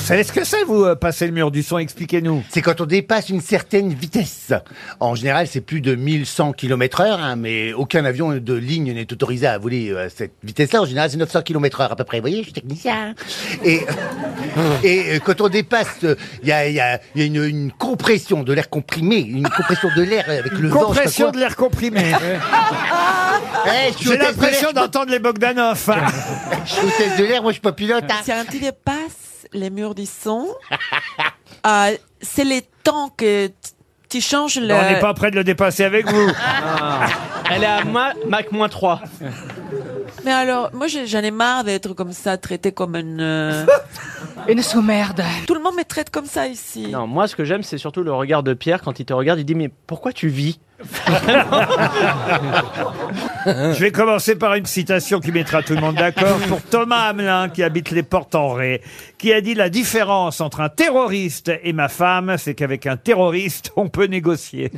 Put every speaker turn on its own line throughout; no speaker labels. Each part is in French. savez ce que c'est, vous, euh, passer le mur du son Expliquez-nous.
C'est quand on dépasse une certaine vitesse. En général, c'est plus de 1100 km heure, hein, mais aucun avion de ligne n'est autorisé à voler euh, à cette vitesse-là. En général, c'est 900 km heure à peu près. Vous voyez, je suis technicien. hein. Et, et euh, quand on dépasse, euh, il y a, il y a- il y a une, une compression de l'air comprimé, une compression de l'air avec le vent. je sais
Compression
pas
de l'air comprimé.
quoi. Eh, je suis
J'ai
hôtesse de l'air,
l'impression d'entendre les Bogdanov. hein.
je suis hôtesse de l'air, moi je suis pas pilote. hein.
Si un petit dépasse les murs du son, euh, c'est le temps que t- tu changes le.
On n'est pas prêt de le dépasser avec vous.
Ah. Elle est à ma- Mac moins 3.
Mais alors, moi j'ai- j'en ai marre d'être comme ça, traité comme une. euh,
Une sous-merde.
Tout le monde me traite comme ça ici.
Non, moi ce que j'aime c'est surtout le regard de Pierre quand il te regarde, il dit mais pourquoi tu vis
Je vais commencer par une citation qui mettra tout le monde d'accord pour Thomas Hamelin, qui habite les portes en Ré, qui a dit La différence entre un terroriste et ma femme, c'est qu'avec un terroriste, on peut négocier.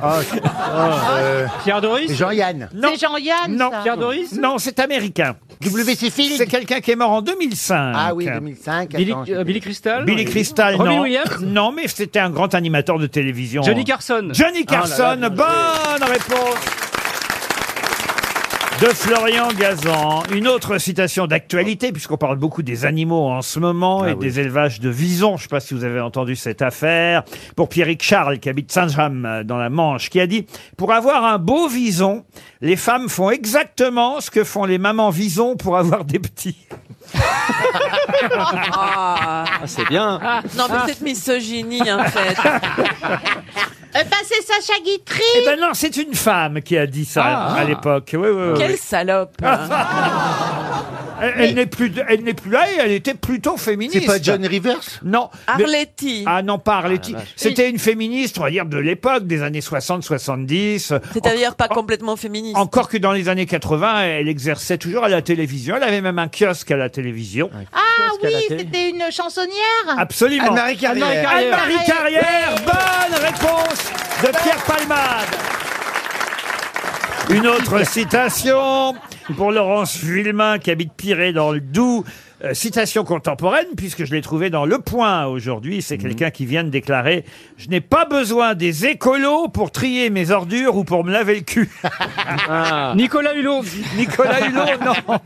Pierre Doris
Jean-Yann.
Non.
C'est Jean-Yann,
Non.
ça.
Pierre Doris
Non, c'est américain.
WC Field.
C'est quelqu'un qui est mort en 2005.
Ah oui, 2005.
Billy,
attends,
euh, Billy Crystal
Billy Crystal,
Robin
non.
Williams
Non, mais c'était un grand animateur de télévision.
Johnny Carson Ah
Johnny Carson, bonne réponse de Florian Gazan. Une autre citation d'actualité, puisqu'on parle beaucoup des animaux en ce moment
Ah
et des élevages de visons. Je ne sais pas si vous avez entendu cette affaire. Pour Pierrick Charles, qui habite Saint-James, euh, dans la Manche, qui a dit « Pour avoir un beau vison, les femmes font exactement ce que font les mamans visons pour avoir des petits.
Ah.
Ah, C'est bien
Non, mais cette misogynie en fait.
Euh, bah, c'est Sacha » Guitry.
Eh ben non, c'est une femme qui a dit ça
Ah.
à l'époque. Oui, oui, oui.
Quelle salope. hein.
Elle, elle n'est plus, elle n'est plus là et elle était plutôt féministe.
C'est pas John Rivers
Non. mais-
Arletty.
Ah non, pas Arletty. C'était une féministe, on va dire, de l'époque, des années 60-70.
C'est-à-dire pas complètement féministe.
Encore que dans les années 80, elle exerçait toujours à la télévision. Elle avait même un kiosque à la télévision.
Ah
qu'à la
oui,
télé.
c'était une chansonnière.
Absolument.
Anne-Marie Carrière.
Anne-Marie Carrière, bonne réponse de Pierre Palmade. Une autre citation pour Laurence Villemin qui habite Pirée dans le Doubs. Euh, citation contemporaine puisque je l'ai trouvée dans Le Point aujourd'hui. C'est quelqu'un qui vient de déclarer « Je n'ai pas besoin des écolos pour trier mes ordures ou pour me laver le cul Ah.
Nicolas Hulot ».
Nicolas Hulot, non.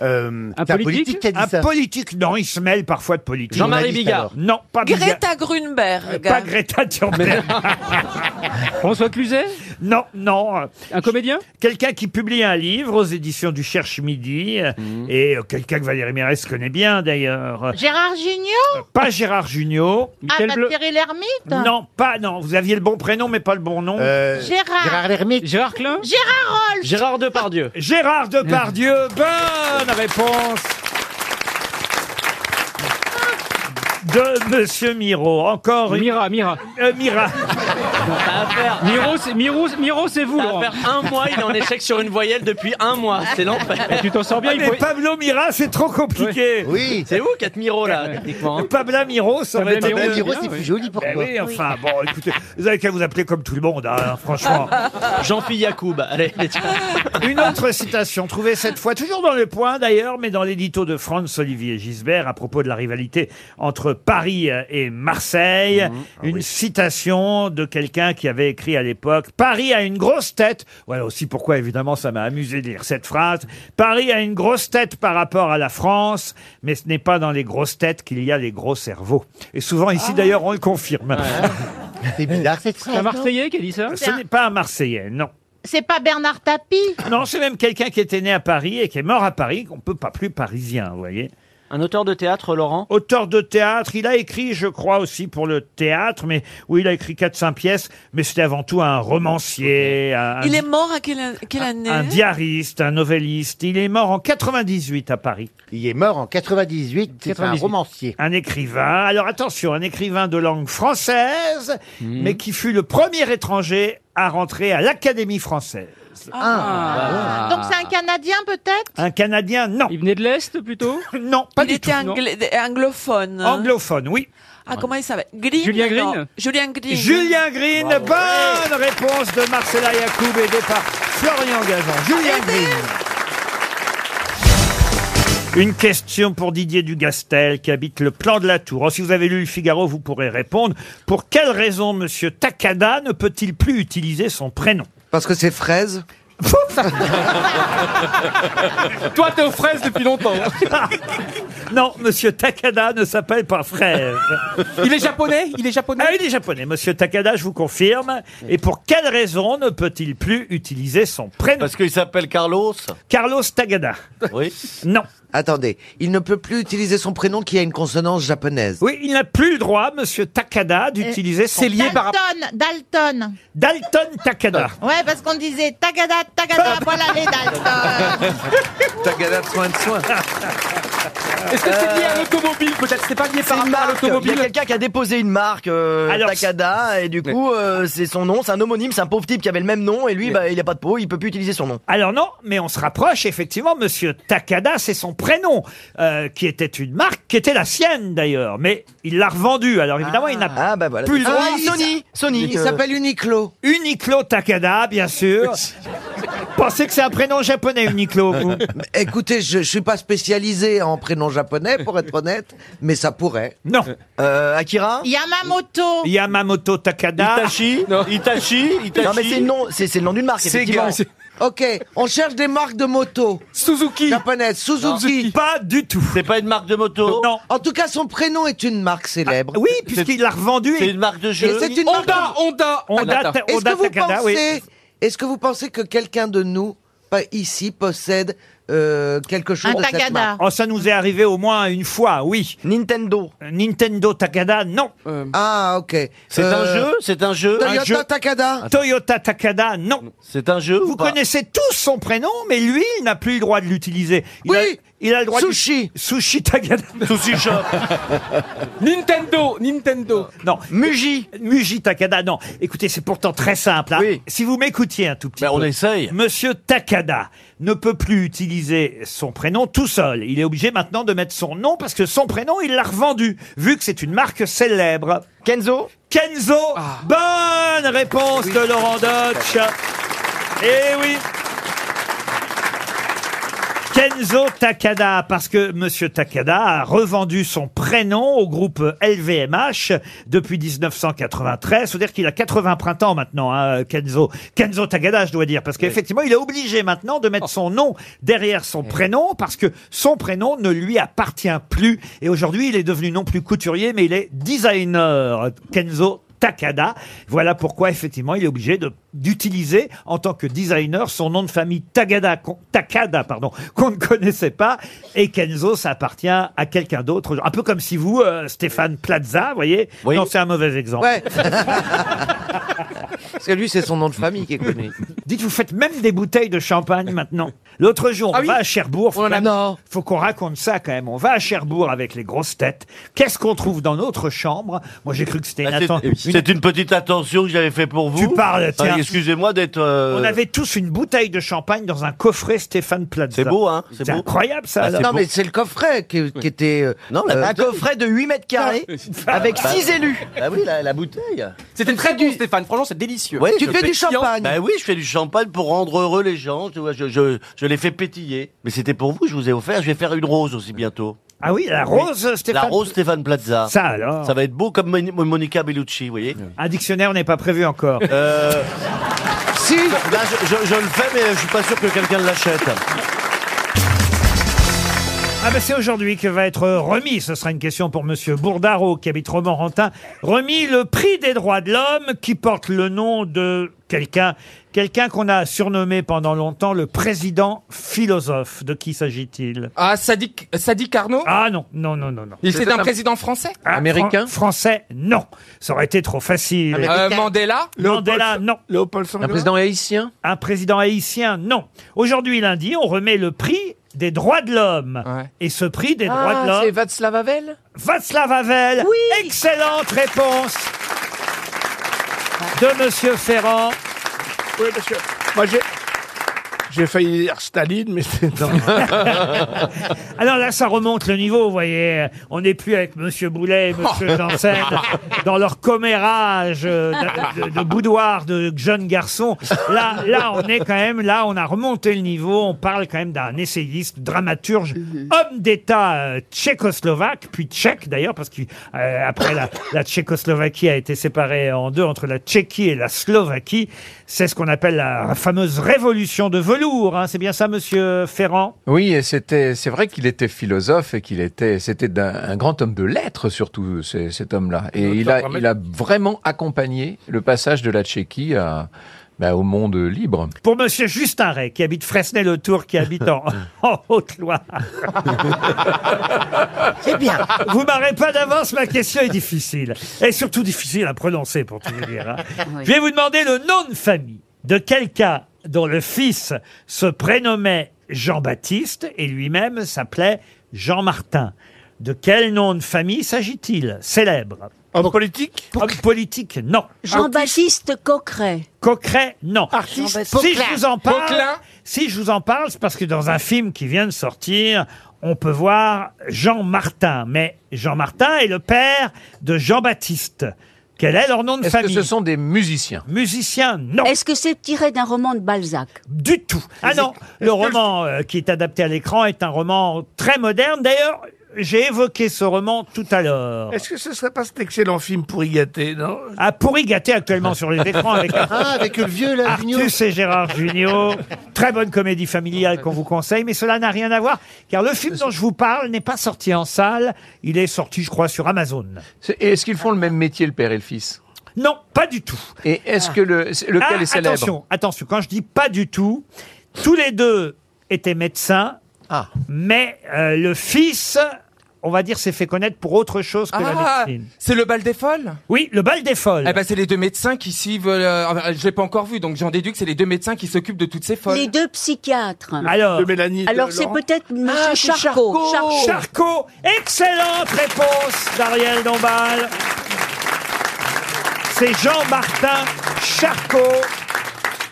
Euh,
Un
c'est
politique
qui a dit
Un
ça.
politique, non. Il se mêle parfois de politique.
Jean-Marie
Journaliste,
Bigard.
alors.
Non, pas Biga-
Greta Grunberg.
Pas Greta Thunberg.
François Cluzet
Non, non.
Un comédien
quelqu'un qui publie un livre aux éditions du Cherche Midi, euh,
Mhm.
et euh, quelqu'un que Valérie Mérès connaît bien d'ailleurs.
Gérard Junior.
Pas Gérard Junior.
Ah,
Michel
bah,
Bleu
Thierry Lhermitte.
Non, pas, non, vous aviez le bon prénom, mais pas le bon nom.
Euh,
Gérard.
Gérard Lhermitte.
Gérard Klein
Gérard Rolf.
Gérard Depardieu
Ah, Gérard Depardieu, bonne réponse de Monsieur Miro. Encore une.
Mira, Mira.
euh, Mira.
Miro, c'est, Miro, Miro, c'est vous,
Ça
Laurent.
va faire un mois, il est en échec sur une voyelle depuis un mois. C'est l'enfer.
Eh, Tu t'en sors bien,
Ah,
il
mais
faut...
Pablo Mira, c'est trop compliqué.
Oui.
C'est où, 4 Miro, là, techniquement hein
Pablo Miro, ça aurait
Pablo
été
Miro,
mieux.
Giro,
bien,
c'est
ouais.
plus joli pour
Eh
moi.
oui, enfin, bon, écoutez, vous avez qu'à vous appeler comme tout le monde, hein, franchement.
Jean-Pierre Yacoub. Allez,
Une autre citation, trouvée cette fois, toujours dans le point d'ailleurs, mais dans l'édito de France Olivier Gisbert à propos de la rivalité entre Paris et Marseille.
Mmh, ah
une citation de quelqu'un qui avait écrit à l'époque Paris a une grosse tête. Voilà aussi pourquoi, évidemment, ça m'a amusé de lire cette phrase. Paris a une grosse tête par rapport à la France, mais ce n'est pas dans les grosses têtes qu'il y a les gros cerveaux. Et souvent, ici
Ah.
d'ailleurs, on le confirme.
C'est bizarre cette
C'est un
phrase. non
Marseillais qui a dit ça
Ce n'est pas un Marseillais, non.
C'est pas Bernard Tapie.
Non, c'est même quelqu'un qui était né à Paris et qui est mort à Paris, qu'on peut pas plus parisien, vous voyez.
Un auteur de théâtre, Laurent
Auteur de théâtre, il a écrit, je crois, aussi pour le théâtre, mais où il a écrit 4-5 pièces, mais c'était avant tout un romancier, un,
Il est mort à quelle, an- quelle année
un diariste, un novelliste. Il est mort en 98 à Paris.
Il est mort en 98, c'est un
98.
romancier.
Un écrivain, alors attention, un écrivain de langue française,
Mhm.
mais qui fut le premier étranger à rentrer à l'Académie française.
Ah.
Ah. Donc
Ah.
c'est un Canadien peut-être
Un Canadien, non.
Il venait de l'Est, plutôt
Non, pas
il
du tout.
était angla- anglophone. hein.
Anglophone, oui.
Ah, comment il s'appelle Green
Julien
non.
Green
Julien Green.
Julien Green, bonne réponse de Marcella Yacoub aidée par Florian Gazan. Julien Green. Une question pour Didier Dugastel qui habite le plan de la Tour. Oh, si vous avez lu le Figaro, vous pourrez répondre. Pour quelle raison Monsieur Takada ne peut-il plus utiliser son prénom
Parce que c'est fraise.
Toi, t'es aux fraises depuis longtemps. hein.
Non, Monsieur Takada ne s'appelle pas frère.
Il est japonais Il est japonais
Ah, il est japonais, Monsieur Takada, je vous confirme. Et pour quelle raison ne peut-il plus utiliser son prénom
Parce qu'il s'appelle Carlos
Carlos Tagada.
Oui.
Non.
Attendez, il ne peut plus utiliser son prénom qui a une consonance japonaise.
Oui, il n'a plus le droit, Monsieur Takada, d'utiliser son
lié par
Euh, Dalton, Dalton.
Dalton Takada.
Ouais, parce qu'on disait tagada, tagada, voilà les Dalton.
Tagada de soin de soin.
Est-ce que c'est lié à l'automobile Peut-être c'est pas lié
Euh, C'est
par
une
rapport à
marque. Il y a
l'automobile.
quelqu'un qui a déposé une marque, euh,
Alors,
Takada, et du coup, euh, c'est son nom, c'est un homonyme, c'est un pauvre type qui avait le même nom, et lui, bah, il a pas de peau, il peut plus utiliser son nom.
Alors non, mais on se rapproche, effectivement, Monsieur Takada, c'est son prénom, euh, qui était une marque, qui était la sienne d'ailleurs, mais il l'a revendue. Alors évidemment, il n'a
Ah, bah voilà.
plus le
Ah,
droit.
Sony, Sony.
Il
euh,
s'appelle Uniqlo.
Uniqlo Takada, bien sûr. Pensez que c'est un prénom japonais, Uniqlo, vous
Écoutez, je, je suis pas spécialisé en prénom japonais, pour être honnête, mais ça pourrait.
Non.
euh, Akira
Yamamoto.
Yamamoto Takada.
Itachi Itachi Itachi
Non, mais c'est le nom, c'est c'est le nom d'une marque, effectivement.
Ok, on cherche des marques de moto
Suzuki.
japonaises. Suzuki.
Pas du tout.
C'est pas une marque de moto
Non. Ah,
En tout cas, son prénom est une marque célèbre.
Oui, puisqu'il l'a revendu.
C'est une marque de
Et
jeu
c'est une marque.
Honda, Honda,
Honda,
Honda.
Ta-
Est-ce
Honda
que vous
Takada,
pensez,
oui.
est-ce que vous pensez que quelqu'un de nous, pas ici, possède euh, quelque chose
Un
de cette
tagada.
marque
Oh, ça nous est arrivé au moins une fois, oui. Euh,
Nintendo.
Nintendo Takada, non.
Ah, ok.
Euh. C'est un
Euh,
jeu C'est un jeu
Toyota Takada.
Toyota Takada, non.
C'est un jeu
Vous
ou pas
connaissez tous son prénom, mais lui, il n'a plus le droit de l'utiliser. Il
Oui.
a, il a le droit de-
Sushi.
Sushi Takada.
Sushi Shop
Nintendo, Nintendo.
Non.
Muji.
Muji Takada, non. Écoutez, c'est pourtant très simple. hein.
Oui.
Si vous m'écoutiez un tout petit
Ben, on
peu.
essaye
Monsieur Takada ne peut plus utiliser son prénom tout seul. Il est obligé maintenant de mettre son nom parce que son prénom, il l'a revendu, vu que c'est une marque célèbre.
Kenzo.
Kenzo, bonne réponse de Laurent Deutsch. Eh oui. Kenzo Takada, parce que Monsieur Takada a revendu son prénom au groupe LVMH depuis 1993. C'est-à-dire qu'il a 80 printemps maintenant, hein, Kenzo. Kenzo Takada, je dois dire, parce qu'effectivement, il est obligé maintenant de mettre son nom derrière son prénom, parce que son prénom ne lui appartient plus. Et aujourd'hui, il est devenu non plus couturier, mais il est designer, Kenzo Takada. Voilà pourquoi, effectivement, il est obligé de- d'utiliser en tant que designer son nom de famille Tagada, qu'on- Takada, pardon, qu'on ne connaissait pas. Et Kenzo, ça appartient à quelqu'un d'autre. Un peu comme si vous, euh, Stéphane Plaza, vous voyez
Oui.
Non, c'est un mauvais exemple.
Ouais. Parce que lui, c'est son nom de famille qui est connu.
Dites, vous faites même des bouteilles de champagne maintenant. L'autre jour, on va à Cherbourg. Faut,
Ah en a-
même-
Non.
faut qu'on raconte ça quand même. On va à Cherbourg avec les grosses têtes. Qu'est-ce qu'on trouve dans notre chambre Moi, j'ai cru que c'était une,
Ah,
atten-
c'est-
une
C'est une petite attention que j'avais fait pour vous.
parles, tiens.
Ah, Excusez-moi d'être. euh,
On avait tous une bouteille de champagne dans un coffret Stéphane Plaza.
C'est beau, hein C'est
C'est
beau.
incroyable ça.
Ah,
alors.
c'est
Non,
beau.
mais c'est le coffret qui, qui était. euh,
Non, la
euh,
un coffret de 8 mètres carrés avec
Ah.
6 élus. Bah,
Bah oui, la, la bouteille.
C'était très bon, Stéphane. Franchement, c'est délicieux.
Ouais,
tu
je
fais du
pétillant.
champagne.
Bah oui, je fais du champagne pour rendre heureux les gens. Tu vois, je, je, je les fais pétiller. Mais c'était pour vous, je vous ai offert. Je vais faire une rose aussi bientôt.
Ah oui, la rose Stéphane.
La rose Stéphane Plaza.
Ça alors.
Ça va être beau comme Moni- Monica Bellucci, vous voyez.
Un dictionnaire n'est pas prévu encore.
Euh,
Si
là, je, je- je le fais, mais je suis pas sûr que quelqu'un l'achète.
Ah ben c'est aujourd'hui que va être remis, ce sera une question pour Monsieur Bourdaro qui habite Romorantin, remis le prix des droits de l'homme qui porte le nom de quelqu'un, quelqu'un qu'on a surnommé pendant longtemps le président philosophe. De qui s'agit-il
Ah, Sadiq, Sadiq Arnaud
Ah non, non, non, non, non.
Il C'est un président français
Ah,
Américain
Fran- Français, non. Ça aurait été trop facile.
Euh, Mandela
Mandela, non.
Un président haïtien
Un président haïtien, non. Aujourd'hui, lundi, on remet le prix des droits de l'homme.
Ouais.
Et ce prix des droits de
Ah,
l'homme...
c'est Václav Havel
Václav Havel. Excellente réponse de Monsieur Ferrand.
Oui, monsieur. Moi, j'ai...
J'ai failli dire Staline, mais c'est non.
Alors là, ça remonte le niveau, vous voyez. On n'est plus avec Monsieur Boulet et Monsieur Janssen dans leur commérage euh, de, de- de boudoir de jeunes garçons. Là, là, on est quand même, là, on a remonté le niveau. On parle quand même d'un essayiste, dramaturge, homme d'État euh, tchécoslovaque, puis tchèque d'ailleurs, parce qu'après la, la Tchécoslovaquie a été séparée en deux entre la Tchéquie et la Slovaquie. C'est ce qu'on appelle la fameuse révolution de velours. hein. C'est bien ça, Monsieur Ferrand
Oui, et c'était, c'est vrai qu'il était philosophe et qu'il était, c'était d'un- un grand homme de lettres surtout, c'est- cet homme-là. Et il a, il a vraiment accompagné le passage de la Tchéquie à- bah, au monde libre.
Pour Monsieur Justin Ray, qui habite Fresnay-le-Tour, qui habite en, en Haute-Loire. C'est bien. Vous m'arrêtez pas d'avance, ma question est difficile. Et surtout difficile à prononcer, pour tout vous dire. hein.
Oui.
Je vais vous demander le nom de famille de quelqu'un dont le fils se prénommait Jean-Baptiste et lui-même s'appelait Jean-Martin. De quel nom de famille s'agit-il Célèbre. Homme politique Homme politique, non.
Jean-Baptiste Coqueret.
Coqueret, non.
bah,
Artiste
Si je vous en parle,
Bah, Poquelin.
si je vous en parle, c'est parce que dans un film qui vient de sortir, on peut voir Jean Martin. Mais Jean Martin est le père de Jean Baptiste. Quel est leur nom de
Est-ce que
famille
ce sont des musiciens
Musiciens, non.
Est-ce que c'est tiré d'un roman de Balzac
Du tout. Ah non, le roman euh, qui est adapté à l'écran est un roman très moderne. D'ailleurs, j'ai évoqué ce roman tout à l'heure.
Est-ce que ce serait pas cet excellent film pour y gâter, non
À pourri gâté actuellement sur les écrans avec,
Ah, avec le vieux, là,
Artus
Jugnot.
et Gérard Junior. Très bonne comédie familiale qu'on vous conseille, mais cela n'a rien à voir car le film dont je vous parle n'est pas sorti en salle. Il est sorti, je crois, sur Amazon.
C'est- et Est-ce qu'ils font le même métier, le père et le fils
Non, pas du tout.
Et est-ce que le, c'est- lequel
Ah,
est célèbre
Attention, attention. Quand je dis pas du tout, tous les deux étaient médecins,
Ah.
mais euh, le fils, on va dire, s'est fait connaître pour autre chose que la
Ah,
médecine.
c'est le bal des folles
Oui, le bal des folles.
Eh ben, c'est les deux médecins qui suivent. euh, enfin, je l'ai pas encore vu, donc j'en déduis que c'est les deux médecins qui s'occupent de toutes ces folles.
Les deux psychiatres.
Hein.
Alors- De Mélanie, de
Alors c'est
Laurent.
peut-être Monsieur
Ah, c'est
Charcot.
Charcot.
Charcot, excellente réponse d'Ariel Dombal. C'est Jean-Martin Charcot.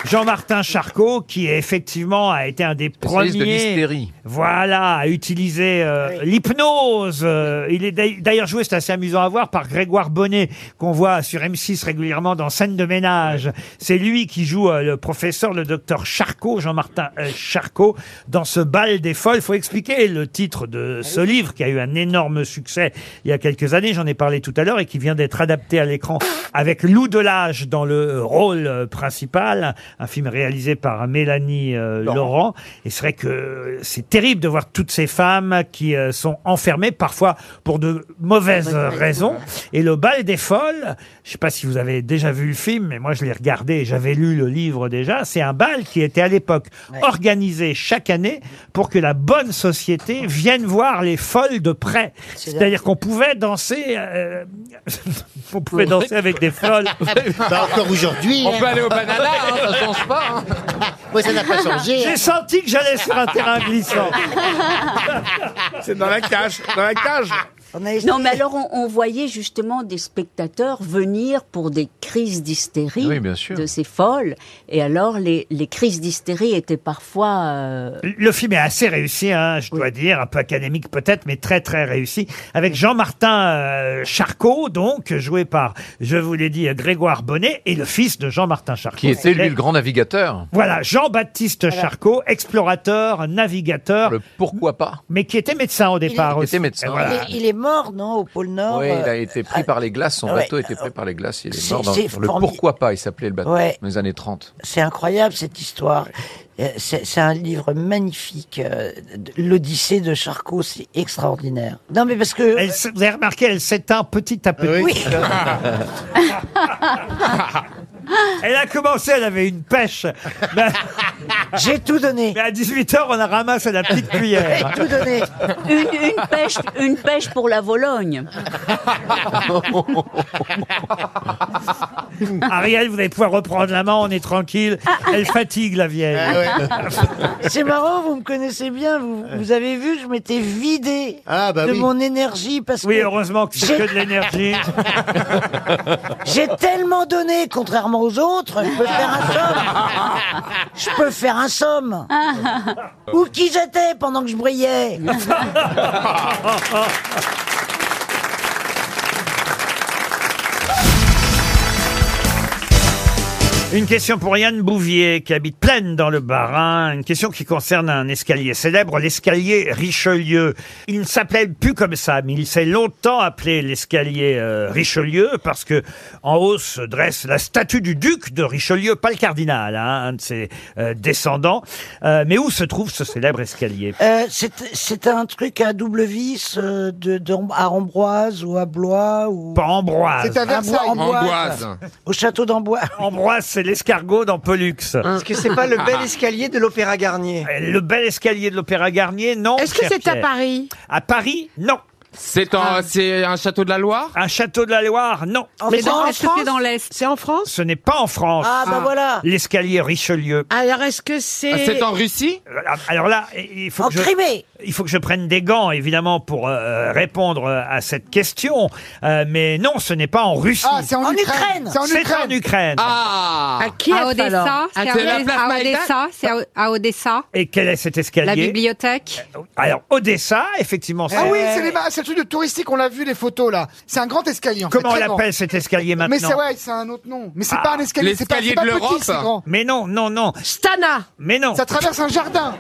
Jean-Martin Charcot, qui effectivement a été un des
Spécialiste de
premiers,
l'hystérie.
voilà, à utiliser euh, l'hypnose. Euh, il est d'ailleurs- d'ailleurs joué, c'est assez amusant à voir, par Grégoire Bonnet, qu'on voit sur M6 régulièrement dans Scène de ménage. C'est lui qui joue euh, le professeur, le docteur Charcot, Jean-Martin euh, Charcot, dans ce bal des folles. faut expliquer le titre de ce livre qui a eu un énorme succès il y a quelques années, j'en ai parlé tout à l'heure, et qui vient d'être adapté à l'écran avec Lou Delage dans le rôle euh, principal, un film réalisé par Mélanie euh, Laurent. Et c'est vrai que c'est terrible de voir toutes ces femmes qui euh, sont enfermées, parfois pour de mauvaises euh, raisons. Et le bal des folles, je sais pas si vous avez déjà vu le film, mais moi je l'ai regardé et j'avais lu le livre déjà, c'est un bal qui était à l'époque organisé chaque année pour que la bonne société vienne voir les folles de près. C'est-à-dire qu'on pouvait danser, euh, on pouvait danser avec des folles.
Bah, encore aujourd'hui, On hein. peut aller au
Ah
banana, hein, ça change pas.
Moi, ça n'a pas changé.
J'ai senti que j'allais sur un terrain glissant.
C'est dans la cage, dans la cage.
Non, mais alors on, on voyait justement des spectateurs venir pour des crises d'hystérie
Oui, bien sûr.
de ces folles. Et alors les, les crises d'hystérie étaient parfois. euh,
Le film est assez réussi, hein, je dois dire, un peu académique peut-être, mais très très réussi, avec Jean-Martin euh, Charcot, donc joué par, je vous l'ai dit, Grégoire Bonnet, et le fils de Jean-Martin Charcot.
Qui était lui le grand navigateur
Voilà, Jean-Baptiste Charcot, explorateur, navigateur.
pourquoi pas
Mais qui était médecin au départ
Il
aussi.
était médecin.
Et voilà.
Il, est, il est mort, non, au pôle Nord
Oui, il a
euh,
été pris par les glaces, son
ouais. euh,
bateau était pris par les glaces, il est
C'est-
mort dans
c'est
le
formid-
Pourquoi pas, il s'appelait le bateau,
Ouais.
dans les années 30.
C'est incroyable cette histoire. Euh, C'est c'est un livre magnifique. euh, de- L'Odyssée de Charcot, c'est extraordinaire. Non, mais parce que.
Elle s- vous avez remarqué, elle s'éteint petit à petit.
Oui.
Elle a commencé, elle avait une pêche.
J'ai tout donné.
Mais à 18h, on la ramasse à la petite cuillère.
J'ai tout donné. Une, une pêche, une pêche pour la Vologne.
Ariel, vous allez pouvoir reprendre la main, on est tranquille.
Ah,
Elle fatigue, la vieille.
C'est marrant, vous me connaissez bien. Vous, vous avez vu, je m'étais vidé
Ah, bah
de
oui.
mon énergie parce
Oui,
que
heureusement que c'est
j'ai-
que de l'énergie.
J'ai tellement donné, contrairement aux autres, je peux faire un somme. Je peux faire un somme. Ou qui j'étais pendant que je brillais.
Une question pour Yann Bouvier, qui habite Plaine dans le Bas-Rhin. Une question qui concerne un escalier célèbre, l'escalier Richelieu. Il ne s'appelait plus comme ça, mais il s'est longtemps appelé l'escalier euh, Richelieu, parce que en haut se dresse la statue du duc de Richelieu, pas le cardinal, hein, un de ses euh, descendants. Euh, mais où se trouve ce célèbre escalier
Euh, c'est- c'est un truc à double vis euh, de, de- à Ambroise ou à Blois ou
Pas Ambroise.
C'est à Versailles. Ambroise. Au château d'Amboise.
Ambroise, c'est l'escargot dans Pollux. Est-ce
que c'est pas le
Ah.
bel escalier de l'Opéra Garnier
Euh, Le bel escalier de l'Opéra Garnier, non.
Est-ce que
cher
c'est à
Pierre.
Paris Ah.
À Paris, non.
C'est en- c'est un château de la Loire
Un château de la Loire, non.
Mais dans- est-ce que c'est dans
l'Est C'est en France Ce n'est pas en France.
Ah, bah Ah. voilà.
L'escalier Richelieu.
Alors est-ce que Ah, c'est
Russie Euh, Alors là, il faut, que je, il faut que je prenne des gants, évidemment, pour euh, répondre à cette question. Euh, mais non, ce n'est pas en Russie.
Ah, c'est en En Ukraine. Ukraine. C'est en Ukraine.
Ukraine.
Ah
À Kiev, alors.
c'est à,
C'est la
Odessa,
place
à
Maïdan
Odessa, c'est à, à Odessa.
Et quel est cet
La
escalier
bibliothèque.
Alors, Odessa, effectivement.
Ah oui, c'est les ma- c'est le truc de touristique, on l'a vu les photos là. C'est un grand escalier. En
Comment on
fait, très grand.
l'appelle cet escalier maintenant Ah,
Mais c'est ouais, c'est un autre nom. Mais c'est pas un escalier, c'est pas, c'est pas petit, c'est grand.
Mais non, non, non.
Stana
Mais non.
Ça traverse un jardin.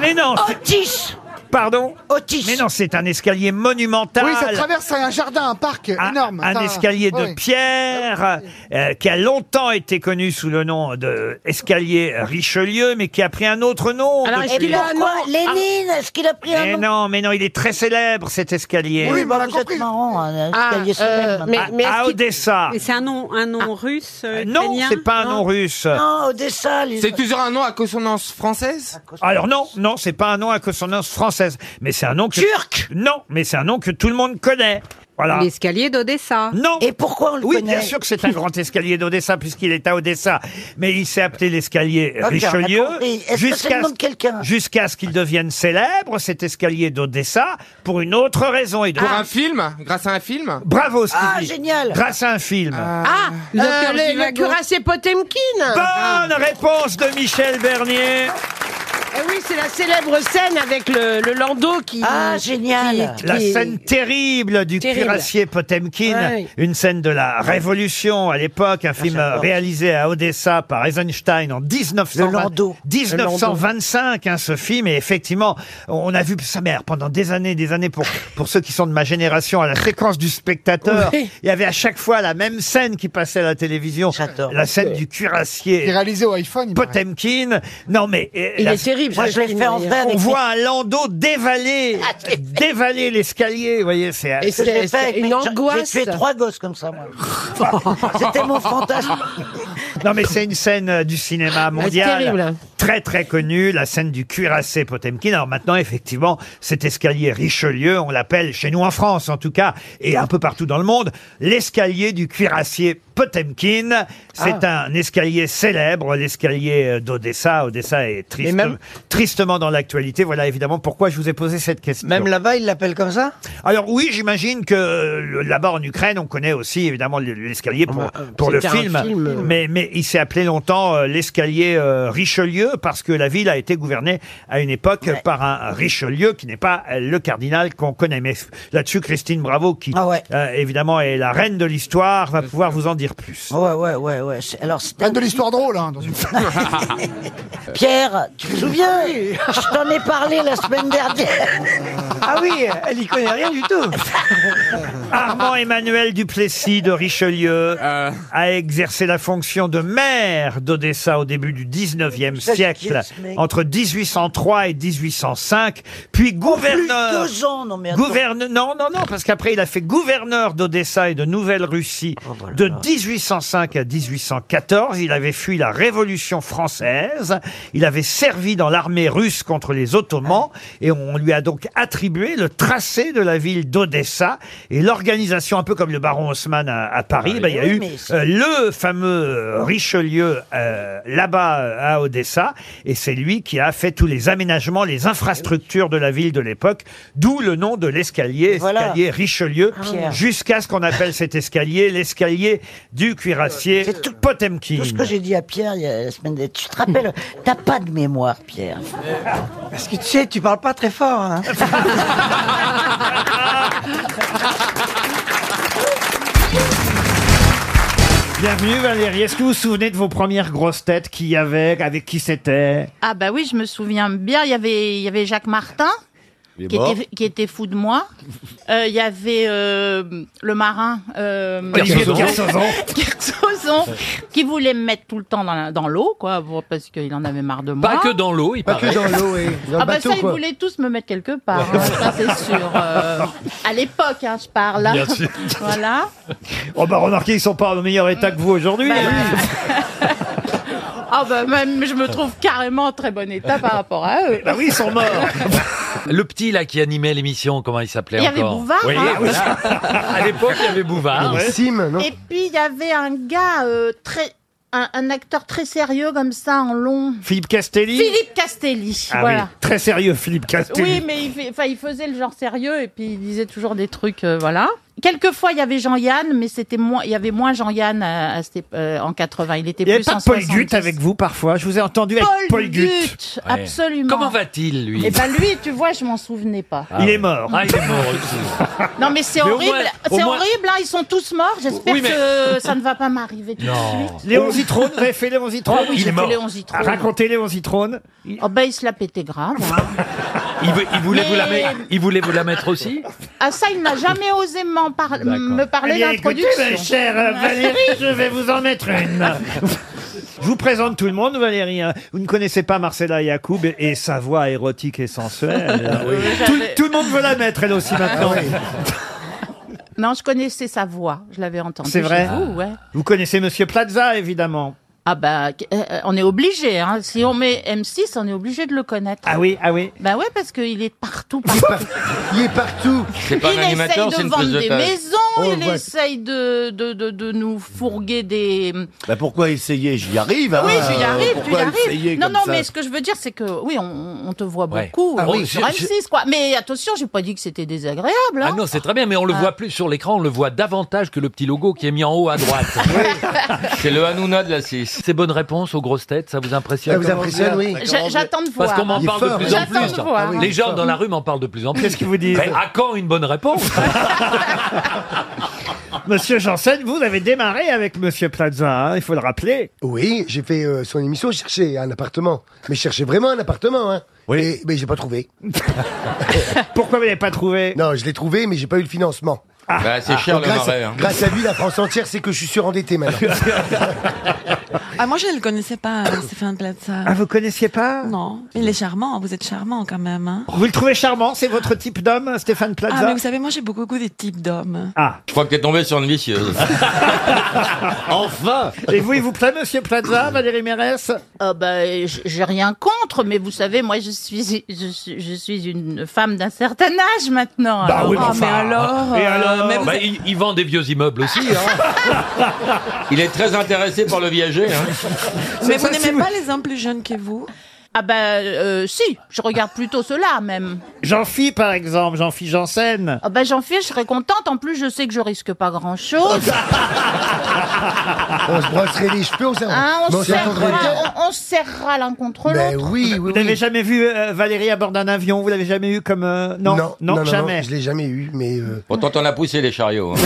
Mais non. c'est- Pardon
Otis.
Mais non, c'est un escalier monumental.
Oui, ça traverse un jardin, un Ah parc énorme.
Ah, Un
Ça-
escalier de
ouais.
pierre euh, qui a longtemps été connu sous le nom de escalier Richelieu, mais qui a pris un autre nom.
Et
depuis. Ah.
pourquoi Lénine, est-ce qu'il a pris
Mais
un nom
non, mais non, il est très célèbre cet escalier.
Oui, bah, vous êtes marrant, un escalier
Ah, euh,
célèbre.
mais- mais est-ce À qu'il- Odessa.
Mais c'est un nom, un nom russe. euh,
Non,
ukrainien
c'est pas un nom russe.
Non, Odessa.
C'est toujours un nom à consonance française
Alors non, non, c'est pas un nom à consonance française, mais c'est un nom que... turc. Non, mais c'est un nom que tout le monde connaît. Voilà.
L'escalier d'Odessa.
Non.
Et pourquoi on
Oui, bien sûr que c'est un grand escalier d'Odessa puisqu'il est à Odessa, mais il s'est appelé l'escalier
Ok, on a
Richelieu
compris. Est-ce que c'est le
jusqu'à
nom de quelqu'un
jusqu'à ce qu'il devienne célèbre cet escalier d'Odessa pour une autre raison et
Pour
Ah.
un film Grâce à un film
Bravo Stevie.
Ah, génial.
Grâce à un film.
Ah,
L'auteur
euh, le, le
Zivago.
cuirassé Potemkin
Bonne réponse de Michel Bernier.
Eh oui, c'est la célèbre scène avec le, le landau qui...
Ah, génial.
La scène terrible du
Terrible.
cuirassier Potemkin,
Ouais.
une scène de la Révolution à l'époque,
Ah,
un film euh,
j'adore.
réalisé à Odessa par Eisenstein en 1920 1925. hein, ce film, et effectivement, on a vu sa mère pendant des années, des années pour pour ceux qui sont de ma génération à la séquence du spectateur.
Oui.
Il y avait à chaque fois la même scène qui passait à la télévision, la scène du cuirassier.
réalisé au iPhone.
Potemkin. Non mais eh,
Il
la-
est terrible,
Moi, je l'ai fait en vrai
On
avec-
voit un landau dévaler, dévaler l'escalier. Vous voyez, c'est
Et ce que j'ai fait avec mes- j'ai-
angoisse.
J'ai tué trois gosses comme ça, moi. C'était mon fantasme.
Non, mais c'est une scène euh, du cinéma mondial.
terrible.
Très, très connue, la scène du cuirassé Potemkin. Alors maintenant, effectivement, cet escalier Richelieu, on l'appelle chez nous en France, en tout cas, et un peu partout dans le monde, l'escalier du cuirassier Potemkin. C'est un escalier célèbre, l'escalier euh, d'Odessa. Odessa est triste- tristement dans l'actualité. Voilà évidemment pourquoi je vous ai posé cette question.
Même là-bas, ils l'appellent comme ça
Alors oui, j'imagine que euh, le- là-bas en Ukraine, on connaît aussi évidemment l- l'escalier
Ah,
pour, pour le
c'était Ah, un
film,
film, euh.
Mais, mais il s'est appelé longtemps euh, l'escalier euh, Richelieu parce que la ville a été gouvernée à une époque euh, par un Richelieu qui n'est pas euh, le cardinal qu'on connaît. Mais f- là-dessus, Christine Bravo, qui
Ah
euh, évidemment est la reine de l'histoire, va pouvoir vous en dire plus.
Ouais, ouais, ouais, ouais. C'est- Alors, c'était
de l'histoire drôle. Hein, dans une-
Pierre, tu te souviens Je t'en ai parlé la semaine dernière.
Ah oui, elle y connaît rien du tout.
Armand Emmanuel Duplessis de Richelieu a exercé la fonction de maire d'Odessa au début du 19e
Ça,
siècle,
c'est qui, ce mec
entre 1803 et 1805, puis
Plus
gouverneur.
de deux ans, non mais attends.
Gouverne... Non, non, non, parce qu'après, il a fait gouverneur d'Odessa et de Nouvelle-Russie de 1805 à 1814. Il avait fui la Révolution française. Il avait servi dans l'armée russe contre les Ottomans. Et on lui a donc attribué attribué le tracé de la ville d'Odessa et l'organisation, un peu comme le baron Haussmann à, à Paris,
Ah,
bah, il y a
oui,
eu
mais c'est-
euh, le fameux euh, Richelieu euh, là-bas euh, à Odessa et c'est lui qui a fait tous les aménagements, les infrastructures de la ville de l'époque, d'où le nom de l'escalier,
Voilà.
escalier Richelieu,
Pierre.
jusqu'à ce qu'on appelle cet escalier l'escalier du cuirassier Potemkin.
Tout ce que j'ai dit à Pierre il y a la semaine dernière. Tu te rappelles T'as pas de mémoire, Pierre. Parce que tu sais, tu parles pas très fort. hein.
Bienvenue Valérie. Est-ce que vous vous souvenez de vos premières grosses têtes qui y avait, avec qui c'était
Ah bah oui, je me souviens bien. Il y avait, il y avait Jacques Martin,
Il est
qui
mort.
était, qui était fou de moi. Euh, Il y avait euh, le marin... euh,
Olivier de Kersauzon.
Kersauzon, qui voulait me mettre tout le temps dans la- dans l'eau, quoi, pour- parce qu'il en avait marre de moi.
Pas que dans l'eau, il
Pas
paraît.
que dans l'eau, oui. ah bah ça, ils
quoi.
voulaient tous me mettre quelque part, hein, ça c'est sûr. Euh, à l'époque, hein, je parle.
Bien sûr.
voilà.
Oh bah remarquez, ils sont pas en meilleur état que vous aujourd'hui. hein.
Ah bah même, je me trouve carrément en très bon état par rapport à eux.
Bah oui, ils sont morts.
Le petit là qui animait l'émission, comment il s'appelait
Il y
encore
avait Bouvard,
Oui,
hein.
voilà. À l'époque, il y avait Bouvard.
Ouais.
Sim,
Et puis il y avait un gars euh, très, un, un acteur très sérieux comme ça en long.
Philippe Castelli.
Philippe Castelli,
Ah
voilà.
oui, très sérieux Philippe Castelli.
Oui, mais il, fait- enfin, il faisait le genre sérieux et puis il disait toujours des trucs, euh, voilà. Quelquefois il y avait Jean-Yann, mais c'était moins, il y avait moins Jean-Yann à- à cette épo- euh, en 80. Il était
Il n'y avait
plus en
pas Paul
70.
Gutt avec vous parfois. Je vous ai entendu avec Paul,
Paul
Gutt.
Gutt, absolument.
Comment va-t-il, lui
Et ben lui, tu vois, je m'en souvenais pas.
Il est mort.
Ah, il est mort aussi.
Non mais c'est
Mais au
horrible,
moins- au
c'est
moins-
horrible, hein, ils sont tous morts. J'espère
Oui, mais-
que ça ne va pas m'arriver tout de
Non.
suite.
Léon Zitrone, vous avez fait Léon Zitrone
Ah oui, j'ai fait Léon Zitrone.
Racontez Léon Zitrone.
Oh ben il se la pétait grave. hein.
Il, veut- il voulait vous la
Mais-
mettre, il voulait vous la mettre aussi
ah ça, il n'a jamais osé m'en par-
D'accord.
me
Eh
parler
bien, écoutez,
d'introduction. Ah,
ma chère euh, Valérie, je vais vous en mettre une. Je vous présente tout le monde, Valérie. hein. Vous ne connaissez pas Marcella Yacoub et sa voix érotique et sensuelle.
Ah
Euh,
Oui. Ah
tout, tout le monde veut la mettre, elle aussi, maintenant.
Non, je connaissais sa voix, je l'avais entendue.
C'est vrai
chez Vous, ouais.
Vous connaissez Monsieur Plaza, évidemment.
Ah bah, qu- euh, on est obligé. Hein. Si on met M6, on est obligé de le connaître.
Ah oui, ah oui.
Bah ouais, parce qu'il est partout, partout.
Il est partout.
Il essaye de vendre des maisons,
Oh,
il
ouais.
essaye de, de, de, de nous fourguer des...
Bah pourquoi essayer J'y arrive. Hein,
oui, tu y
euh,
arrives, tu y
pourquoi essayer
arrives. Non,
comme
non,
ça
mais ce que je veux dire, c'est que, oui, on, on te voit
Ouais.
beaucoup
Ah
euh,
oui,
sur
je-
M6, quoi. Mais attention, j'ai pas dit que c'était désagréable. hein.
Ah non, c'est très bien, mais on le
Ah.
voit plus sur l'écran, on le voit davantage que le petit logo qui est mis en haut à droite. c'est le Hanouna de la 6. Ces bonnes réponses aux grosses têtes, ça vous impressionne
Ça vous impressionne, oui.
J'a- J'attends de voir.
Parce qu'on m'en
Il est
parle de
fort,
plus
hein.
en
J'attends
plus.
de voir. Ah oui, il
Les
est
gens
fort.
dans la rue m'en parlent de plus en plus.
Qu'est-ce qu'ils vous disent
Mais À quand une bonne réponse
Monsieur Janssen, vous avez démarré avec Monsieur Plaza, hein, il faut le rappeler.
Oui, j'ai fait euh, son émission, je cherchais un appartement. Mais je cherchais vraiment un appartement, hein. Oui. mais j'ai pas trouvé.
Pourquoi vous l'avez pas trouvé Ah.
Non, je l'ai trouvé, mais j'ai pas eu le financement. Ah,
Bah, c'est cher, le
grâce,
marais, hein.
grâce à lui, la France entière sait que je suis surendetté maintenant.
Ah, moi, je ne le connaissais pas, euh, Stéphane Plaza.
Ah, vous connaissiez pas
Non. Il est charmant, vous êtes charmant quand même. hein.
Vous le trouvez charmant, c'est votre type d'homme, Stéphane Plaza
Ah, mais vous savez, moi, j'ai beaucoup goût des types d'hommes.
Ah.
Je crois que t'es tombé sur une vicieuse.
Enfin Et vous, il vous plaît, monsieur Plaza, Valérie Mérès
Ah bah, j- j'ai rien contre, mais vous savez, moi, je suis, je suis, je suis une femme d'un certain âge maintenant.
Bah
Ah, Oh, alors.
Et alors Bah, il, il vend des vieux immeubles aussi. hein.
Il est très intéressé par le viager. Hein.
C'est
Mais vous
ça, si
n'aimez
vous-
pas les hommes plus jeunes que vous
Ah bah, euh, si, je regarde plutôt cela, même.
Jean-Phi, par exemple, Jean-Phi Janssen.
Ah bah, j'en fiche, je serais contente. En plus, je sais que je risque pas grand-chose.
on se brosserait les cheveux, on s'en
Hein,
mais
on,
on s'attendrait bien.
serrera, on, on serrera l'un contre
Ben
l'autre.
oui, oui,
Vous
oui.
n'avez jamais vu euh, Valérie à bord d'un avion Vous l'avez jamais eu comme... euh, Non,
non, non,
jamais.
je l'ai jamais eu, mais euh,
Pourtant, t'en as poussé les chariots. hein.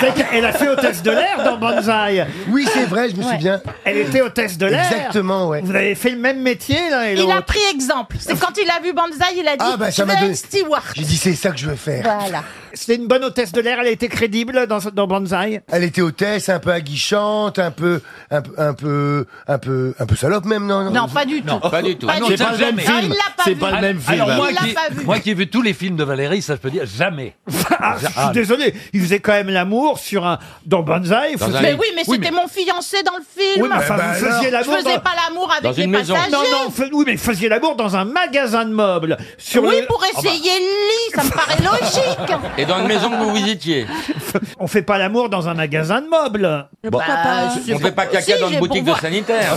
C'est qu'elle a fait hôtesse de l'air dans Banzai.
Oui, c'est vrai, je me souviens.
Elle était hôtesse de l'air.
Exactement, ouais.
Vous avez fait le même métier, l'un et
Il a
l'autre.
pris exemple. C'est quand il a vu Banzai, il a dit
Ah, bah, ça
je
m'a
vais
donné-
être Stewart. Bah.
j'ai dit c'est ça que je veux faire.
Voilà.
C'était une bonne hôtesse de l'air, elle a été crédible dans, dans Banzai.
Elle était hôtesse, un peu aguichante, un peu, un peu, un peu, un peu, un peu salope même, non
Non, pas du tout.
Ah non,
du
ça,
tout.
jamais.
Ah, il l'a pas vu. Ah,
Alors- Alors, moi,
Il l'a
qui,
pas vu.
moi qui ai vu tous les films de Valérie, ça je peux dire jamais.
Ah.
Ah, je suis désolé, il faisait quand même l'amour l'amour sur un dans Banzai. vous
Mais oui, mais c'était mon fiancé dans le film.
Oui, mais enfin, vous faisiez
je
l'amour
faisais
dans-
pas l'amour avec les passagers.
Bah, Non, non, fa- oui, mais faisiez l'amour dans un magasin de meubles. Sur
oui,
le-
pour
Ah bah,
essayer le lit, ça me paraît logique.
Et dans une maison que vous visitiez.
on fait pas l'amour dans un magasin de meubles.
Bon, Bah,
hein.
on fait pas caca dans une boutique de sanitaire.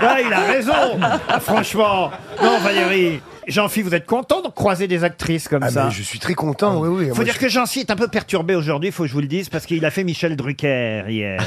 Ah, il a raison. Ah, Franchement. Non, Valérie. Jean-Philippe, vous êtes content de croiser des actrices comme
Ah,
ça
mais je suis très content, oui, oui.
Faut
Moi,
dire
je-
que Jean-Cy est un peu perturbé aujourd'hui, faut que je vous le dise, parce qu'il a fait Michel Drucker hier.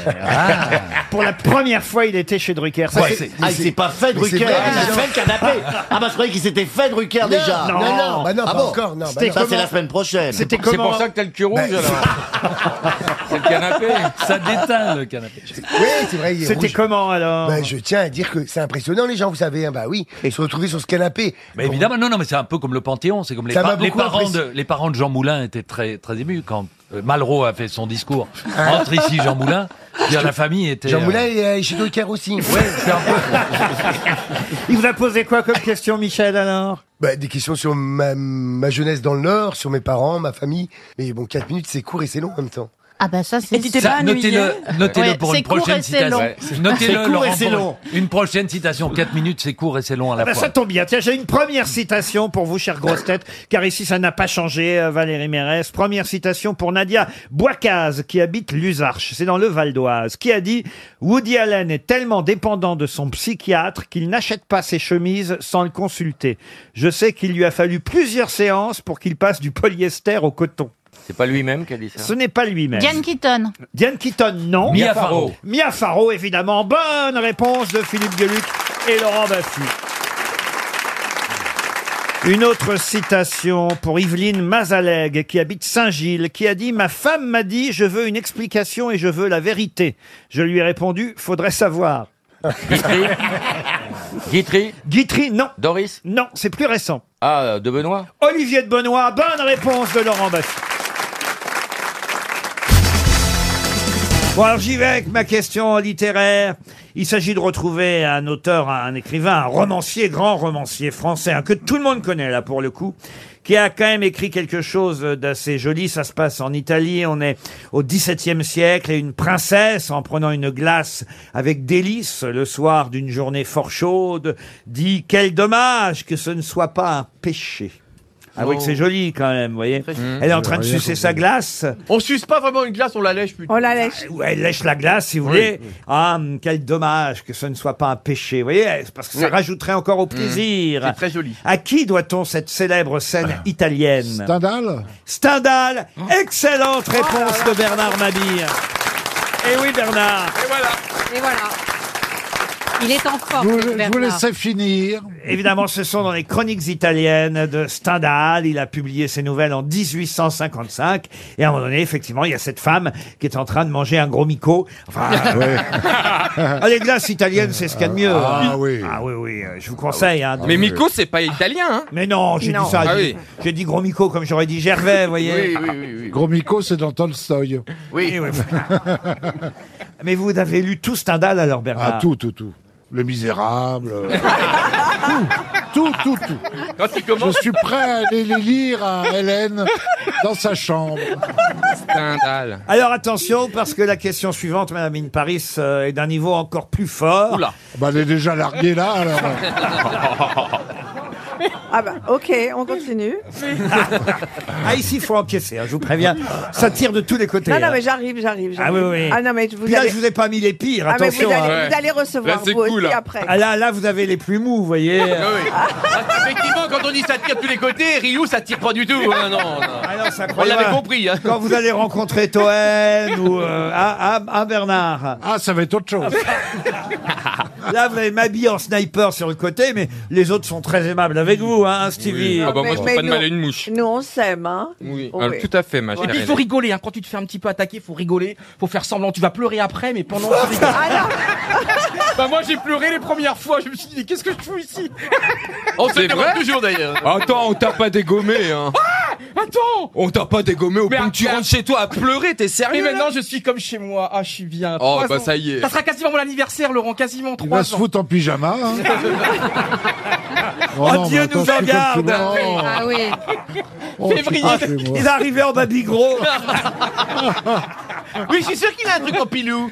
Pour la première fois, il était chez Drucker. Ça,
Ouais,
c'est-
c'est- ah, il s'est pas fait
Mais c'est
Drucker, il
vrai,
a
non.
fait le canapé. Ah bah je croyais qu'il s'était fait Drucker
Non,
déjà.
non, non, non, bah non,
ah
pas
bon
encore, non, bah
C'était
non.
Ça
comment-
c'est la semaine prochaine.
C'était C'est comment- pour ça
que t'as le cul rouge,
Bah,
alors. C'est le canapé. Ça déteint le canapé.
Oui, c'est vrai. il est
C'était
rouge.
comment alors
Ben, Je tiens à dire que c'est impressionnant, les gens, vous savez. hein, bah oui, ils se retrouvaient sur ce canapé.
Mais évidemment, non, non, mais c'est un peu comme le Panthéon, c'est comme les,
Ça
pa-
m'a
les
beaucoup
parents
impressionné.
de les parents de Jean Moulin étaient très très émus quand euh, Malraux a fait son discours.
Ah.
Entre ici, Jean Moulin. Dire la famille était.
Hein Jean
euh,
Moulin est euh, chez Drucker aussi.
Il vous a posé quoi comme question, Michel, alors
bah, Des questions sur ma, ma jeunesse dans le Nord, sur mes parents, ma famille. Mais bon, 4 minutes, c'est court et c'est long en même temps.
Ah ben ça, c'est.
Ça, notez-le, notez-le
Ouais,
pour
c'est
une
court et
prochaine
c'est long.
citation. Notez-le,
C'est court et
Laurent,
c'est
pour
long.
Une prochaine citation. 4 minutes, c'est court et c'est long à la
Ah bah,
fois.
ça tombe bien. Tiens, j'ai une première citation pour vous, chère grosse tête, car ici, ça n'a pas changé, euh, Valérie Mérès. Première citation pour Nadia Boicaz, qui habite Lusarche, c'est dans le Val d'Oise, qui a dit « Woody Allen est tellement dépendant de son psychiatre qu'il n'achète pas ses chemises sans le consulter. Je sais qu'il lui a fallu plusieurs séances pour qu'il passe du polyester au coton. »
C'est pas lui-même qui a dit ça.
Ce n'est pas lui-même.
Diane Keaton.
Diane Keaton, non.
Mia Farrow.
Mia Farrow, évidemment. Bonne réponse de Philippe Gueluc et Laurent Baffy. Une autre citation pour Yveline Mazaleg, qui habite Saint-Gilles, qui a dit « Ma femme m'a dit, je veux une explication et je veux la vérité. » Je lui ai répondu « Faudrait savoir. »
Guitry Guitry
Guitry, non.
Doris
Non, c'est plus récent.
Ah, de Benoît
Olivier de Benoît, bonne réponse de Laurent Baffy. Bon, alors j'y vais avec ma question littéraire. Il s'agit de retrouver un auteur, un écrivain, un romancier, grand romancier français, hein, que tout le monde connaît là pour le coup, qui a quand même écrit quelque chose d'assez joli. Ça se passe en Italie, on est au XVIIe siècle, et une princesse, en prenant une glace avec délices le soir d'une journée fort chaude, dit « Quel dommage que ce ne soit pas un péché ». Ah oui, que c'est joli quand même, vous voyez. Elle est en train de
Rien
sucer sa glace.
On suce pas vraiment une glace, on la lèche plutôt.
On la lèche.
Ou elle lèche la glace, si vous
Oui,
voulez.
oui.
Ah, hum, quel dommage que ce ne soit pas un péché. Vous voyez, c'est parce que ça
Oui. Hum.
rajouterait encore au plaisir.
C'est très joli. Ah.
À qui doit-on cette célèbre scène italienne
Stendhal
Stendhal, excellente
Oh
réponse de Bernard Mabille. Eh oui, Bernard.
Et voilà. Il est en forme,
Je vous, je vous
Bernard.
laissais finir.
Évidemment, ce sont dans les chroniques italiennes de Stendhal. Il a publié ses nouvelles en 1855. Et à un moment donné, effectivement, il y a cette femme qui est en train de manger un gros micot. Enfin, euh, ah, les glaces italiennes, c'est ce qu'il y a de mieux.
Ah, oui.
Ah oui, oui, euh, je vous conseille. hein, de-
Mais Miko, c'est pas italien, hein
Mais non, j'ai
Non.
dit ça.
Ah
j'ai-
oui.
J'ai dit gros micot comme j'aurais dit Gervais, vous voyez.
Gros Mico, c'est dans Ah, Tolstoy.
Ah Oui, oui. Mais vous avez lu tout Stendhal alors, Bernard
Ah, tout, tout, tout. Le Misérable. euh, tout,
Ah.
tout, tout, tout.
Quand tu commences,
Je suis prêt à aller les lire à Hélène dans sa chambre.
Stendhal.
Alors attention, parce que la question suivante, Madame In Paris, euh, est d'un niveau encore plus fort.
Bah, elle est déjà larguée là, alors.
Ah bah, ok, on continue.
Ah, ici, il faut encaisser, hein, je vous préviens. Ça tire de tous les côtés.
Non, non,
hein.
mais j'arrive, j'arrive.
Ah oui,
j'arrive.
oui.
Ah non, mais vous
Puis là,
allez...
je vous ai pas mis les pires,
Ah, mais vous
attention.
allez,
hein.
vous allez recevoir, vous aussi, après.
Ah là, là, vous avez les plus mous, vous voyez.
Ah effectivement, quand on dit ça tire de tous les côtés, Ryu, ça tire pas du tout. hein, non, non.
Ah
on
Croyez-moi,
l'avait compris. hein.
Quand vous allez rencontrer Toen ou euh, ah, ah, ah, Bernard.
Ah, ça va être autre chose.
Là, vous avez Mabi en sniper sur le côté, mais les autres sont très aimables avec vous, hein, Stevie.
Ah bah, moi, je Mais- fais pas de mais mal à
une mouche.
Nous, on s'aime, hein
Oui,
Oh,
alors,
oui.
tout à fait, ma
Et
chère.
puis,
Hélène.
il faut
rigoler,
hein.
quand tu te fais un petit peu attaquer, faut rigoler, faut faire semblant, tu vas pleurer après, mais pendant.
Ah,
Bah moi j'ai pleuré les premières fois, je me suis dit qu'est-ce que je fous ici
Oh,
On se
Oh, C'est
demande
vrai Ah,
toujours d'ailleurs.
Attends, on t'a pas dégommé, hein.
Ah
Attends
On t'a pas dégommé au point que tu rentres chez toi à pleurer, t'es
Mais
sérieux
maintenant
là
je suis comme chez moi, ah je suis bien.
Oh,
Trois
bah,
ans.
ça y est.
Ça sera quasiment mon anniversaire Laurent, quasiment
Il va
3
se
ans.
foutre en pyjama. hein.
Oh, Dieu nous en garde
Ah oui.
Février, il est arrivé en bas bigro.
Oui, je suis sûr qu'il a un truc en pilou.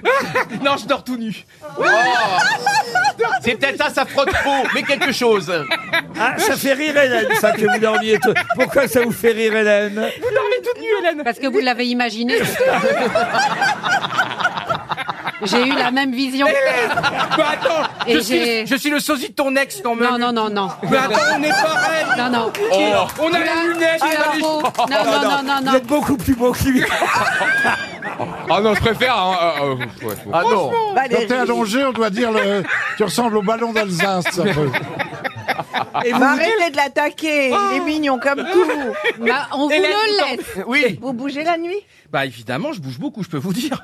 non, je dors tout nu. C'est peut-être ça, ça frotte trop, mais quelque chose.
Ah, ça fait rire Hélène, ça que vous dormiez. tout- Pourquoi ça vous fait rire Hélène
Vous dormez toute nue, Hélène. Parce que vous l'avez imaginé. J'ai eu la même vision.
Bah attends,
Et
je suis,
j'ai-
le- je suis le sosie de ton ex quand même.
Non, non, non, non.
Mais attends, on est pareil.
Non, non.
Oh. On a
Là,
les lunettes, on a les-
alors, oh, Non, non, non, non, non.
Vous êtes beaucoup plus beau que lui.
Ah non, je préfère. hein, euh, euh, ouais, ouais.
Ah non. Quand
Valérie.
t'es allongé, on doit dire le... tu ressembles au ballon d'Alsace. un peu.
ah,
Ah,
Et vous arrêtez de l'attaquer, il est mignon comme tout.
Bah, on vous
Hélène,
le
vous
laisse.
Oui.
Vous bougez la nuit
Bah évidemment, je bouge beaucoup, je peux vous dire.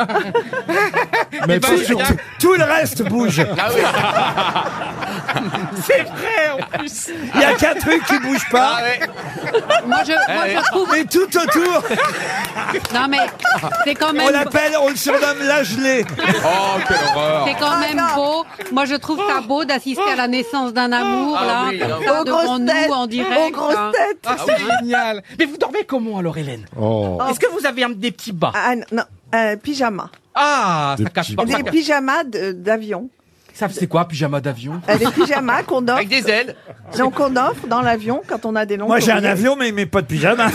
Mais
Eh ben, Ah
tout,
c'est bien.
tout- tout le reste bouge.
C'est vrai en plus.
Il y a qu'un truc qui bouge
Ah,
pas.
Moi, je, moi,
Eh,
je trouve.
Mais tout autour,
Non, mais c'est quand
on
même.
l'appelle, on le surnomme la gelée.
Oh, quelle horreur.
C'est
Ah,
quand même beau. Moi, je trouve ça beau d'assister à la naissance d'un amour,
Ah
là,
oui,
comme
ah
ça,
oui. Aux
devant
grosses
nous,
têtes.
en direct.
Aux grosses
hein.
têtes.
Ah, c'est génial. Mais vous dormez comment alors, Hélène
Oh.
Est-ce que vous avez un- des petits bas
Ah, non, un pyjama.
Ah,
Des
ça cache
petits
pas. ça
Des
cache-
pyjamas de- d'avion.
Ça, c'est quoi, pyjama d'avion
Euh, Des pyjamas qu'on offre.
Avec des ailes.
Donc on offre dans l'avion quand on a des longues
Moi j'ai un
courriers.
avion, mais, mais pas de pyjama.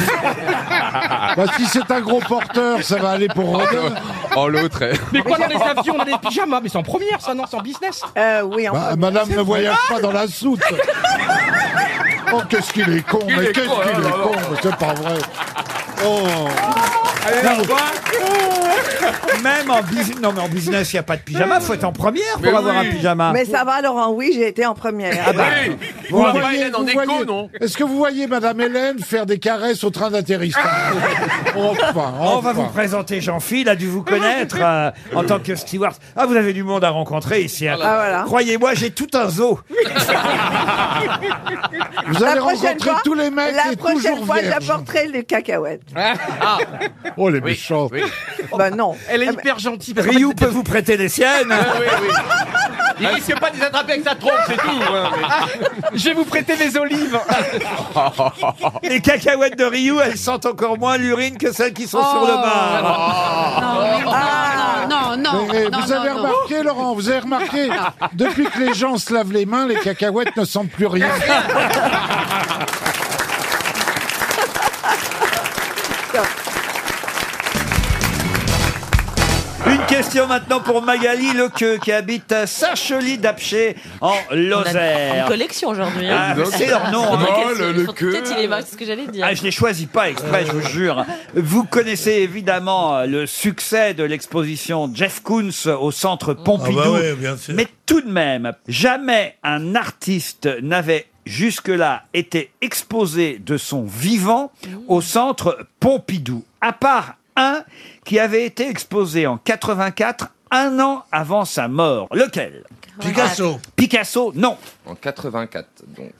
Ah.
Bah, si c'est un gros porteur, ça va aller pour Rodin.
Oh, l'autre. eh.
Mais quoi, dans les avions, on a des
Ah,
pyjamas Mais c'est en première, ça, non C'est en business
Euh, oui, en
Bah, madame ne voyage pas dans la soute. Oh, qu'est-ce qu'il est con,
Il
mais
est
qu'est-ce
con,
qu'il
oh là
est
là.
con, mais c'est pas vrai. Oh.
Allez, au revoir. Même en business, non mais en business, il n'y a pas de pyjama. Faut être en première pour
Mais
avoir
oui.
un pyjama.
Mais ça va, Laurent, oui, j'ai été en première.
Ah bah,
Oui.
Vous
On va
voyez-
pas Hélène en
vous
déco,
voyez-
non
Est-ce que vous voyez Madame Hélène faire des caresses au train d'atterrissage Enfin,
on va vous
enfin.
présenter Jean-Phil, il a dû vous connaître euh, en tant que steward. Ah, vous avez du monde à rencontrer ici. hein.
Ah, voilà.
Croyez-moi, j'ai tout un zoo.
Vous allez rencontrer tous les mecs
La
et
prochaine
toujours
fois,
vierges.
j'apporterai les cacahuètes.
Ah.
Oh, les méchants.
Bah non.
Elle est
Eh ben,
hyper gentille. parce qu'en
Ryu
fait,
peut vous prêter les siennes.
Ah,
Ah,
Il risque pas de les attraper avec sa trompe, c'est tout. hein, mais-
Je vais vous prêter mes olives.
Les cacahuètes de Ryu, elles sentent encore moins l'urine que celles qui sont sur le bar.
Non, non, non,
Mais,
non,
eh,
non,
vous avez
non, non.
remarqué, Laurent, vous avez remarqué, depuis que les gens se lavent les mains, les cacahuètes ne sentent plus rien.
Une question maintenant pour Magali Lequeux qui habite à Saint-Chely d'Apcher en Lozère.
collection aujourd'hui. hein.
Ah, mais c'est leur nom. hein.
Oh, le- le queue.
c'est ce que j'allais dire. Euh.
Ah, je les choisis pas exprès, je vous jure. Vous connaissez évidemment euh, le succès de l'exposition Jeff Koons au centre Pompidou. Mais tout de même, jamais un artiste n'avait jusque-là été exposé de son vivant
Mmh.
au centre Pompidou, à part un qui avait été exposé en 84, un an avant sa mort. Lequel
Picasso.
Picasso, non.
En 84, donc.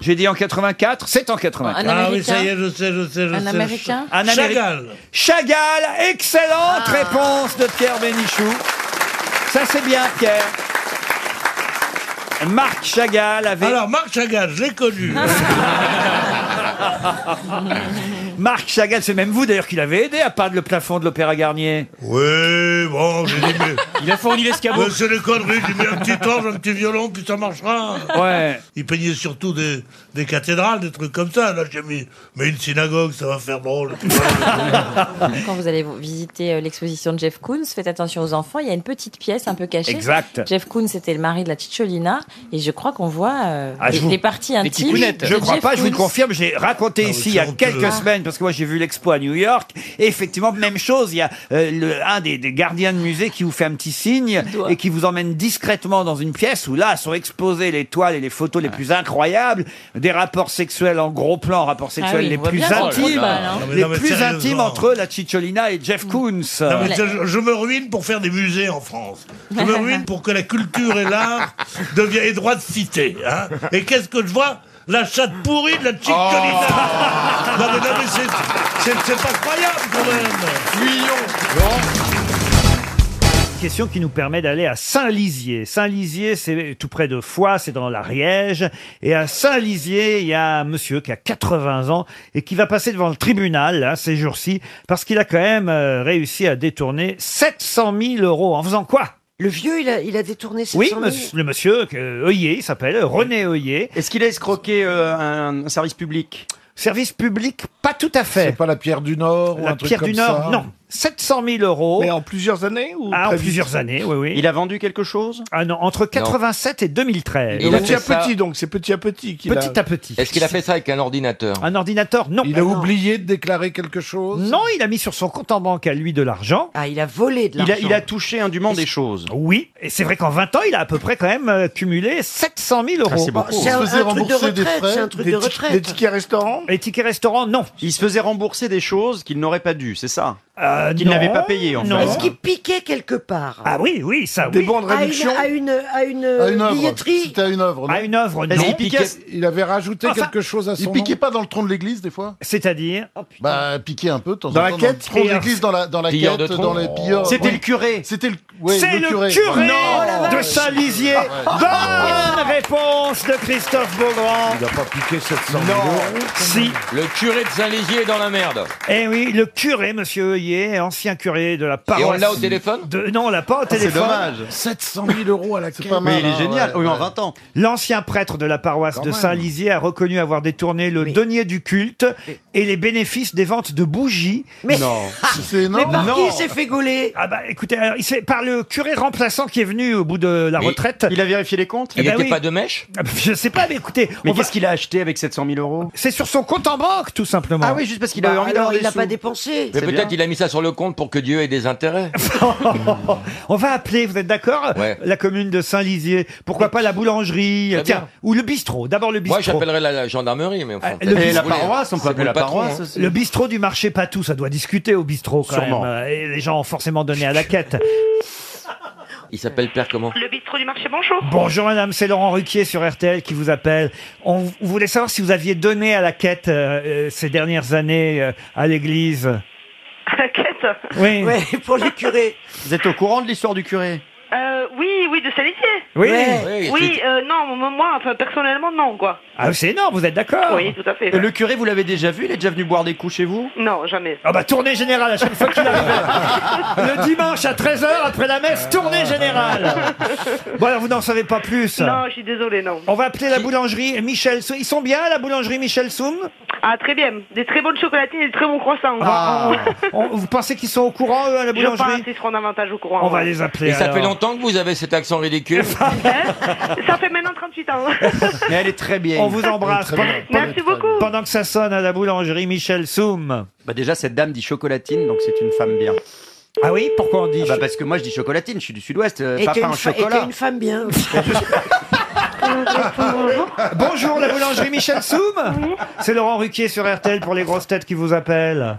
J'ai dit en 84, c'est en 84.
Ah
Américain.
je sais, je sais, je
Un Américain Ah.
Un Américain.
Chagall.
Chagall, Ah, excellente réponse de Pierre Bénichou. Ça c'est bien Pierre. Marc Chagall avait
Alors, Marc Chagall, je l'ai connu.
Marc Chagall, c'est même vous d'ailleurs qui l'avez aidé à peindre le plafond de l'Opéra Garnier.
oui, bon, j'ai dit, mais...
Il a fourni l'escabeau.
mais Euh, c'est des conneries, j'ai mis un petit ange, un petit violon, puis ça marchera.
Ouais.
Il peignait surtout des, des cathédrales, des trucs comme ça. Là, j'ai mis, mais une synagogue, ça va faire drôle.
Quand vous allez visiter euh, l'exposition de Jeff Koons, faites attention aux enfants. Il y a une petite pièce un peu cachée.
Exact.
Jeff Koons était le mari de la Cicciolina. Et je crois qu'on voit euh,
Ah, je
des,
vous-
des parties intimes.
Je
de
crois
Jeff
pas, je vous le
Koons.
confirme, j'ai raconté
hein. Ah,
ici
c'est
il y a
honteux.
quelques
Ah.
semaines, parce que moi j'ai vu l'expo à New York, et effectivement, même chose, il y a euh, le- un des, des gardiens de musée qui vous fait un petit signe
doit.
et qui vous emmène discrètement dans une pièce où là sont exposées les toiles et les photos les plus incroyables, des rapports sexuels en gros plan, rapports sexuels
Ah oui,
les
on voit hein. Mm.
plus
bien qu'on
intimes,
contrôle pas, non
Non, mais-
les
non, mais
plus
sérieusement.
intimes entre la Cicciolina et Jeff Koons.
Non, mais je, je me ruine pour faire des musées en France. Je me ruine pour que la culture et l'art deviennent et droit de cité. hein. Et qu'est-ce que je vois La chatte pourrie de la Ciccolina Non mais, non, mais c'est- c'est c'est pas croyable quand même
Fuyons. question qui nous permet d'aller à Saint-Lizier. Saint-Lizier, c'est tout près de Foix, c'est dans l'Ariège. Et à Saint-Lizier, il y a un monsieur qui a 80 ans et qui va passer devant le tribunal là, ces jours-ci parce qu'il a quand même euh, réussi à détourner 700 000 euros. En faisant quoi
Le vieux, il a, il a détourné ses
Oui, monsieur- le monsieur, que- Heuillet, il s'appelle, René Heuillet.
Est-ce qu'il a escroqué euh, un, un service public
Service public, pas tout à fait.
C'est pas la pierre du Nord ou
La
un truc
Pierre
comme
du Nord,
ça
non. 700 000 euros.
Mais en plusieurs années ou
Ah, en
très vite
plusieurs années, oui, oui.
Il a vendu quelque chose
Ah non, entre 87 et 2013.
Il a petit à petit, donc c'est petit à petit qu'il a-
Petit à petit.
Est-ce qu'il a fait ça avec un ordinateur
Un ordinateur, non.
Il a oublié de déclarer quelque chose
Non, il a mis sur son compte en banque à lui de l'argent.
Ah, il a volé de
il a,
l'argent.
il a touché indûment des choses.
Oui, et c'est vrai qu'en 20 ans, il a à peu près quand même euh, cumulé 700 000 euros.
Ah, c'est beaucoup.
C'est un- un truc de retraite, c'est un truc de
tic-
retraite.
tickets restaurants Les tickets restaurants, non.
Il se faisait rembourser des choses qu'il n'aurait pas dû, c'est ça
Euh,
Qu'il
non,
n'avait pas payé, en
non.
fait.
Est-ce qu'il piquait quelque part
Ah oui, oui, ça,
Des
oui.
bons de
à une,
réduction
à une, à une,
Euh,
À une œuvre.
billetterie
C'était à une œuvre. non
À une œuvre, non.
Est-ce qu'il
Il, piquait- il avait rajouté
Enfin,
quelque chose à son
il
nom.
piquait
pas dans le tronc de l'église des fois
C'est-à-dire
Oh,
Bah piquer un peu de temps
Dans
en
la
temps.
quête
dans le tronc de
Pilleur.
l'église, dans la dans la
Pilleur
quête,
de tronc.
dans les pilleurs.
C'était
Oui.
le curé
C'était le, ouais,
C'est le curé,
Non
Oh,
Ah,
de Saint-Lizier. Bonne réponse de Christophe Beaugrand.
Il n'a pas piqué 700
Non.
Si,
Le curé de Saint-Légier est dans la merde.
eh oui, le curé, monsieur Heuillet, ancien curé de la
Et on
paroisse.
l'a au téléphone
de... Non, on l'a
Ah,
pas au
C'est
téléphone.
dommage.
700 000 euros à la quête.
Mais
hein,
il est
hein,
génial. Oui, en 20 ans.
L'ancien prêtre de la paroisse
Quand
de
même.
Saint-Lizier a reconnu avoir détourné le denier du culte et les bénéfices des ventes de bougies.
Mais,
Non.
C'est
mais
énorme.
par
Non.
qui il s'est fait gauler
Ah bah écoutez, alors, il s'est- par le curé remplaçant qui est venu au bout de la
Mais
retraite.
Il a vérifié les comptes
Eh
Il
ben
n'était
oui.
pas de mèche
Ah bah, Je sais pas, mais écoutez,
Mais
on va-
qu'est-ce qu'il a acheté avec 700 000 euros
c'est sur son compte en banque tout simplement.
Ah oui, juste parce qu'il
Bah,
avait envie
Alors,
d'avoir des
il n'a
sous.
pas dépensé.
Mais
C'est
peut-être
bien.
il a mis ça sur le compte pour que Dieu ait des intérêts.
on va appeler, vous êtes d'accord
Ouais.
La commune de Saint-Lizier. Pourquoi pas la boulangerie
Très
Tiens,
bien.
ou le bistrot. D'abord le bistrot.
Moi, j'appellerais la, la gendarmerie, mais enfin.
Ah, le
Et la
vous voulez,
paroisse, on
c'est
vous
vous
le
le patron, hein.
aussi.
Le bistrot du marché Patou, ça doit discuter au bistrot quand
Sûrement.
même. Euh, Et les gens ont forcément donné à la quête.
Il s'appelle Père comment
Le bistrot du marché, bonjour.
Bonjour madame, c'est Laurent Ruquier sur RTL qui vous appelle. On v- voulait savoir si vous aviez donné à la quête euh, euh, ces dernières années euh, à l'église.
Quête.
Oui.
Ouais, pour le curé.
Vous êtes au courant de l'histoire du curé
Euh, oui, oui, de Saint-Lizier.
Oui.
Oui,
Oui, euh, non, moi, moi, enfin, personnellement, non, quoi.
Ah, c'est énorme, vous êtes d'accord
Oui, tout à fait.
Le curé, vous l'avez déjà vu Il est déjà venu boire des coups chez vous
Non, jamais.
Ah bah tournée générale à chaque fois qu'il arrive. Le dimanche à 13h après la messe, tournée générale. Bon alors vous n'en savez pas plus.
Non, je suis désolée, non.
On va appeler la boulangerie Michel Soum. Ils sont bien la boulangerie Michel Soum
Ah, très bien. Des très bonnes chocolatines et des très bons croissants.
On va- Ah. on- on- Vous pensez qu'ils sont au courant eux, à la
Je pense
boulangerie
qu'ils seront davantage au courant. hein.
On va
ouais.
les appeler.
Et ça
alors.
fait longtemps que vous avez cet accent ridicule.
Ça fait maintenant 38 ans.
Mais elle est très bien.
On vous embrasse. Pendant,
Merci beaucoup.
pendant que ça sonne à la boulangerie Michel Soum.
Bah déjà, cette dame dit chocolatine, donc c'est une femme bien.
Ah oui, pourquoi on dit
Bah parce que moi, je dis chocolatine, je suis du sud-ouest. euh,
Et
papa,
t'es
un
une, fa- et t'es
chocolat.
une femme bien.
Bonjour la boulangerie Michel Soum. C'est Laurent Ruquier sur RTL pour les grosses têtes qui vous appellent.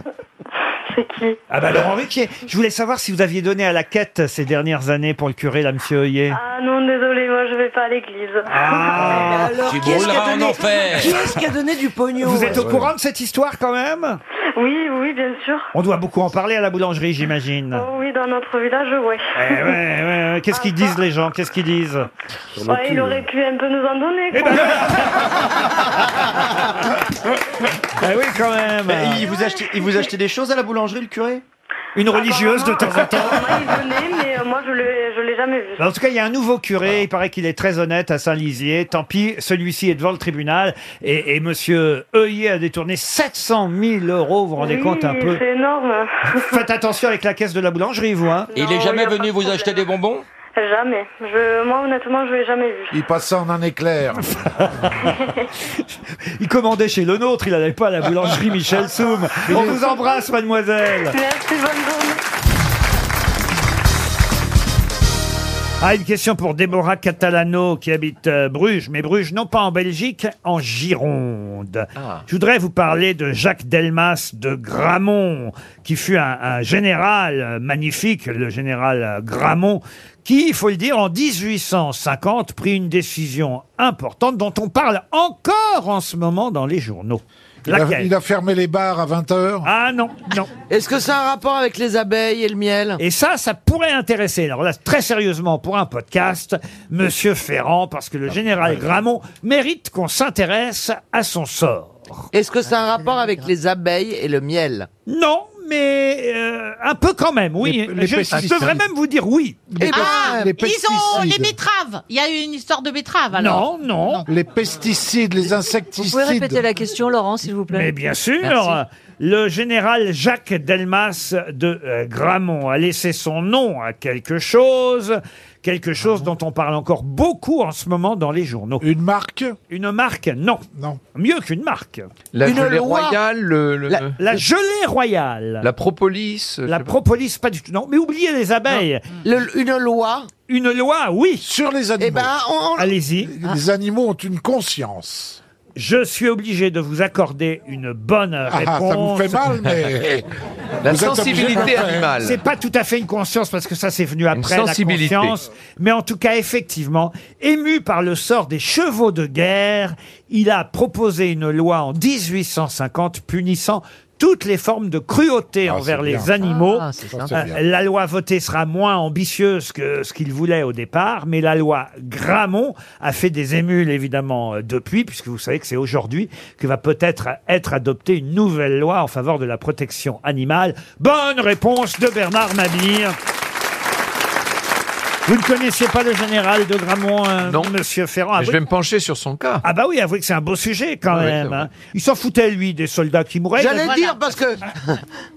C'est qui
Ah bah Laurent Ruquier, je voulais savoir si vous aviez donné à la quête ces dernières années pour le curé, là, monsieur Heuillet.
Ah non, désolée, moi, je vais pas à l'église.
Ah.
Alors,
Tu
qui
Oh
est-ce qui a
brûleras en
donné,
enfer.
qui est-ce qui a donné du pognon
Vous êtes au courant de cette histoire quand même
Oui, oui, bien sûr.
On doit beaucoup en parler à la boulangerie, j'imagine.
Oh oui, dans notre village, ouais.
Eh ouais, ouais, ouais. Qu'est-ce qu'ils disent les gens Qu'est-ce qu'ils disent
Ouais, Ah,
hein.
il aurait pu un peu nous en donner.
Eh ben,
quoi.
Ah oui, quand même.
Bah, il, vous achetait, il vous achetait des choses à la boulangerie, le curé
Une religieuse de temps en temps.
Apparemment, il venait, mais euh, moi, je l'ai je l'ai jamais vu.
Mais En tout cas, il y a un nouveau curé. Il paraît qu'il est très honnête à Saint-Lizier. Tant pis, celui-ci est devant le tribunal. Et, et monsieur Heuillet a détourné 700 000 euros. Vous vous rendez
Oui,
compte un peu
C'est énorme.
Faites attention avec la caisse de la boulangerie, vous. Hein.
Et il
Non,
est
y
jamais
a pas
venu
de
vous acheter des bonbons
Jamais. Je, moi, honnêtement, je l'ai jamais vu.
Il passe ça en un éclair.
Il commandait chez le nôtre. Il n'allait pas à la boulangerie Michel Soum. On vous embrasse, mademoiselle.
Merci, bonne journée.
Ah, une question pour Déborah Catalano qui habite euh, Bruges, mais Bruges non pas en Belgique, en Gironde. Je voudrais vous parler de Jacques Delmas de Gramont, qui fut un, un général euh, magnifique, le général euh, Gramont, qui, il faut le dire, en 1850 prit une décision importante dont on parle encore en ce moment dans les journaux.
Il a,
Laquelle
il a fermé les bars à 20h.
Eh. Ah non, non.
Est-ce que ça a un rapport avec les abeilles et le miel
Et ça, ça pourrait intéresser, alors là, très sérieusement, pour un podcast, Monsieur Ferrand, parce que le général Gramont mérite qu'on s'intéresse à son sort.
Est-ce que ça a un rapport avec les abeilles et le miel
Non, mais euh, un peu quand même,
Les-
oui.
les
je, je
pesticides.
devrais même vous dire oui.
Eh
Les
ben,
Ah,
pes- les
ils ont les
pesticides.
betteraves. Il y a eu une histoire de betteraves alors.
Les pesticides, les insecticides.
question, Laurent, s'il vous
Mais bien sûr, le général Jacques Delmas de euh, Gramont a laissé son nom à quelque chose, quelque chose dont on parle encore beaucoup en ce moment dans les journaux. Une marque Une marque, non.
Non.
Mieux qu'une marque.
La Une gelée loi royale, le- le-
La, la gelée royale.
La propolis. euh, je sais
La
pas.
propolis, pas du tout. Non, mais oubliez les abeilles.
une loi
Une loi, oui. Eh ben,
Sur les animaux.
Allez-y.
Les animaux ont une conscience.
Ah. Je suis obligé de vous accorder une bonne
Ah, ça
réponse.
vous fait mal, mais.
La
vous êtes obligé de le
sensibilité
faire.
animale.
C'est pas tout à fait une conscience parce que ça c'est venu après la
sensibilité.
conscience, mais en tout cas effectivement, ému par le sort des chevaux de guerre, il a proposé une loi en 1850 punissant toutes les formes de cruauté envers
Ah, bien.
les animaux.
Ah, c'est sympa.
Euh,
C'est bien.
la loi votée sera moins ambitieuse que ce qu'il voulait au départ, mais la loi Gramont a fait des émules évidemment euh, depuis, puisque vous savez que c'est aujourd'hui que va peut-être être adoptée une nouvelle loi en faveur de la protection animale. Bonne réponse de Bernard Mabille. Vous ne connaissiez pas le général de Gramont, euh, Monsieur Ferrand
Mais je vais me pencher sur son cas. Ah
Ah bah oui, avouez que c'est un beau sujet quand
Oui,
même.
c'est vrai.
hein. Il s'en foutait lui des soldats qui mouraient.
J'allais
Voilà.
dire parce que,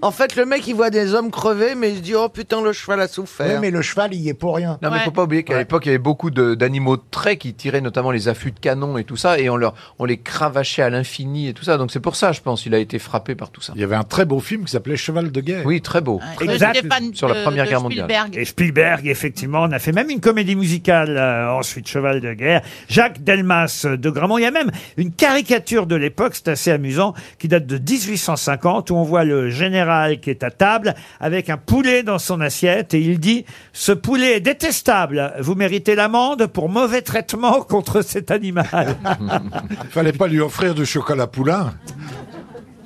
en fait, le mec il voit des hommes crever, mais il se dit oh putain le cheval a souffert.
Oui, mais
le cheval il y est pour rien.
Non, mais faut pas oublier qu'à l'époque, il y avait beaucoup de- d'animaux de trait qui tiraient notamment les affûts de canon et tout ça, et on, leur, on les cravachait à l'infini et tout ça. Donc c'est pour ça, je pense, il a été frappé par tout ça.
Il y avait un très beau film qui s'appelait Cheval de guerre.
Oui, très beau.
Très beau. Exact.
Sur la Première Guerre mondiale.
Et Spielberg, effectivement, on a fait même une comédie musicale euh, ensuite, Cheval de guerre. Jacques Delmas euh, de Gramont. Il y a même une caricature de l'époque, c'est assez amusant, qui date de 1850, où on voit le général qui est à table avec un poulet dans son assiette et il dit « Ce poulet est détestable. Vous méritez l'amende pour mauvais traitement contre cet animal.
Fallait pas lui offrir du chocolat poulain. »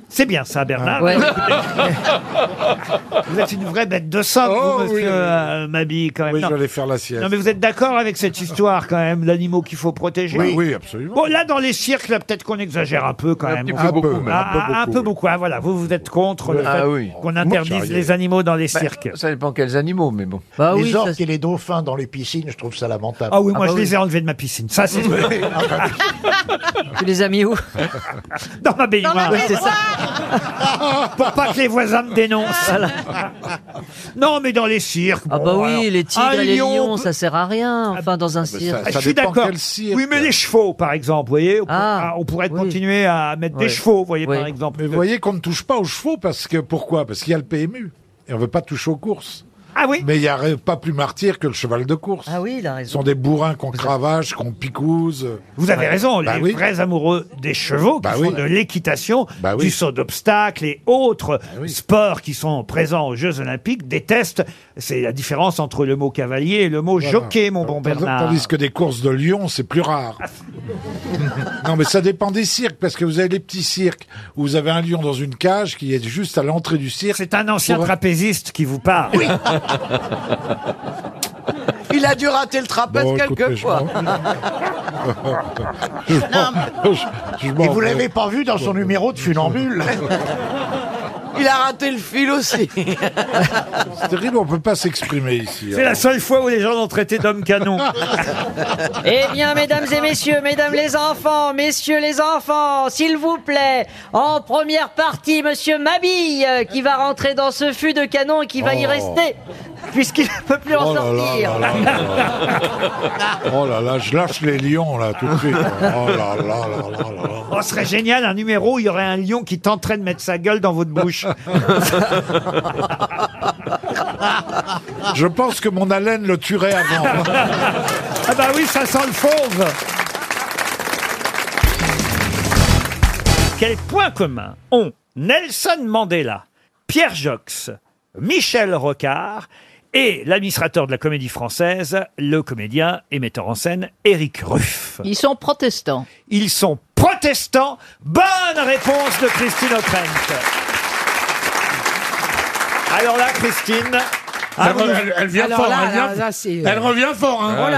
C'est bien ça, Bernard.
Ouais.
Vous êtes une vraie bête de somme, vous, monsieur
Oh, oui.
euh, Mabille, quand même.
Oui,
Non.
je vais faire la sieste.
Non, mais vous êtes d'accord avec cette histoire, quand même, d'animaux qu'il faut protéger
Oui, oui, absolument.
Bon, là, dans les cirques, là, peut-être qu'on exagère un peu, quand
Un
même.
petit peu Un beaucoup, peu, même.
Ah,
un peu
ah, un
beaucoup,
peu beaucoup. Ah, voilà, vous, vous êtes contre le
Ah
fait
oui.
qu'on interdise les animaux dans les cirques.
Bah, ça dépend quels animaux, mais bon.
Bah
Bah
les orques et les dauphins dans les piscines, je trouve ça lamentable.
Ah oui, moi, je
bah
les ai enlevés de ma piscine. Ça, c'est...
Tu les as mis où
dans ma baignoire.
Dans la Oui, c'est ça.
Pour pas que les voisins me dénoncent. Non, mais dans les cirques.
Ah
bon,
bah oui,
alors,
les tigres
un
et les
lion
lions,
peut-
ça sert à rien. Enfin, dans un
Ah,
cirque.
je suis d'accord. Oui, mais les chevaux, par exemple, vous voyez, on, pour- ah, on pourrait continuer à mettre des chevaux, vous voyez, par exemple.
Mais vous voyez qu'on ne touche pas aux chevaux parce que pourquoi Parce qu'il y a le PMU et on veut pas toucher aux courses.
Ah oui.
Mais il n'y a ré- pas plus martyr que le cheval de course.
Ah oui, il a
Ce
raison.
sont des bourrins qu'on cravache, qu'on picouse.
Vous avez raison,
Bah
les
oui.
vrais amoureux des chevaux qui
Bah
font
oui.
de l'équitation,
Bah oui. Bah
du saut d'obstacle et autres sports qui sont présents aux Jeux Olympiques détestent. C'est la différence entre le mot cavalier et le mot
Voilà.
jockey, mon bon
Tandis-
Bernard. Ah,
Tandis que des courses de lions, c'est plus rare. non, mais ça dépend des cirques, parce que vous avez les petits cirques où vous avez un lion dans une cage qui est juste à l'entrée du cirque.
C'est un ancien trapéziste qui vous parle.
Oui.
Il a dû rater le trapèze
Bon, écoutez,
quelques
je
fois.
Et vous l'avez pas vu dans son numéro de funambule
Il a raté le fil aussi.
C'est terrible, on peut pas s'exprimer ici. hein.
C'est la seule fois où les gens l'ont traité d'homme canon.
Eh bien, mesdames et messieurs, mesdames les enfants, messieurs les enfants, s'il vous plaît, en première partie, monsieur Mabille, euh, qui va rentrer dans ce fût de canon et qui va y
Oh.
rester, puisqu'il ne peut plus en
Oh là là
sortir.
là Oh là là, je lâche les lions là tout de suite. Oh là là là là là là.
Oh, ce serait génial, un numéro où il y aurait un lion qui tenterait de mettre sa gueule dans votre bouche.
Je pense que mon haleine le tuerait avant.
ah bah oui, ça sent le fauve Quel point commun ont Nelson Mandela, Pierre Jox, Michel Rocard et l'administrateur de la comédie française, le comédien et metteur en scène Éric Ruff
Ils sont protestants.
Ils sont protestants Protestant. Bonne réponse de Christine O'Krent. Alors là, Christine. ah,
Elle,
vous-
elle- elle vient fort, elle, vient, elle revient fort, hein.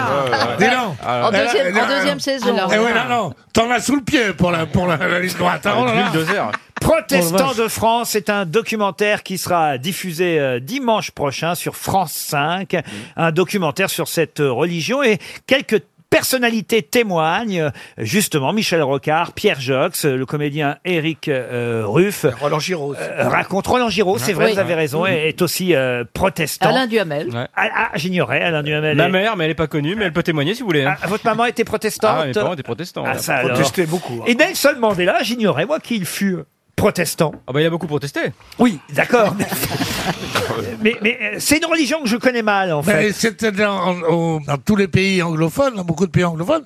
Dis donc.
euh, En
Elle a-
deuxième-
elle a-
en deuxième saison.
Eh ouais, non, non, t'en as sous le pied pour la, pour la, la ligne droite. hein, oh là là.
Oh,
Protestant de France est un documentaire qui sera diffusé euh, dimanche prochain sur France 5.
Mm.
Un documentaire sur cette euh, religion et quelques personnalités témoignent, euh, justement Michel Rocard, Pierre Jox, euh, le comédien Éric euh, Ruff. Roland Giraud. raconte Roland Giraud, c'est vrai,
Oui.
vous avez raison, est, est aussi euh, protestant.
Alain Duhamel.
Ah, ah, j'ignorais Alain Duhamel.
Ma
est-
mère, mais elle est pas connue, mais elle peut témoigner si vous voulez. hein.
Ah, votre maman était protestante
Ah, mes parents étaient protestants,
Ah,
ouais.
ça alors.
Protestaient beaucoup, hein.
Et Nelson Mandela, j'ignorais moi qu'il fut protestant.
Ah bah il a beaucoup protesté.
Oui, d'accord. mais- mais mais, euh, c'est une religion que je connais mal, en
Ben,
fait.
c'était dans, au- dans tous les pays anglophones, dans beaucoup de pays anglophones,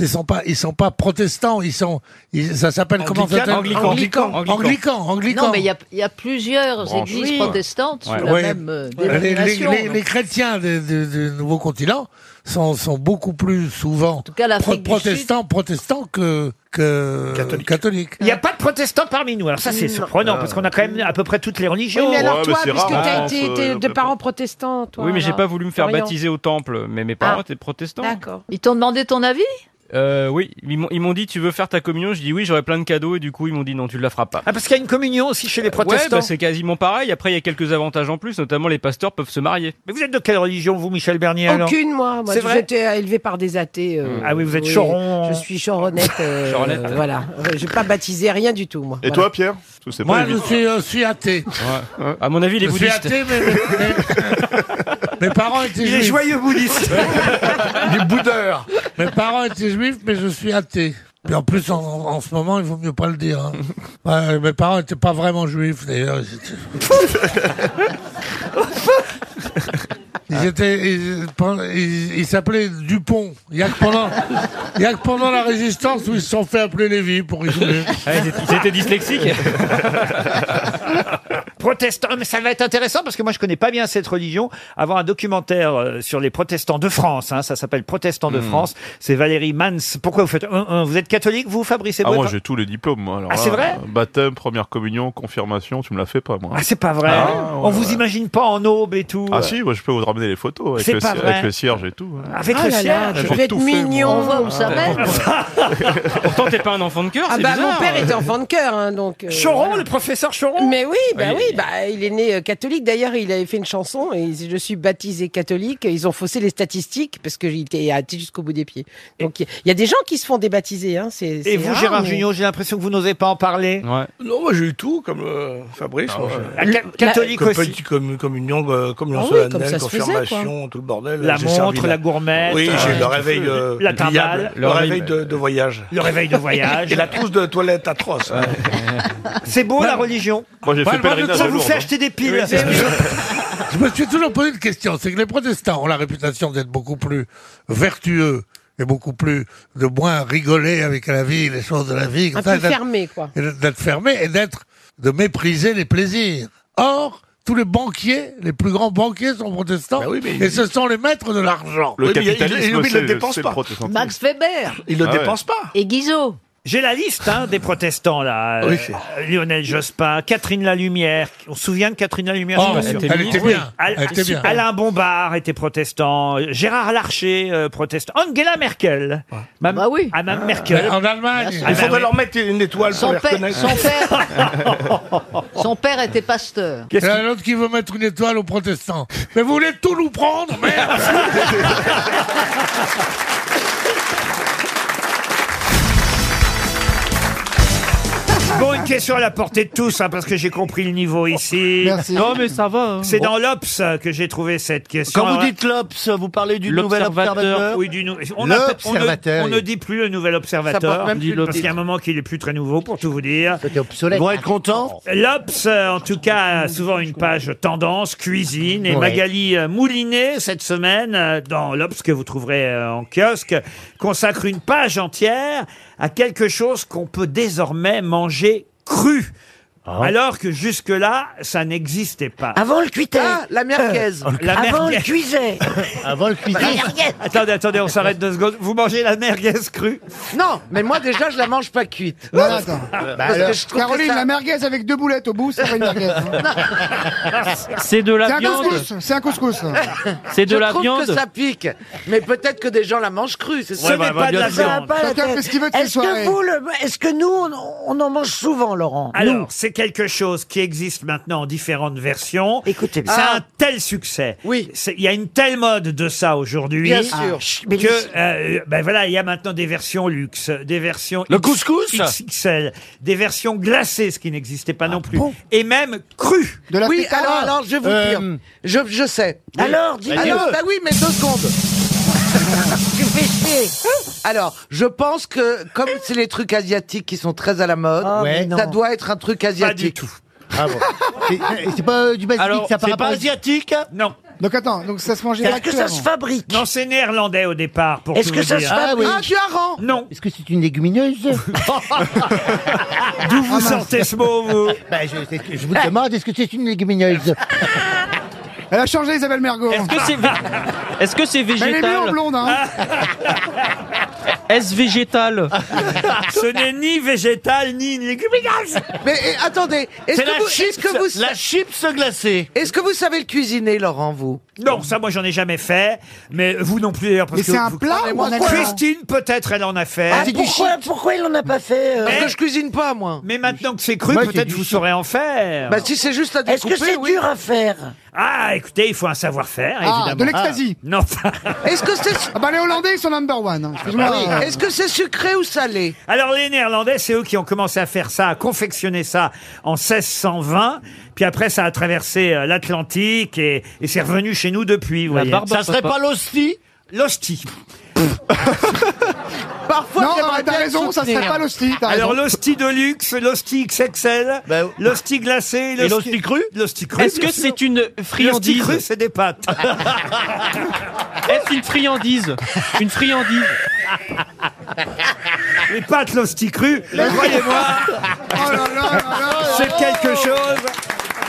ils sont pas, ils sont pas protestants, ils sont, ils- ça s'appelle comment ça s'appelle
Anglicans.
Anglicans,
Anglicans.
anglicans, anglicans.
Non, mais il y a- il y, a plusieurs
Branche.
églises
Oui.
protestantes sous la
Ouais.
même euh,
Les- les,
dénomination.
les- les chrétiens de- de- du nouveau continent sont, sont beaucoup plus souvent
cas, l'Afrique du
protestants, protestants que, que catholiques.
Il n'y a pas de protestants parmi nous. Alors ça, c'est
Non.
surprenant, parce qu'on a quand même à peu près toutes les religions.
Ah. Oui, mais
alors, Ouais, toi, mais c'est
puisque
rare,
t'as
hein,
été-
en
t'es
France,
de
euh,
parents protestants, toi.
oui, mais j'ai
alors.
pas voulu me faire
Voyons.
baptiser au temple, mais mes parents
Ah.
étaient protestants.
D'accord. Ils t'ont demandé ton avis
Euh, oui, ils m'ont- ils m'ont dit tu veux faire ta communion, je dis oui, j'aurais plein de cadeaux et du coup ils m'ont dit non, tu la feras pas.
Ah parce qu'il y a une communion aussi chez les
Ouais,
protestants.
bah, c'est quasiment pareil. Après il y a quelques avantages en plus, notamment les pasteurs peuvent se marier.
Mais vous êtes de quelle religion vous, Michel Bernier alors
Aucune, moi. moi
C'est vrai
J'étais euh, élevée par des athées. euh,
Ah oui, vous êtes choron.
Je suis choronnette. euh,
Choronnette.
euh, voilà. Je n'ai pas baptisé rien du tout, moi.
Et
Voilà.
toi, Pierre
Moi, je suis, euh, suis athée.
À mon avis, les
je suis
bouddhistes.
athée, mais, mais- mais- mes parents étaient
Il est
juifs.
joyeux
bouddhiste.
Il est boudeur. Mes parents étaient juifs, mais je suis athée. Et en plus, en, en- en ce moment, il vaut mieux pas le dire. hein. Ouais, mes parents n'étaient pas vraiment juifs, d'ailleurs. Ils étaient, ils, ils- ils s'appelaient Dupont. Il y a que pendant, il y a que pendant la résistance où ils se sont fait appeler Lévy pour rigoler.
Ah, ils étaient- ils étaient dyslexiques.
Ah
Protestants, mais ça va être intéressant parce que moi je connais pas bien cette religion. Avoir un documentaire euh, sur les protestants de France, hein, ça s'appelle Protestants
Hmm.
de France. C'est Valérie Mans. Pourquoi vous faites un, un Vous êtes catholique, vous, Fabrice
Ah,
Eboué
moi, j'ai tous les diplômes, moi. alors
Ah,
là,
c'est vrai
Baptême, première communion, confirmation, tu me la fais pas, moi.
Ah, c'est pas vrai.
Ah,
On
ouais.
vous imagine pas en aube et tout.
Ah si, moi, je peux vous ramener les photos avec,
C'est
le,
pas
cierge-
vrai.
avec le cierge et tout. hein.
Avec
Ah
le
là là,
ciel.
tu
J'ai
devais être
tout fait, moi.
mignon. On voit où ça
bah,
mène.
Pourtant t'es pas un enfant de cœur,
Ah
c'est
bah
bizarre.
mon père était enfant de cœur, hein, donc. euh,
Choron, le professeur Choron.
Mais oui, bah
Oui.
oui, bah il est né euh, catholique. D'ailleurs, il avait fait une chanson et il dit, je suis baptisé catholique. Ils ont faussé les statistiques parce que j'étais athée jusqu'au bout des pieds. Donc il y a des gens qui se font débaptiser. Hein, c'est,
Et vous, Gérard Junior, j'ai l'impression que vous n'osez pas en parler.
Non, moi j'ai eu tout, comme euh, Fabrice. moi, j'ai-
Ah, ca-
Comme
catholique
petit-
aussi.
Comme, comme union, euh, communion
Ah oui,
solennelle,
comme ça se faisait,
confirmation,
quoi.
tout le bordel.
La
J'ai
montre,
servi
la gourmette,
Oui, j'ai
euh,
le réveil. euh,
la timbale,
pliable,
le
Le réveil
réveil,
de, de voyage.
le réveil de voyage.
Et la trousse de toilette atroce. hein.
C'est beau la religion.
Moi, j'ai fait
Bah,
pèlerinage
Ça
à
vous
Lourdes,
fait
hein.
acheter des piles.
Oui, c'est
Je me suis toujours posé une question, c'est que les protestants ont la réputation d'être beaucoup plus vertueux et beaucoup plus de moins rigoler avec la vie, les choses de la vie,
Un
comme ça,
peu
d'être-
fermé, quoi.
et d'être fermé et d'être de mépriser les plaisirs. Or, tous les banquiers, les plus grands banquiers sont
Bah
protestants et ce sont les maîtres de l'argent.
Le Oui, mais il- il- capitalisme, il- il ne le c'est- dépense c'est le pas.
protestantisme.
Max Weber.
Il le Ah ouais. dépense
pas. Et Guizot.
J'ai la liste hein, des protestants là. Euh,
Oui.
euh, Lionel Jospin, Catherine Lalumière. On se souvient de Catherine Lalumière.
Oh,
je suis
elle
pas sûr.
était Elle était bien. bien.
Al-
Elle était bien.
Alain Bombard était protestant. Gérard Larcher euh, protestant. Angela Merkel. Mam-
Bah
Ah, Mme
Euh,
Merkel.
En Allemagne.
Il faudrait leur mettre une étoile pour
Son
les
père,
reconnaître.
son père, son père était pasteur.
Il y en a l'autre qui veut mettre une étoile aux protestants. Mais vous voulez tout nous prendre, merde
Bon, une question à la portée de tous, hein, parce que j'ai compris le niveau ici.
Merci. Non, mais hein.
ça va. C'est
Bon.
dans l'Obs euh, que j'ai trouvé cette question.
Quand
Alors
vous
là-
dites l'Obs, vous parlez du nouvel observateur
Oui, du nou- on, appelle- on ne-
L'observateur.
on ne dit plus le nouvel
Ça
observateur.
porte même plus le
parce qu'il y a un moment qu'il est plus très nouveau, pour tout vous dire. C'était
Ils vont être contents.
L'Obs, euh, en tout cas, a souvent une page tendance, cuisine. Et
Ouais.
Magali euh, Moulinet, cette semaine, euh, dans l'Obs que vous trouverez euh, en kiosque, consacre une page entière à quelque chose qu'on peut désormais manger cru. Alors que jusque-là, ça n'existait pas.
Avant le cuitait.
Ah,
la merguez.
La
Avant
merguez.
le cuiset.
Avant le
cuisait. La merguez.
Attendez, attendez, on s'arrête deux secondes. Vous mangez la merguez crue
Non, mais moi déjà, je la mange pas cuite.
Non, attends.
Parce que je trouve que
Caroline,
ça-
la merguez avec deux boulettes au bout, c'est pas une merguez. hein.
C'est de
C'est
la
un
viande.
couscous, c'est un couscous.
C'est de
Je
la
trouve
viande.
que ça pique, mais peut-être que des gens la mangent crue. C'est
Ouais, bah, bah, bien sûr.
Ça va pas la
Chacun
tête.
fait ce qu'il veut de ses
Est-ce
soirées.
que vous, le... est-ce que nous, on, on en mange souvent, Laurent Nous.
Alors, c'est quelque chose qui existe maintenant en différentes versions. Écoutez, c'est
Ah.
un tel succès. Oui. Il y a une telle mode de ça aujourd'hui.
Bien sûr. Ah, chut, mais
Que,
les-
euh, ben voilà, il y a maintenant des versions luxe, des versions.
Le
X-
couscous
XXL, des versions glacées, ce qui n'existait pas non plus. Et même crues.
De
oui, alors, alors, je vais vous
Euh,
dire, je, je sais.
Oui.
Alors,
dis-le.
Alors, bah oui, mais deux secondes. tu fais chier. Alors, je pense que comme c'est les trucs asiatiques qui sont très à la mode,
Ah, mais non.
ça doit être un truc asiatique.
Ah bon. c'est pas du basique,
Alors, ça par c'est rapport pas à-
asiatique
Non.
Donc attends, donc ça se mangeait
Est-ce
la
que
queue
ça
avant.
se fabrique Non, c'est néerlandais au départ. pour
Est-ce
tout
que
vous
ça se
dire.
fabrique
Ah, du hareng
Non.
Est-ce que c'est une légumineuse D'où
vous sortez ce mot, vous
Ben, je, c'est- je vous demande, est-ce que c'est une légumineuse Elle a changé Isabelle Mergo.
Est-ce que c'est vé- est-ce que c'est
Mais elle est
végétal
mieux en blonde, hein
Est-ce végétal
Ce n'est ni végétal ni une légumineuse.
Mais eh, attendez, est-ce
C'est
que,
la
vous- est-ce que
chips,
vous
la
chips glacée. Est-ce que vous savez le cuisiner, Laurent, vous
Non, ça, moi, j'en ai jamais fait. Mais vous non plus, d'ailleurs. parce
Mais
que
c'est un
vous-
plat ou un aliment
Christine, peut-être, elle en a fait.
Ah, pourquoi, pourquoi il en a pas fait euh
Parce que
je cuisine pas, moi.
Mais maintenant que c'est cru,
Moi, c'est
peut-être
du
vous saurez en faire.
Bah si c'est juste à
Est-ce
découper.
que c'est
oui.
dur à faire
Ah, écoutez, il faut un savoir-faire,
Ah,
évidemment.
de l'ecstasy.
Ah, Non.
Est-ce que c'est
Ah bah les Hollandais, ils sont number one. hein. Excuse-moi.
Ah oui.
euh,
Est-ce que c'est sucré ou salé
bah Alors, les Néerlandais, c'est eux qui ont commencé à faire ça, à confectionner ça en 1620. Puis après, ça a traversé euh, l'Atlantique et, et c'est revenu chez nous depuis. Vous voyez.
barbe à Ça serait papa. pas
l'hostie L'hostie.
Parfois,
Non,
j'aimerais
euh,
bien
t'as
le
raison, ça
soutenir.
serait pas l'hostie. t'as
Alors,
raison.
l'hostie de luxe, l'hostie XXL, l'hostie glacée,
l'hostie crue
L'hostie crue.
Est-ce
bien
que
sûr.
c'est une
L'hostie crue,
friandise
c'est des pâtes.
Est-ce une friandise Une friandise
Les pâtes, l'hostie crue, croyez-moi,
Oh là là là là.
c'est quelque chose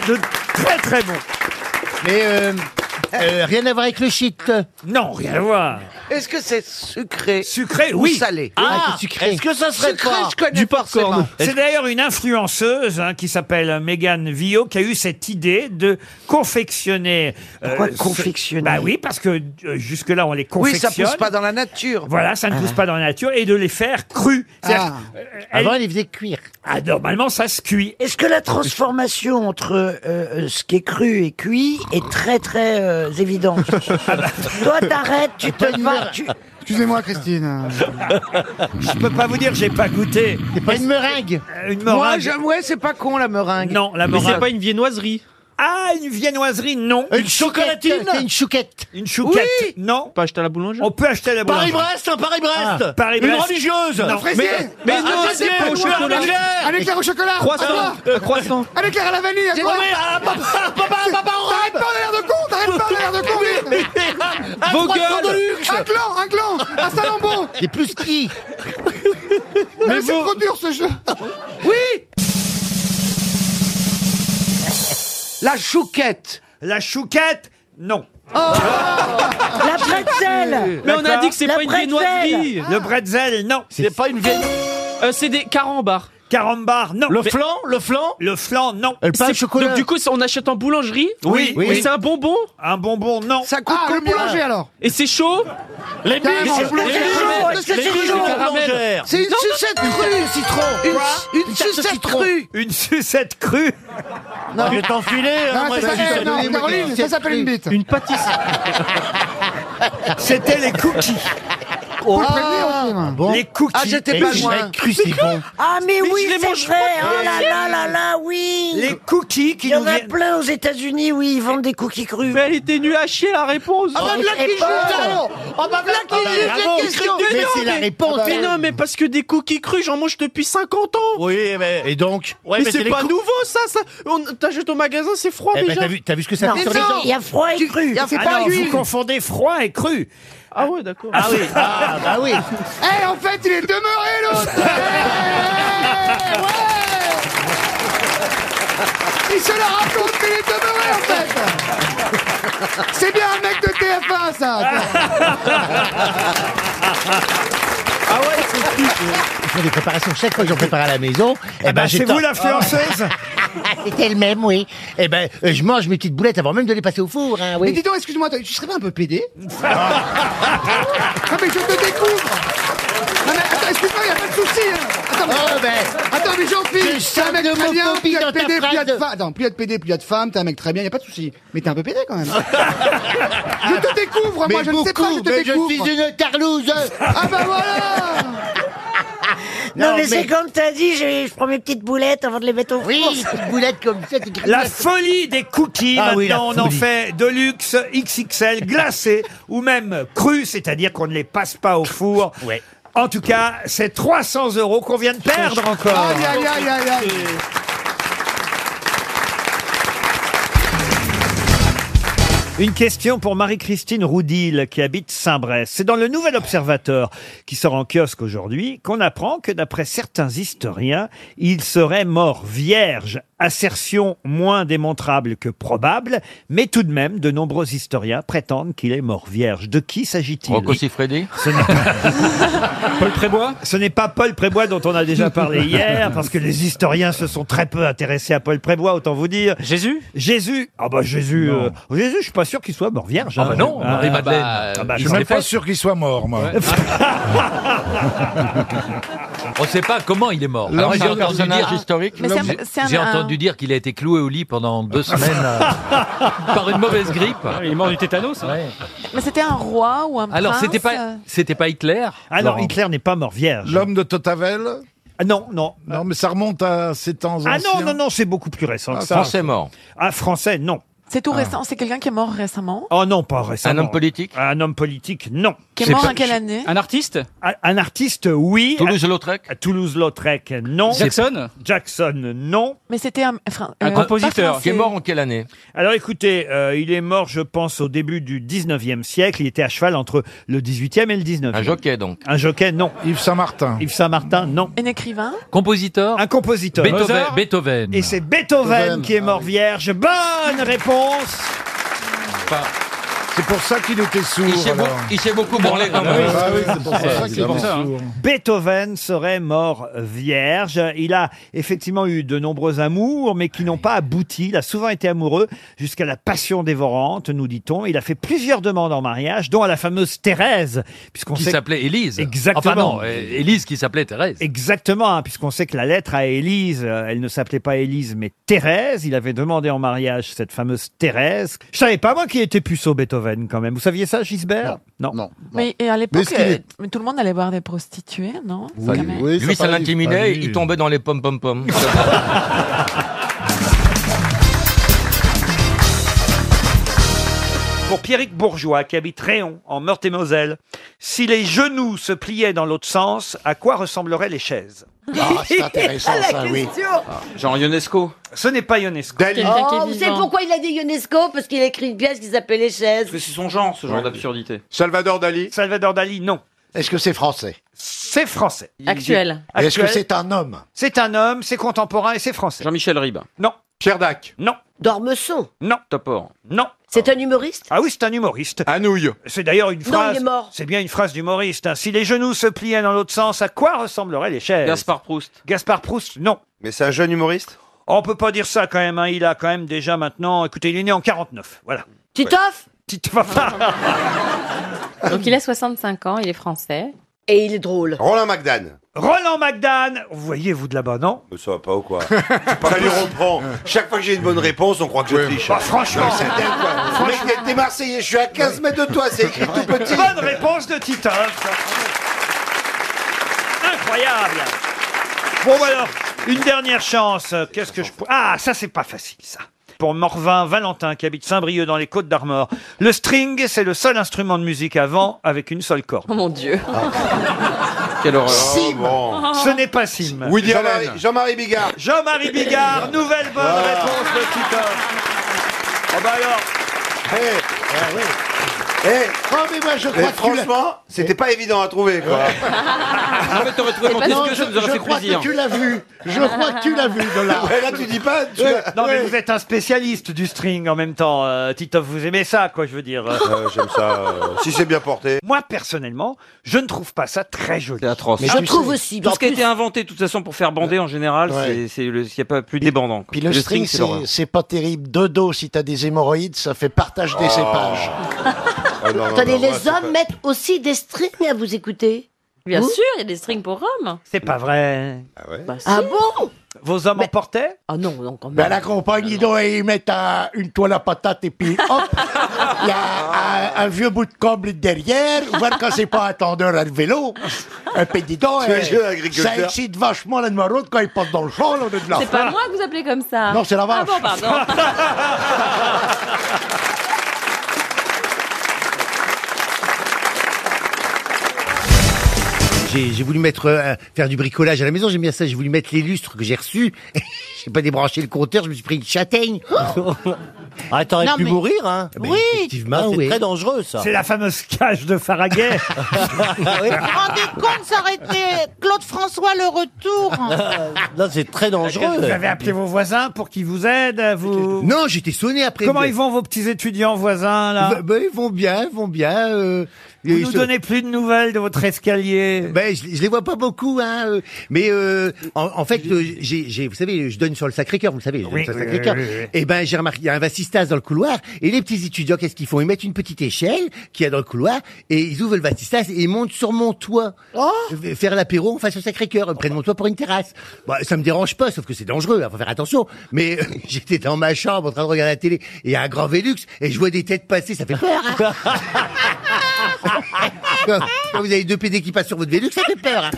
de très très bon.
Mais euh, rien à voir avec le shit.
Non, rien à voir.
Est-ce que c'est sucré
Sucré,
ou
oui.
salé
Ah, c'est sucré.
que ça serait sucré, je connais
Du popcorn.
forcément.
C'est d'ailleurs une influenceuse hein, qui s'appelle Megan Vio qui a eu cette idée de confectionner. euh,
Pourquoi
ce-
confectionner
Bah oui, parce que euh, jusque-là on les
Oui, ça
confectionne.
pousse pas dans la nature.
Voilà, ça ne pousse pas dans la nature et de les faire crus. C'est-à-dire, euh, elle-
Ah. Avant, ils les faisaient cuire.
ah, normalement, ça se cuit.
Est-ce que la transformation entre euh, euh, ce qui est cru et cuit est très très euh, évidente Toi, t'arrêtes, tu te vas, tu...
Excusez-moi, Christine.
Je peux pas vous dire, j'ai pas goûté.
C'est pas une meringue.
Euh, Une
Moi,
meringue.
j'aime, ouais, c'est pas con la meringue.
Non, la
Mais c'est
meringue.
pas une viennoiserie.
Ah, une viennoiserie, non.
Une chocolatine. C'est une chouquette.
Une chouquette,
Oui.
non.
Pas acheté à la boulangerie.
On peut acheter à la boulangerie.
hein,
Ah,
un Paris-Brest
Paris-Brest.
religieuse
Non.
Fraisier.
Mais
Ah,
non,
ah,
c'est
pas
au
noir,
chocolat.
un éclair- Un éclair au chocolat. Ah,
Croissant.
À quoi
Euh, croissant.
Un éclair à la vanille. à quoi
ah, papa, papa, papa, en
T'arrêtes pas, on a l'air de con. T'arrêtes pas, on a l'air de con. oui.
Vos gueules
Un clan, un clan, un salambo C'est plus qui Mais c'est trop dur ce jeu
Oui La chouquette.
La chouquette, non.
Oh.
La pretzel
Mais on a
D'accord.
dit que c'est
La
pas une
bretzel.
viennoiserie.
Le bretzel, non.
C'est pas une vieille.
Euh, c'est des carambars.
Carambar, non.
Le
Mais-
flan Le flan
Le flan, non.
C'est- Donc du coup, c'est- on achète en boulangerie.
Oui. Oui.
Et c'est un bonbon.
Un bonbon, non.
Ça coûte
Ah, le
combien
boulanger alors
Et c'est chaud.
Les
Carrément, le boulanger.
Oh,
caramels.
C'est une sucette crue. Citron. Une, une sucette crue.
Une sucette crue.
Je vais t'enfiler.
Non, ça s'appelle-
Ah,
non, Caroline, ça s'appelle une bite Une
C'était les cookies.
Oh.
Faut le prévenir aussi, moi.
Les cookies.
Ah, j'étais pas loin.
Ah mais,
Mais
oui,
je les
c'est
mange
vrai
pas.
Oh là là là là, oui
Les cookies qui
Il y
nous
en a
viennent.
plein aux États-Unis, oui, ils vendent des cookies crus.
Mais elle était nulle à chier la réponse.
Ah, bah,
Et
là
c'est
qui juge,
pas-
alors Ah, bah, là qui juge la question
Mais
c'est la réponse.
Mais non, mais parce que des cookies crus, j'en mange depuis 50 ans.
Oui, mais. Et donc
mais c'est pas nouveau ça, ça. On t'achètes au magasin, c'est froid déjà.
T'as vu ce que
Non, il y a froid et cru.
y a-
Ah
c'est pas
non,
l'huile.
vous confondez froid et cru.
Ah ouais, d'accord. bah
Ah oui.
Eh, en fait, il est demeuré l'autre Eh, ouais
C'est la radio de Philippe Demeuret, en fait C'est bien un mec de TF1, ça
Ah ouais, c'est Je fais des préparations chaque fois que j'en prépare à la maison.
eh ben,
Ah bah, c'est
j'étends-
vous, l'influenceuse
C'était le même, oui. Eh ben, euh, je mange mes petites boulettes avant même de les passer au four, hein, oui.
Mais dis donc, excuse-moi, tu serais pas un peu pédé Ah, mais je te découvre Non, mais attends, excuse-moi, y a pas de souci hein. Attends, mais,
Oh, ben,
attends, mais Jean-Philippe,
je
t'es un mec
sens de
très bien, plus
l'homophobie
y a
dans
de
ta
pédé, plus y a de
phrase.
femmes. Attends, plus y a de pédé, plus y a de femmes, t'es un mec très bien, y a pas de souci. Mais t'es un peu pédé quand même Je te découvre, moi,
Mais
je ne sais pas, je
beaucoup,
te
mais je
découvre
suis une tarlouse
Ah bah voilà
Non,
Non,
mais,
mais-
c'est comme t'as dit, je, je prends mes petites boulettes avant de les mettre au four.
Oui, des petites boulettes comme ça, tu
La folie des cookies,
Ah
maintenant
oui, la
on en
folie.
fait de luxe, XXL, glacé ou même cru, c'est-à-dire qu'on ne les passe pas au four. En tout cas, c'est 300 euros qu'on vient de perdre encore.
Aïe, aïe, aïe, aïe, aïe.
Une question pour Marie-Christine Roudil qui habite Saint-Brest. C'est dans le Nouvel Observateur qui sort en kiosque aujourd'hui qu'on apprend que d'après certains historiens, il serait mort vierge. Assertion moins démontrable que probable, mais tout de même, de nombreux historiens prétendent qu'il est mort vierge. De qui s'agit-il
Rocco Siffredi
Ce n'est
Ah
pas... Paul Prébois Ce n'est pas Paul Prébois dont on a déjà parlé hier, parce que les historiens se sont très peu intéressés à Paul Prébois, autant vous dire. Jésus Jésus Ah bah Jésus,
Non.
euh, Jésus, je suis pas sûr qu'il soit mort vierge. hein.
Ah bah non, Marie-Madeleine.
ah bah,
je
je
suis même
l'ai
pas
fait.
sûr qu'il soit mort, moi.
On ne sait pas comment il est mort.
L'homme
Moi, j'ai
d'un
entendu
personnage
dire-
historique. Mais c'est un- c'est un-
J'ai entendu dire qu'il a été cloué au lit pendant deux semaines euh, par une mauvaise grippe. Ah Il est mort du tétanos. hein.
Mais c'était un roi ou un
Alors
prince
c'était
euh,
pas c'était pas Hitler.
Alors,
Laurent.
Hitler n'est pas mort vierge. Ah,
L'homme de Totavel
Non, non.
Non, mais ça remonte à ces temps
Ah
anciens.
non, non, non, c'est beaucoup plus récent
Ah,
que ça.
Français mort.
Ah, français, non.
C'est tout
Ah.
récent. C'est quelqu'un qui est mort récemment.
Oh non, pas récemment.
Un homme
politique Un homme politique, non.
Qui est C'est mort pas- en quelle année
Un artiste
Un un artiste, oui. Toulouse-Lautrec Toulouse-Lautrec, non.
C'est- Jackson
Jackson, non.
Mais c'était un, enfin, euh, pas
Qui est
français.
mort en quelle année
Alors écoutez, euh, il est mort, je pense, au début du 19e siècle. Il était à cheval entre le 18e et le 19e. Un jockey, donc Un jockey, non.
Yves Saint-Martin
Yves Saint-Martin, non.
Un écrivain.
Compositeur
Un compositeur.
Beethoven.
Mozart
Beethoven.
Et c'est Beethoven qui est
Ah
mort vierge. Bonne réponse
C'est pour ça qu'il était sourd.
Il s'est beau-
alors.
il s'est beaucoup branlé quand même.
Ah oui, c'est pour ça
C'est-
qu'il
c'est pour
était
ça, hein.
sourd.
Beethoven serait mort vierge. Il a effectivement eu de nombreux amours, mais qui n'ont pas abouti. Il a souvent été amoureux jusqu'à la passion dévorante, nous dit-on. Il a fait plusieurs demandes en mariage, dont à la fameuse Thérèse, puisqu'on
Qui
sait-
s'appelait Élise.
Exactement.
Enfin non, é- Élise qui s'appelait Thérèse.
Exactement, hein, puisqu'on sait que la lettre à Élise, euh, elle ne s'appelait pas Élise, mais Thérèse. Il avait demandé en mariage cette fameuse Thérèse. Je savais pas, moi, qui était puceau Beethoven, quand même. Vous saviez ça, Gisbert Non. Non.
Mais et à
Mais
l'époque,
est-ce qu'il
euh,
est-
mais tout le monde allait voir des prostituées, non Quand même.
lui, ça l'intimidait, il tombait dans les pom-pom-pom.
Pour Pierrick Bourgeois, qui habite Réon, en Meurthe-et-Moselle, si les genoux se pliaient dans l'autre sens, à quoi ressembleraient les chaises
Ah, c'est intéressant, La ça, oui. question.
Ah, Genre Ionesco Ce n'est pas Ionesco.
Oh, vous savez pourquoi il a dit UNESCO Parce qu'il a écrit une pièce qui s'appelle Les chaises.
C'est son genre, ce
genre
d'absurdité. Salvador Dali Salvador Dali, non.
Est-ce que c'est français
C'est français.
Actuel.
Il-
Et est-ce que
Actuel.
c'est un homme
C'est un homme, c'est contemporain et c'est français. Jean-Michel Ribes Non. Pierre Dac Non.
Dormesson
Non. Topor Non.
C'est un humoriste
Ah oui, c'est un humoriste. Anouille. C'est d'ailleurs une
Non,
phrase.
il est mort.
C'est bien une phrase d'humoriste. hein. Si les genoux se pliaient dans l'autre sens, à quoi ressembleraient les chaises Gaspard Proust. Gaspard Proust, non. Mais c'est un jeune humoriste On peut pas dire ça quand même. hein. Il a quand même déjà maintenant. Écoutez, il est né en 49. Voilà.
Titoff
Titoff
Donc il a 65 ans, il est français.
Et il est drôle.
Roland McDan.
Roland McDan Vous voyez, vous de là-bas, non
Mais ça va pas ou quoi Ça lui reprend. Chaque fois que j'ai une bonne réponse, on croit que je triche.
Ah,
Bah, franchement.
Non, c'est dingue, quoi.
Franchement.
Mec, t'es Marseillais, je suis à 15 mètres de toi, c'est écrit tout petit.
Bonne réponse de Titoff. Incroyable. Bon, bah alors, une dernière chance. Qu'est-ce que je peux. Ah, ça, c'est pas facile, ça. Pour Morvin Valentin, qui habite Saint-Brieuc dans les Côtes-d'Armor, le string, c'est le seul instrument de musique à vent avec une seule corde. Oh mon Dieu. Quelle horreur.
Oh,
Sim. bon.
Ce n'est pas Sim.
Woody Jean-Marie- Allen. Jean-Marie Bigard.
Jean-Marie
Eh.
Bigard, nouvelle bonne Ah, réponse de Titoff. Oh bah alors.
non, mais moi, Eh, je
Mais
crois que tu l'as-
franchement, c'était pas évident à trouver, quoi.
Non, mais t'aurais trouvé mon
Eh ben Non,
disque,
je,
ça nous aurait
je
fait
crois
plaisir.
que tu l'as vu. Je crois que tu l'as vu, Dollard.
Ouais, là, tu dis pas, tu l'as-
Non, mais
Ouais.
vous êtes un spécialiste du string en même temps. euh, Titoff, vous aimez ça, quoi, je veux dire.
Euh, j'aime ça, euh, si c'est bien porté.
Moi, personnellement, je ne trouve pas ça très joli.
C'est atroce.
Mais je trouve aussi,
Tout
en
ce qui a
plus-
été inventé, de toute façon, pour faire bander en général,
Ouais.
c'est- c'est le- il n'y a pas plus débandant.
Puis le, string, c'est-
l'horreur.
c'est pas terrible. De dos, si t'as des hémorroïdes, ça fait partage des
Oh.
cépages.
Ah
Attendez, les hommes mettent aussi des strings à vous écouter.
Bien
Vous
sûr, il y a des strings pour hommes.
C'est pas vrai.
Ah bon
Vos hommes en portaient
Ah non, non, quand Ah
Ben, la compagne, dis donc, ils mettent un- une toile à patate et puis hop, il y a un, un vieux bout de comble derrière, voir quand c'est pas un tendeur à le vélo. Un puis dis donc,
Tu es
eh,
jeune agriculteur.
ça excite vachement la maraude quand ils passent dans le champ, là, on est de la
C'est pas moi que vous appelez comme ça.
Non, c'est la vache.
Ah bon, pardon.
J'ai j'ai voulu mettre euh, faire du bricolage à la maison, j'aime bien ça, j'ai voulu mettre les lustres que j'ai reçus. j'ai pas débranché le compteur, je me suis pris une châtaigne. ah,
t'aurais Non, pu mais- mourir, hein. Oui,
Ah
effectivement,
Ah
c'est
oui.
très dangereux, ça.
C'est la fameuse cage de Faraguet.
rendez compte, ça aurait été Claude François le retour.
Euh,
Là, Ah, c'est très
dangereux.
Vous avez appelé vos voisins pour qu'ils vous aident vous...
Non, j'étais sonné après.
Comment ils vont, vos petits étudiants voisins, là
Ben, ben, ils vont bien, ils vont bien. euh,
Vous
ils
nous
sont-
donnez plus de nouvelles de votre escalier.
Ben, je, je les vois pas beaucoup, hein. euh, Mais euh, en, en fait, euh, j'ai, j'ai- vous savez, je donne sur le Sacré-Cœur, vous le savez, je donne
Oui,
sur le
oui,
Sacré-Cœur.
oui, oui, oui.
Et ben, j'ai remarqué, il y a un vasistas dans le couloir, et les petits étudiants, qu'est-ce qu'ils font Ils mettent une petite échelle qu'il y a dans le couloir, et ils ouvrent le vasistas et ils montent sur mon toit Euh, faire l'apéro face au Sacré-Cœur, euh, prennent mon toit pour une terrasse. Bah, ça me dérange pas, sauf que c'est dangereux, hein, faut faire attention. Mais euh, j'étais dans ma chambre en train de regarder la télé, et il y a un grand Velux, et je vois des têtes passer, ça fait peur. hein. Quand quand vous avez deux PD qui passent sur votre Velux, ça fait peur. hein.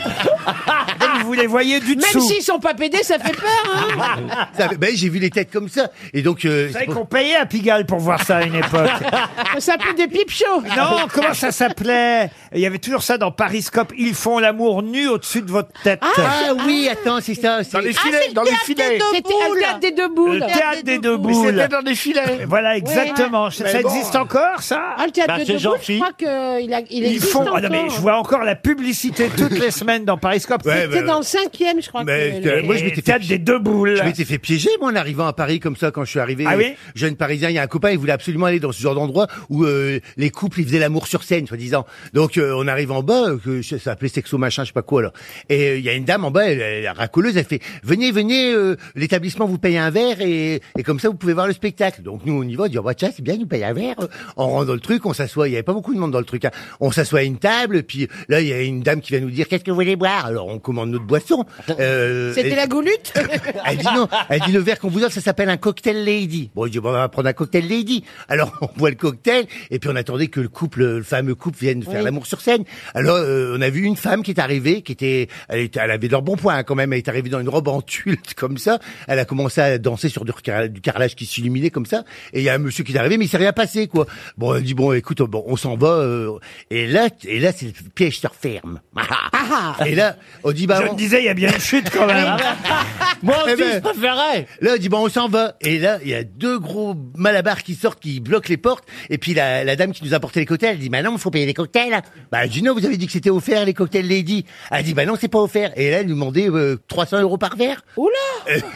vous les voyez du
dessous.
Même s'ils sont pas pédés, ça fait peur. Hein
Ça fait- ben, j'ai vu les têtes comme ça. Et donc, euh,
Vous savez qu'on payait à Pigalle pour voir ça à une époque.
ça s'appelait des pipes shows.
Non, comment ça s'appelait Il y avait toujours ça dans Pariscope. Ils font l'amour nu au-dessus de votre tête.
Ah oui, attends, c'est ça. c'est-
Dans les Ah, filets, c'est le dans les théâtre filets. des deux
C'était le
boules.
théâtre des deux boules.
Le théâtre des deux boules.
des filets.
Voilà, exactement. Ça existe encore, ça
Ah, le théâtre
Bah,
des
c'est
deux boules, je
gentil.
crois qu'il a- il
Ils
existe
font.
encore.
Ah non, mais je vois encore la publicité toutes les semaines dans Pariscope.
C'était dans le cinquième, je crois.
Mais
que
euh,
le-
moi, je m'étais fait
des deux boules.
Je m'étais fait piéger, moi, en arrivant à Paris comme ça, quand je suis arrivé
Ah
euh,
oui
jeune Parisien. Il y a un copain, il voulait absolument aller dans ce genre d'endroit où euh, les couples ils faisaient l'amour sur scène, soi-disant. Donc, euh, on arrive en bas, euh, que je- ça s'appelait sexo machin, je sais pas quoi là. Et euh, il y a une dame en bas, elle, elle, la racoleuse, elle fait venez, venez, euh, l'établissement vous paye un verre et, et comme ça vous pouvez voir le spectacle. Donc nous, on y va, on dit oh, bah tiens, c'est bien, ils nous paye un verre. On rentre dans le truc, on s'assoit. Il y avait pas beaucoup de monde dans le truc. hein. On s'assoit à une table, puis là, il y a une dame qui vient nous dire qu'est-ce que vous voulez boire. Alors on commande notre boisson. Euh,
C'était
et-
la goulute
elle dit non. Elle dit le verre qu'on vous offre, ça s'appelle un cocktail lady. Bon, il dit bon, on va prendre un cocktail lady. Alors on boit le cocktail et puis on attendait que le couple, le fameux couple, vienne faire
Oui.
l'amour sur scène. Alors euh, on a vu une femme qui est arrivée, qui était, elle, était, elle avait de leur bon point hein, quand même. Elle est arrivée dans une robe en tulle comme ça. Elle a commencé à danser sur du, recar- du carrelage qui s'illuminait comme ça. Et il y a un monsieur qui est arrivé, mais il s'est rien passé quoi. Bon, elle dit bon, écoute, bon, on s'en va. euh, et là, et là, c'est le piège se referme. Ah,
Ah,
et là, on dit bah
Je
on-
me disais, il y a bien une chute quand même.
moi
Eh
aussi,
ben.
je
préférais. Là, il dit, bon, on s'en va. Et là, il y a deux gros malabars qui sortent, qui bloquent les portes. Et puis, la, la dame qui nous a apporté les cocktails, elle dit, bah non, faut payer les cocktails. Bah, elle dit, non, vous avez dit que c'était offert, les cocktails lady. Elle dit, bah non, c'est pas offert. Et là, elle nous demandait euh, 300 euros par verre.
Oula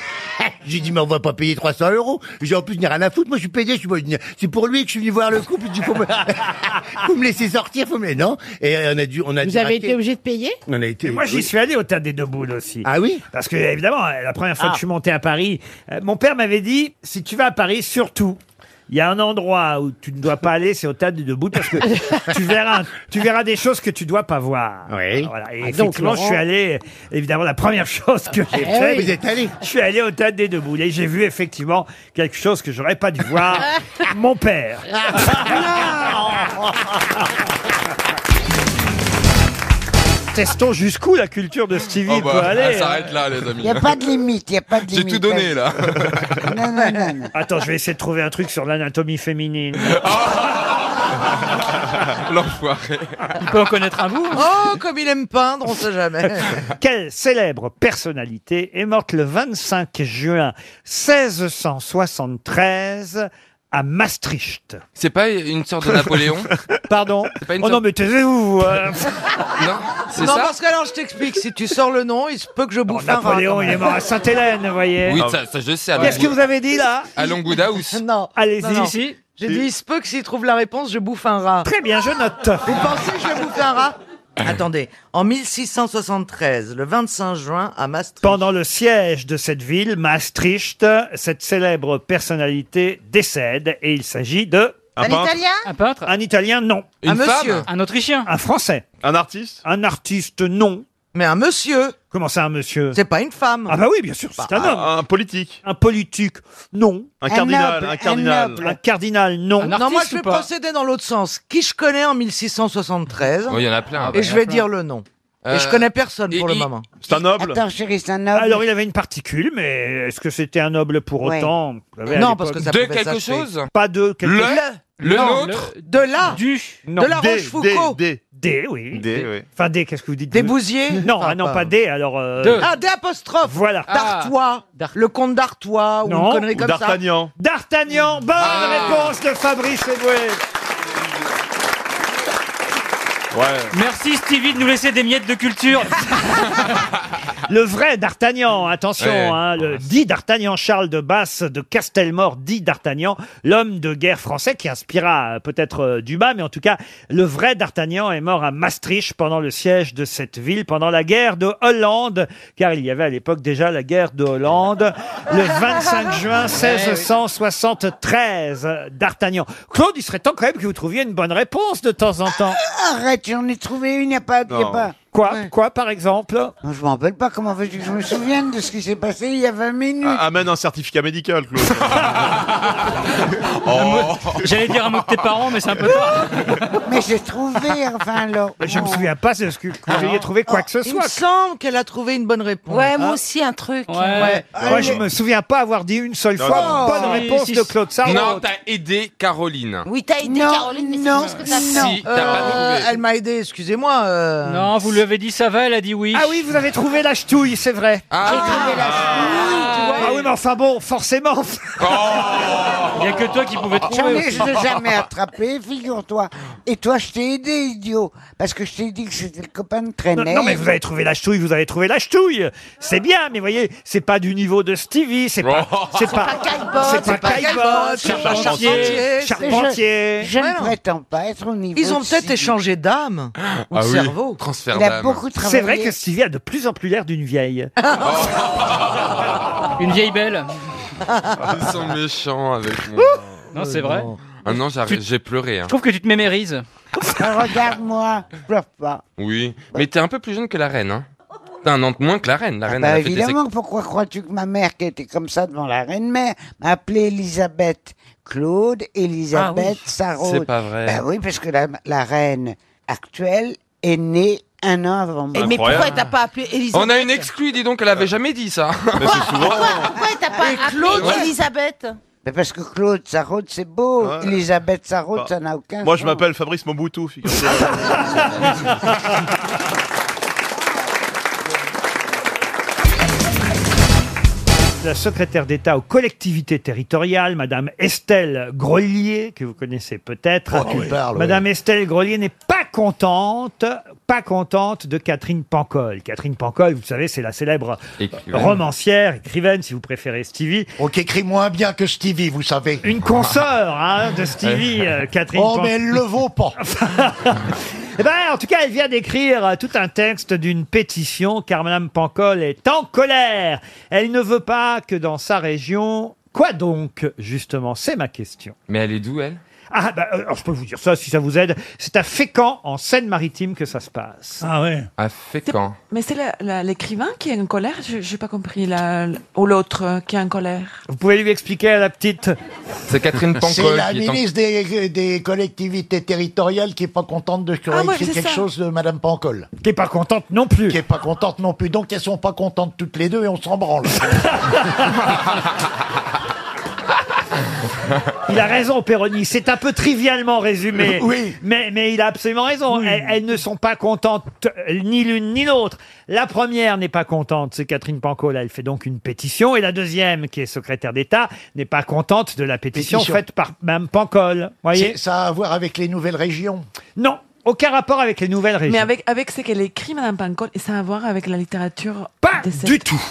J'ai dit, mais on va pas payer 300 euros. J'ai dit, en plus, je n'ai rien à foutre. Moi, je suis pédé. Je suis, moi, je n'ai- c'est pour lui que je suis venu voir le couple. Je dis, faut me, faut me laisser sortir. Faut me, non. Et euh, on a dû, on a
Vous
dû
avez
raquer.
été obligé de payer
On a été.
Moi, j'y suis allé au tas des deux boules aussi.
Ah oui
Parce que, évidemment, euh, la première fois
Ah.
que je suis monté à Paris, euh, mon père m'avait dit si tu vas à Paris, surtout. Il y a un endroit où tu ne dois pas aller, c'est au tas des deux boules, parce que tu verras, tu verras des choses que tu dois pas voir. Voilà. Et
Ah, donc,
effectivement, je suis
Laurent.
allé, évidemment, la première chose que j'ai
Eh
fait.
oui. Vous êtes allé
Je suis allé au tas des deux boules et j'ai vu effectivement quelque chose que j'aurais pas dû voir. mon père.
Ah,
Testons jusqu'où la culture de Stevie
Ah,
Oh bah,
peut aller. hein.
elle s'arrête là, les amis.
Il n'y a pas de limite, il n'y a pas de
J'ai
limite.
tout donné, là.
Non, non, non, non.
Attends, je vais essayer de trouver un truc sur l'anatomie féminine.
Ah.
hein.
L'enfoiré.
Il peut en connaître un bout.
Oh, comme il aime peindre, on sait jamais.
Quelle célèbre personnalité est morte le 25 juin 1673 à Maastricht.
C'est pas une sorte de Napoléon
Pardon
C'est pas une
Oh non,
sorte-
mais taisez-vous euh.
Non, c'est
Non,
ça
parce que alors je t'explique, si tu sors le nom, il se peut que je bouffe un rat,
Oh,
quand
Napoléon, il
même.
est mort à Sainte-Hélène, vous voyez.
Ah,
Oui, ça, ça, je sais. à
Qu'est-ce que
Longueuil.
vous avez dit là
À Longoudaous.
Non.
Allez-y.
Non, non.
Si, si.
J'ai dit, il se peut que s'il trouve la réponse, je bouffe un rat.
Très bien, je note.
Vous pensez que je vais bouffer un rat Attendez, en 1673, le 25 juin, à Maastricht.
Pendant le siège de cette ville, Maastricht, cette célèbre personnalité décède et il s'agit de...
Un Un peintre Italien
Un peintre Un Italien, non.
Un Une monsieur femme
Un Autrichien Un Français Un artiste Un artiste, non.
Mais un monsieur
Comment ça, un monsieur
C'est pas une femme
Ah bah oui, bien sûr, c'est
Bah,
un homme. Un politique Un politique, non.
Un cardinal, noble, un cardinal. un noble.
Un cardinal, non.
non, moi je vais procéder dans l'autre sens. Qui je connais en 1673
Oui, il y en a plein. Euh,
Et je vais dire le nom. Et
Euh,
je connais personne pour le moment.
C'est un noble
Attends, chérie, c'est un noble.
Ah, Alors, il avait une particule, mais est-ce que c'était un noble pour
Ouais.
autant Vous savez, à
Non,
l'époque-
parce que ça De pouvait quelque s'acheter. chose
Pas de quelque
Le-
chose.
Le- le Non, nôtre. le- de là.
Du.
De la Des, Rochefoucauld.
Des, oui.
Des, oui.
Enfin, des, qu'est-ce que vous dites
Des Bousiers
Non,
Enfin,
ah non,
pas-
pas des, alors... euh,
Ah, des apostrophes Ah.
Voilà.
D'Artois. Le comte d'Artois ou
Non.
une connerie comme ça. Ah.
D'Artagnan. Bonne réponse de Fabrice Eboué.
Merci Stevie de nous laisser des miettes de culture.
Le vrai d'Artagnan, attention,
Ouais.
hein, le dit d'Artagnan, Charles de Basse de Castelmore, dit d'Artagnan, l'homme de guerre français qui inspira euh, peut-être euh, Dumas, mais en tout cas, le vrai d'Artagnan est mort à Maastricht pendant le siège de cette ville, pendant la guerre de Hollande, car il y avait à l'époque déjà la guerre de Hollande, le 25 juin 1673, euh, d'Artagnan. Claude, il serait temps quand même que vous trouviez une bonne réponse de temps en temps.
Arrête, j'en ai trouvé une, il n'y a pas... Ah, il y a
Non.
pas...
Quoi, quoi, par exemple
Je me rappelle pas comment veux-tu que je me souvienne de ce qui s'est passé il y a 20 minutes.
Amène un certificat médical, Claude.
Oh.
J'allais dire un mot de tes parents, Oh, mais c'est un peu tard.
Mais j'ai trouvé, enfin, là.
Je me souviens pas de ce que vous ayez trouvé quoi que ce
Il me
soit.
semble qu'elle a trouvé une bonne réponse.
Ouais, moi Ah.
aussi un truc.
Ouais. Moi, je me souviens pas avoir dit une seule
Non,
fois
non.
bonne
Non.
réponse
Si,
de
si.
Claude Sarraute.
Non, t'as aidé Caroline.
Oui, t'as aidé Caroline, mais non, Euh,
que t'as fait. Si, t'as pas trouvé.
Elle m'a aidé, excusez-moi. euh.
Non, vous lui avez dit ça va, elle a dit oui.
Ah oui, vous avez trouvé la ch'touille, c'est vrai.
Ah.
Ah oui, mais enfin bon, forcément.
Il n'y a que toi qui pouvais trouver.
J'en ai
aussi.
je l'ai jamais attrapé, figure-toi. Et toi, je t'ai aidé, idiot. Parce que je t'ai dit que c'était le copain de
Non,
traîner.
non, mais vous avez trouvé la ch'touille, vous avez trouvé la ch'touille. C'est bien, mais voyez, c'est pas du niveau de Stevie, c'est pas, c'est pas, c'est pas Caillebotte, Charpentier, Charpentier.
Je, je
Ouais,
ne
non.
prétends pas être au niveau
Ils ont
de
peut-être
Stevie.
échangé d'âme ou de
Ah oui.
cerveau.
Transfert
Il a
d'âme.
beaucoup
C'est vrai
travaillé.
que Stevie a de plus en plus l'air d'une vieille.
Une vieille belle.
Ils sont méchants avec moi.
Non, c'est vrai.
Ah non, j'arrive- j'ai pleuré. Hein.
Je trouve que tu te mémérises.
Ah, Regarde-moi, je pleure pas.
Oui, mais t'es un peu plus jeune que la reine. Hein. T'as un an de moins que la reine. La reine,
Bah
elle a fait des
évidemment, pourquoi crois-tu que ma mère, qui était comme ça devant la reine-mère, m'a appelé Elisabeth Claude, Elisabeth
Ah oui.
Sarraute
C'est pas vrai.
Bah oui, parce que la, la reine actuelle est née un an avant moi.
Et mais Incroyable. pourquoi t'as
pas appelé
On a une exclue, dis donc, elle avait jamais dit ça.
Pourquoi t'as pas appelé
Claude, ouais.
Elisabeth
Bah, Parce que Claude Sarraute, c'est beau.
Ouais.
Elisabeth Sarraute,
Bah,
ça n'a aucun
Moi, je
sens.
m'appelle Fabrice Mobutu, figure-toi.
Ah.
La secrétaire d'État aux collectivités territoriales, Madame Estelle Grelier, que vous connaissez peut-être.
Oh, tu me parles,
Madame Estelle Grelier n'est pas contente, pas contente de Catherine Pancol. Catherine Pancol, vous savez, c'est la célèbre
Écrivaine.
romancière, écrivaine, si vous préférez Stevie.
Ok, écris moins bien que Stevie, vous savez.
Une consort hein, de Stevie, euh, Catherine
Oh,
Pancol.
mais elle le vaut pas.
Eh ben, en tout cas, elle vient d'écrire euh, tout un texte d'une pétition car Madame Pancol est en colère. Elle ne veut pas que dans sa région. Quoi donc, justement C'est ma question.
Mais elle est d'où, elle
Ah, bah, euh, alors, je peux vous dire ça si ça vous aide. C'est à Fécamp, en Seine-Maritime, que ça se passe.
Ah ouais À Fécamp.
Mais c'est la- la- l'écrivain qui est en colère Je J'ai pas compris. La, la- ou l'autre euh, qui est en colère
Vous pouvez lui expliquer à la petite
C'est Catherine Pancol.
C'est la
qui est en-
ministre des, des collectivités territoriales qui est pas contente de qu'on
Ah
ait
ouais,
écrit
c'est
quelque
ça.
chose de Madame Pancol.
Qui est pas contente non plus.
Qui est pas contente non plus. Donc elles sont pas contentes toutes les deux et on s'en branle.
Il a raison, Péroni. C'est un peu trivialement résumé.
Euh, Oui.
Mais, mais il a absolument raison. Elles, elles ne sont pas contentes, euh, ni l'une ni l'autre. La première n'est pas contente, c'est Catherine Pancola. Elle fait donc une pétition. Et la deuxième, qui est secrétaire d'État, n'est pas contente de la pétition,
Pétition.
faite par Mme Pancol. Voyez
C'est- Ça a à voir avec les nouvelles régions.
Non, aucun rapport avec les nouvelles régions.
Mais avec, avec ce qu'elle écrit, Madame Pancol, et ça a à voir avec la littérature.
Pas du tout.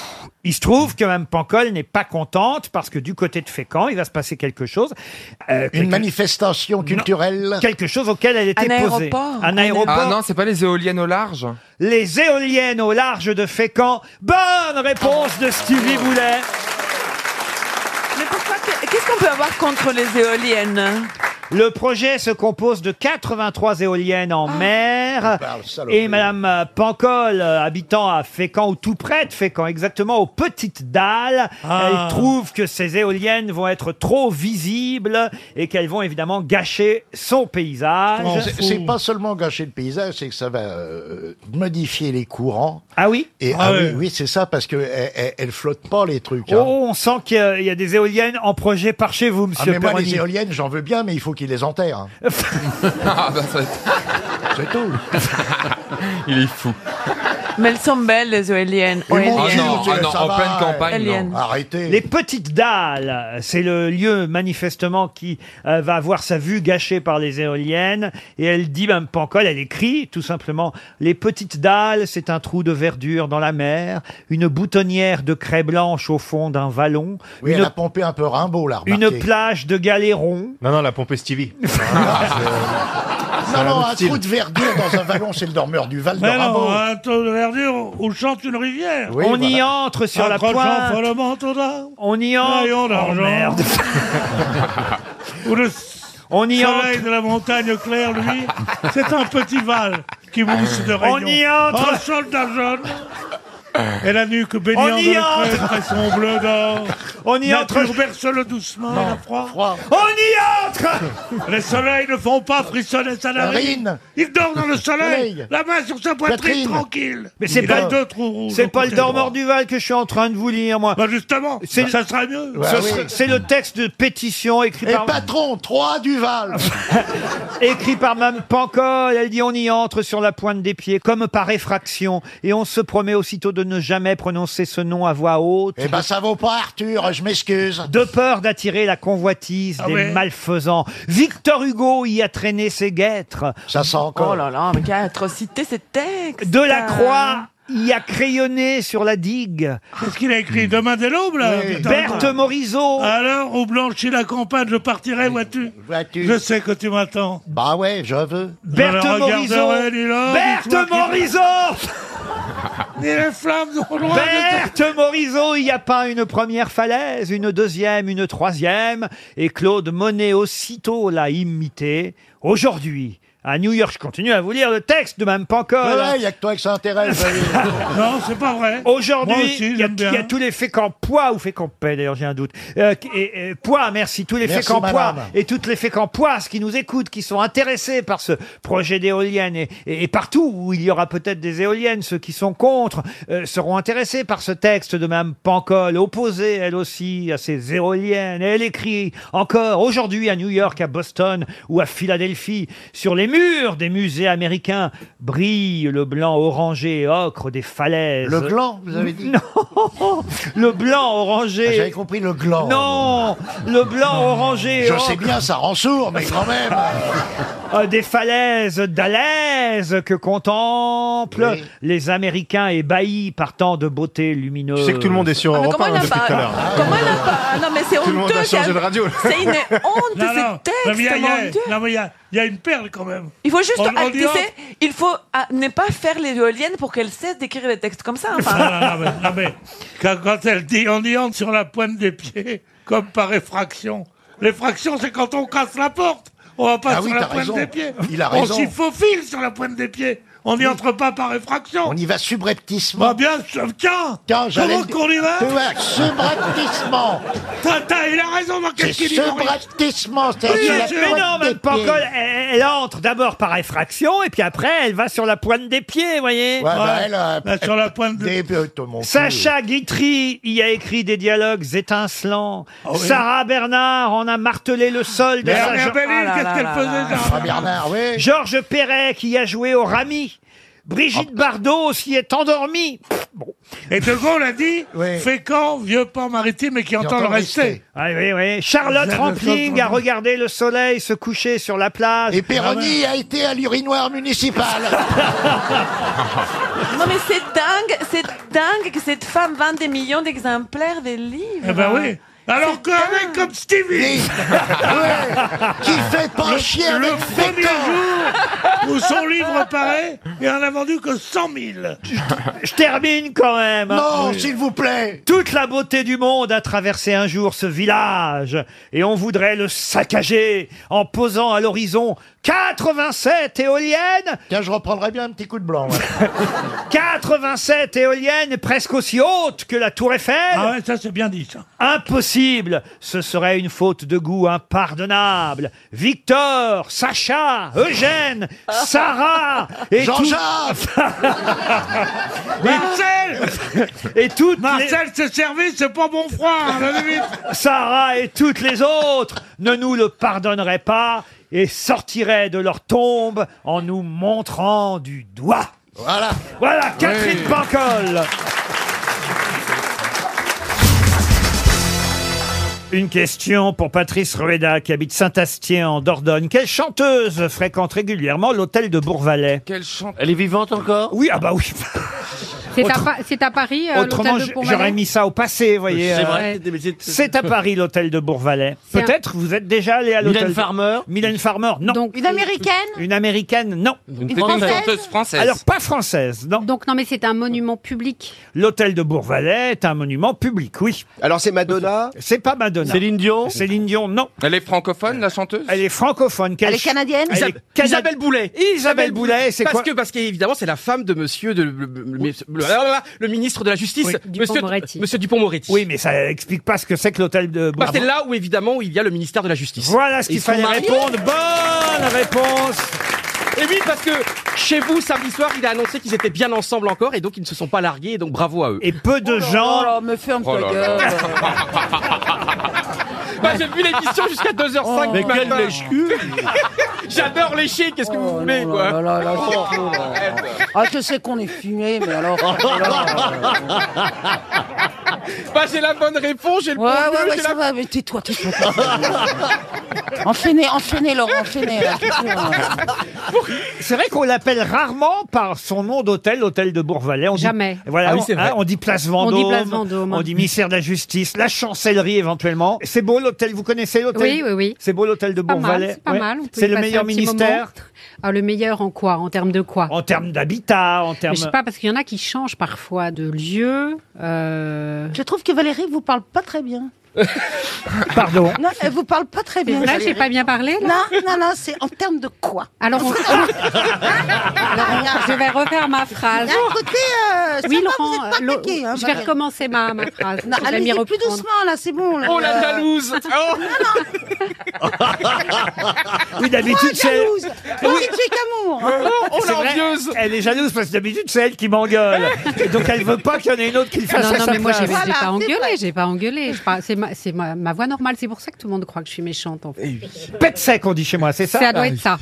Il se trouve que Mme Pancol n'est pas contente parce que du côté de Fécamp, il va se passer quelque chose. Une
manifestation culturelle
Quelque chose auquel elle était
Un
posée.
aéroport
Un aéroport.
Ah non, c'est pas les éoliennes au large
Les éoliennes au large de Fécamp. Bonne réponse de Stevie Boulet.
Mais pourquoi que- Qu'est-ce qu'on peut avoir contre les éoliennes
Le projet se compose de 83 éoliennes en
Ah.
mer. Et Madame Pancol, euh, habitant à Fécamp, ou tout près de Fécamp, exactement aux Petites Dalles,
Ah.
elle trouve que ces éoliennes vont être trop visibles et qu'elles vont évidemment gâcher son paysage.
Non, c'est- C'est pas seulement gâcher le paysage, c'est que ça va euh, modifier les courants.
Ah oui
Et,
Ah
ah
ouais.
oui, oui, c'est ça, parce que elle, elle- elle flotte pas les trucs. hein.
Oh, on sent qu'il y a- il y a des éoliennes en projet par chez vous,
Ah,
monsieur
mais moi, les
Perroni.
éoliennes, j'en veux bien, mais il faut qu'ils les enterrent.
Ah bah ça...
C'est tout.
Il est fou.
Mais elles sont belles, les éoliennes.
Et mon
Éoliennes.
Ah non, Dieu, ah non, ça en va, pleine campagne,
Éoliennes.
hein. Arrêtez.
Les Petites Dalles, c'est le lieu manifestement qui euh, va avoir sa vue gâchée par les éoliennes. Et elle dit, même Pancol, elle écrit tout simplement Les Petites Dalles, c'est un trou de verdure dans la mer, une boutonnière de craie blanche au fond d'un vallon,
Oui,
une,
elle a pompé un peu Rimbaud, là.
une
remarquez.
plage de galérons.
Non, non, la pompe est Stevie.
Ah,
Ah, euh,
Non, non, un
style.
trou de verdure dans un vallon, c'est le dormeur du Val de
Mais non, ah,
Rimbaud.
un taux de verdure où chante une rivière.
Oui,
on y entre sur la
Accrochant
pointe.
follement au dard.
On y entre.
Rayon
Oh,
d'argent.
merde.
Où le
On y
soleil
entre.
de la montagne claire, lui, c'est un petit val qui mousse de
On
rayons.
y entre.
En soldat jaune. Et la nuque baignante
On
de
y
crêpes
entre.
et son bleu d'or.
On y
Nature
entre.
berce le doucement et la froid. Oh,
On y entre
Les soleils ne font pas frissonner sa narine.
Narine.
Il dort dans le soleil,
Soleil.
la main sur sa poitrine,
Poitrine.
tranquille.
Mais c'est
Il
pas
a
le-
deux trous rouges
C'est
au
pas le
côté droit.
dormeur du Val que je suis en train de vous lire, moi.
Bah justement,
C'est-
ça sera mieux.
Ce serait- C'est le texte de pétition écrit
Bah, Et
par...
patron, 3 Duval.
Écrit par Mme Pancol, elle dit on y entre sur la pointe des pieds comme par effraction et on se promet aussitôt de ne jamais prononcer ce nom à voix haute.
Eh ben, ça vaut pas, Arthur, je m'excuse.
De peur d'attirer la convoitise
Ah
des
ouais.
malfaisants. Victor Hugo y a traîné ses guêtres.
Ça sent encore.
Oh là là, mais quelle atrocité ces textes
De la Croix
Euh.
y a crayonné sur la digue.
Qu'est-ce qu'il a écrit Demain dès l'aube, là
Oui.
putain.
Berthe Morisot.
Alors, où blanchit la campagne, je partirai, vois-tu
Vois-tu
Je sais que tu m'attends.
Bah ouais, je veux.
Berthe
Je ne
Morisot.
regarderai ni l'or, ni toi
Berthe
qui-
Morisot
Ni les flammes n'ont loin de
Berthe Morisot il y a pas une première falaise, une deuxième, une troisième, et Claude Monet aussitôt l'a imité. Aujourd'hui, à New York, je continue à vous lire le texte de Mme Pancol.
Ouais, ouais, y a que toi que ça intéresse. vous voyez.
Non, c'est pas vrai.
Aujourd'hui,
Moi aussi,
il y, a-
j'aime
il y a
bien.
tous les fécampois poids ou fécampois, d'ailleurs, j'ai un doute. Euh, et, et poids, merci, tous les
Merci,
fécampois
madame.
et toutes les fécampoises qui nous écoutent, qui sont intéressés par ce projet d'éolienne et, et- et partout où il y aura peut-être des éoliennes, ceux qui sont contre euh, seront intéressés par ce texte de Mme Pancol, opposée elle aussi à ces éoliennes. Et elle écrit encore aujourd'hui à New York, à Boston ou à Philadelphie, sur les murs des musées américains brille le blanc orangé et ocre des falaises.
Le gland, vous avez dit
Non, le blanc orangé.
Ah, J'avais compris le gland.
Non, le blanc orangé.
Je
ocre.
sais bien, ça rend sourd, mais quand même.
Euh, des falaises d'Alèse que contemplent
Oui.
les Américains ébahis par tant de beauté lumineuse.
Je sais que tout le monde est sur
Ah, mais
Europe
comment
1
elle a
depuis
pas... Ah,
tout à
Ah,
l'heure.
Comment elle a pas... Non mais c'est
Tout le monde
honteux
a changé
qu'elle-
de radio.
C'est une honte
Non, non,
ces textes,
non, mais il y a- il y a-
mon Dieu.
Non, mais il y a- il y a une perle quand même.
Il faut juste,
On- on
ah,
dit
tu
hop.
sais, il faut ah, ne pas faire les éoliennes pour qu'elles cessent d'écrire des textes comme ça.
Non,
Enfin,
Ah, non, non, mais, non, mais quand, quand elle dit on y entre sur la pointe des pieds, comme par effraction. L'effraction, c'est quand on casse la porte. On va pas
Ah
sur
oui,
la
t'as
pointe
raison.
des pieds.
Il a
on
raison.
s'y faufile sur la pointe des pieds. On n'y entre pas par effraction. On
y va subrepticement.
bien, sûr, tiens,
Tiens, j'allais
comment
le-
qu'on y va
Tu vois, subrepticement.
Tata, il a raison dans
C'est
qu'est-ce qu'il dit Maurice
subrepticement,
Mais,
c'est-à-dire sur la
mais
pointe
non,
des
même pas
pieds.
encore. Elle, elle entre d'abord par effraction et puis après elle va sur la pointe des pieds, voyez.
Ouais, bah, elle, euh,
sur la pointe
des pieds, euh, tout mon cul.
Sacha Guitry y a écrit des dialogues étincelants.
oui.
Sarah Bernard en a martelé le sol de sa
Ah Bernard
gen-
Bellil, Ah là qu'est-ce là qu'elle là faisait, là Sarah là. Bernard, oui.
Georges Perret qui a joué au Rami. Brigitte Bardot s'y est endormie.
Ah. Et De Gaulle a dit
Oui.
fécond, vieux port maritime et qui entend le rester.
Ah oui, oui. Charlotte
Jeanne
Rampling
Flocon.
a regardé le soleil se coucher sur la plage. Ah
Et Péroni a été à l'urinoir municipal.
Non mais c'est dingue, c'est dingue que cette femme vende des millions d'exemplaires des livres.
Eh ben oui.
Ah,
Alors qu'un mec comme Stevie,
qui fait pas
le,
chier avec
le premier jour où son livre paraît, il en a vendu que 100 000.
Je termine quand même. hein.
Non,
s'il vous plaît.
Toute la beauté du monde a traversé un jour ce village et on voudrait le saccager en posant à l'horizon 87 éoliennes.
Tiens, je reprendrai bien un petit coup de blanc.
87 éoliennes presque aussi hautes que la Tour Eiffel.
Ah ouais, ça c'est bien dit ça.
Impossible Ce serait une faute de goût impardonnable. Victor, Sacha, Eugène,
Ah.
Sarah et tout-
Marcel
Et toutes
Marcel, ce service, c'est pas bon froid, hein, la limite.
Sarah et toutes les autres ne nous le pardonneraient pas et sortiraient de leur tombe en nous montrant du doigt.
Voilà.
Voilà, Catherine
Oui.
Pancol. Une question pour Patrice Rueda qui habite Saint-Astier en Dordogne. Quelle chanteuse fréquente régulièrement l'hôtel de Bourvalet
Quelle chanteuse
Elle est vivante encore Oui, ah bah oui.
C'est à, Pa- c'est à Paris, euh,
Autrement,
l'hôtel de
j-
Pontvalais
j'aurais mis ça au passé, vous voyez.
C'est
euh,
vrai.
C'est à Paris l'hôtel de Bourvalet.
C'est un-
Peut-être vous êtes déjà allé à l'hôtel.
Mylène
de-
Farmer
Mylène Farmer, non.
Une américaine
Une américaine, non.
Une Française chanteuse française.
Alors pas française, non.
Donc non, mais c'est un monument public.
L'hôtel de Bourvalet est un monument public, oui. Alors c'est Madonna C'est pas Madonna.
Céline Dion
Céline Dion, non.
Elle est francophone, la chanteuse
Elle est francophone. quelle
Elle est
ch-
canadienne
Elle est
Isab-
cana-
Isabelle Boulet.
Isabelle Boulet, c'est
parce
quoi
que parce qu'évidemment c'est la femme de Monsieur de le, le- le- le- le ministre de la Justice, Monsieur Monsieur Dupont-Moretti.
Oui, mais ça explique pas ce que c'est que l'hôtel de
Parce que
Bourvalet.
c'est là où évidemment où il y a le ministère de la Justice.
Voilà
Et
ce qu'il
ils sont
fallait
mariés.
répondre. Bonne réponse.
Et oui, parce que chez vous samedi soir, il a annoncé qu'ils étaient bien ensemble encore et donc ils ne se sont pas largués. Et donc bravo à eux.
Et peu
Oh
de gens.
me ferme
ta Oh là gueule.
Bah, j'ai vu l'émission jusqu'à
Oh.
2h05
Mais
du matin.
quel lèche-cul
J'adore lécher, qu'est-ce que
Oh
vous voulez, quoi Oh,
Ah, je sais qu'on est fumé, mais alors. euh.
Bah, j'ai la bonne réponse, j'ai le bon
Ouais, ouais,
lieu,
ouais,
j'ai
ça
la...
va, mais tais-toi, tais-toi. enchaînez, enchaînez, Laurent, enchaînez. là, c'est sûr, hein.
C'est vrai qu'on l'appelle rarement par son nom d'hôtel, l'hôtel de Bourvalet. On
Jamais.
Dit, voilà,
Ah oui,
on-
c'est vrai.
hein, on, dit Place
On
Vendôme.
dit Place Vendôme.
on dit ministère de la Justice, la Chancellerie éventuellement. C'est beau l'hôtel, vous connaissez l'hôtel
Oui, oui, oui.
C'est beau l'hôtel de
Pas mal,
Bourvalet.
c'est pas
Ouais.
mal. on peut y
C'est le
passer
meilleur
un petit moment.
ministère
Ah, le meilleur en quoi En termes de quoi
en termes d'habitat, en termes.
Mais Je sais pas, parce qu'il y en a qui changent parfois de lieu. euh.
Je trouve que Valérie vous parle pas très bien.
Ah
Pardon.
Non, elle vous parle pas très bien.
Là, j'ai pas bien parlé là
Non, non, non, c'est en termes de quoi
Alors, on- je vais refaire ma phrase.
D'un côté, euh, ça
oui,
va,
Laurent,
vous êtes pas
Lo-
taqué, hein,
je vais
Valérie.
recommencer ma, ma phrase.
Non,
Je vais
allez-y,
m'y
plus
reprendre.
doucement, là, c'est bon. Là, Euh,
Oh, la
jalouse
Oh. Oui,
Moi,
d'habitude, c'est.
jalouse Moi,
Oui. Oh,
qui ne suis qu'amour hein.
C'est vrai, Elle est jalouse parce que d'habitude, c'est elle qui m'engueule. Et donc, elle veut pas qu'il y en ait une autre qui le fasse
Ah, Non,
à
non,
sa
mais moi, j'ai
place.
j'ai pas engueulé, j'ai pas engueulé. Je parle- C'est ma, c'est ma- ma voix normale, c'est pour ça que tout le monde croit que je suis méchante, en fait.
Eh,
Pète sec, on dit chez moi, c'est ça
Ça doit être ça.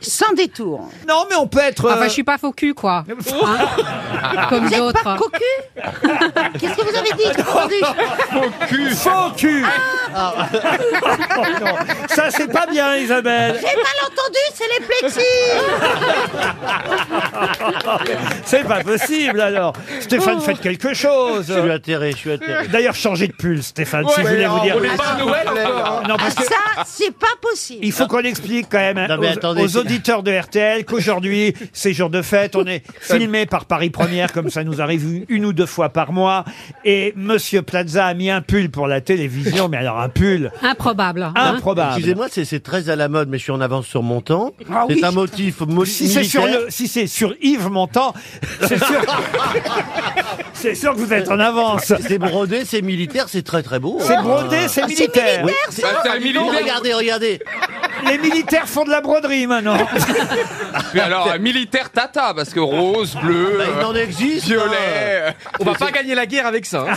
Sans détour.
Non, mais on peut être. euh, Oh.
Enfin, je suis pas faux cul, quoi. Hein Comme
Vous êtes
d'autres.
pas cocu Qu'est-ce que vous avez dit j'ai pas entendu.
Ah Faux cul Faux cul
Ah.
Oh non. Ça, c'est pas bien, Isabelle
J'ai mal entendu, c'est les plexis
C'est pas possible, alors Stéphane,
Oh.
faites quelque chose
Je suis atterré, je suis atterré.
D'ailleurs, changez de pull, Stéphane, si
Ouais,
vous
mais
voulez
non,
vous dire... Ah,
on est pas à Noël encore.
Ah,
Ah,
Non, parce que
Ça, c'est pas possible
il faut qu'on explique quand même hein,
Non, mais
aux
attendez,
aux
c'est-
auditeurs de RTL qu'aujourd'hui, c'est jour de fête. On est filmé par Paris Première, comme ça nous arrive une- une ou deux fois par mois. Et Monsieur Plaza a mis un pull pour la télévision, mais alors un pull.
Improbable. hein.
Excusez-moi, c'est- c'est très à la mode, mais je suis en avance sur mon temps.
Ah
c'est
oui.
un motif mo-
Si c'est sur,
militaire.
le- si c'est sur Yves Montand, c'est sûr, c'est sûr que vous êtes en avance.
C'est brodé, c'est militaire, c'est très très beau.
C'est brodé,
Ah,
Ah, c'est militaire.
Oui, c'est- Regardez, regardez.
Les militaires font de la broderie maintenant.
Ah,
Puis alors, euh, militaire tata, parce que rose, bleu,
Bah, il en
euh,
existe,
violet. euh,
On va pas gagner la guerre avec ça. hein.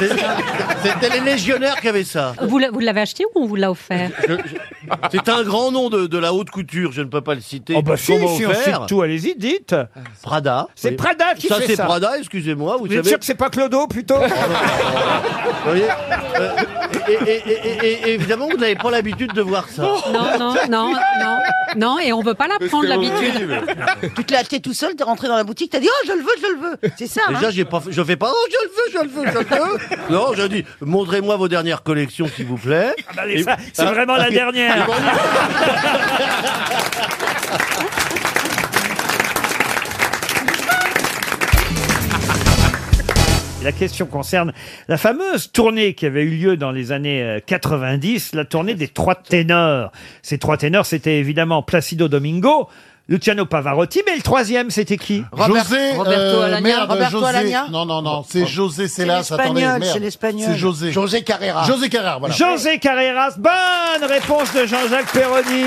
C'était les légionnaires qui avaient ça.
Vous l'a- vous l'avez acheté ou on vous l'a offert
C'est un grand nom de, de la haute couture, je ne peux pas le citer.
Oh bah si,
Comment
si, on
faire
cite tout, allez-y, dites.
Prada.
C'est
Oui.
Prada qui fait
c'est
ça.
Prada, excusez-moi. Vous,
Vous êtes
savez,
sûr que c'est pas Clodo plutôt
vous voyez, euh, et, et- et- et- et évidemment, vous n'avez pas l'habitude de voir ça.
Non, non, non, non, non, et on veut pas la prendre l'habitude.
Tu te l'as acheté tout seul, t'es rentré dans la boutique, t'as dit oh je le veux, je le veux. C'est ça.
Déjà,
hein.
j'ai pas, fait- je fais pas, oh, je le veux, je le veux, je le veux. Non, je dis, montrez-moi vos dernières collections, s'il vous plaît.
bah,
Et-
ça, c'est
Ah.
vraiment la dernière. La question concerne la fameuse tournée qui avait eu lieu dans les années euh, 90, la tournée des trois ténors. Ces trois ténors, c'était évidemment Placido Domingo, Luciano Pavarotti, mais le troisième, c'était qui
José, euh, merde, José- Non, non, non, c'est José Celas. attendez,
l'Espagnol,
merde.
c'est l'Espagnol.
C'est José.
José Carreras.
José Carrera, voilà.
José Carreras, bonne réponse de Jean-Jacques Perroni.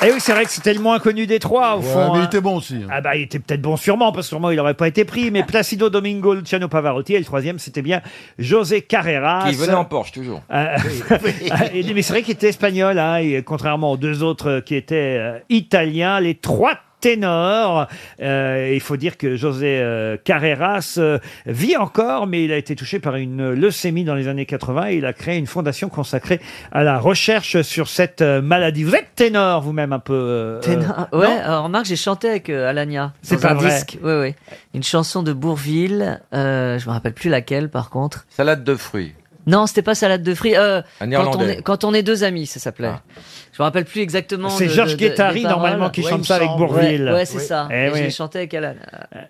Et Eh oui, c'est vrai que c'était le moins connu des trois, au
Ouais,
fond.
mais il
hein.
était bon aussi.
Ah bah, il était peut-être bon sûrement, parce que sûrement il n'aurait pas été pris, mais Placido Domingo, Luciano Pavarotti, et le troisième, c'était bien José
Ah,
Carreras.
Qui venait en Porsche, toujours.
Euh, et- mais c'est vrai qu'il était espagnol, hein, et contrairement aux deux autres euh, qui étaient euh, italiens, les trois ténors. Euh, il faut dire que José euh, Carreras euh, vit encore, mais il a été touché par une leucémie dans les années 80 et il a créé une fondation consacrée à la recherche sur cette euh, maladie. Vous êtes ténor vous-même un peu euh,
Ah,
Ténor.
euh,
ouais,
non
euh, remarque, j'ai chanté avec euh, Alania.
C'est
dans
pas
un
vrai.
disque. Ouais, ouais. Une chanson de Bourville, euh, je me rappelle plus laquelle par contre.
Salade de fruits.
Non, c'était pas salade de fruits. euh,
Un
quand, on
Irlandais. Ah.
est, quand on est deux amis, ça s'appelait. Je me rappelle plus exactement.
C'est
de- de-
Georges
de- des
Guettari,
paroles.
normalement, qui
Ouais, il
chante
me
ça avec
semble.
Bourvil.
Ouais, ouais, c'est
Oui.
ça.
Eh
Et
oui.
J'ai chanté avec Alan-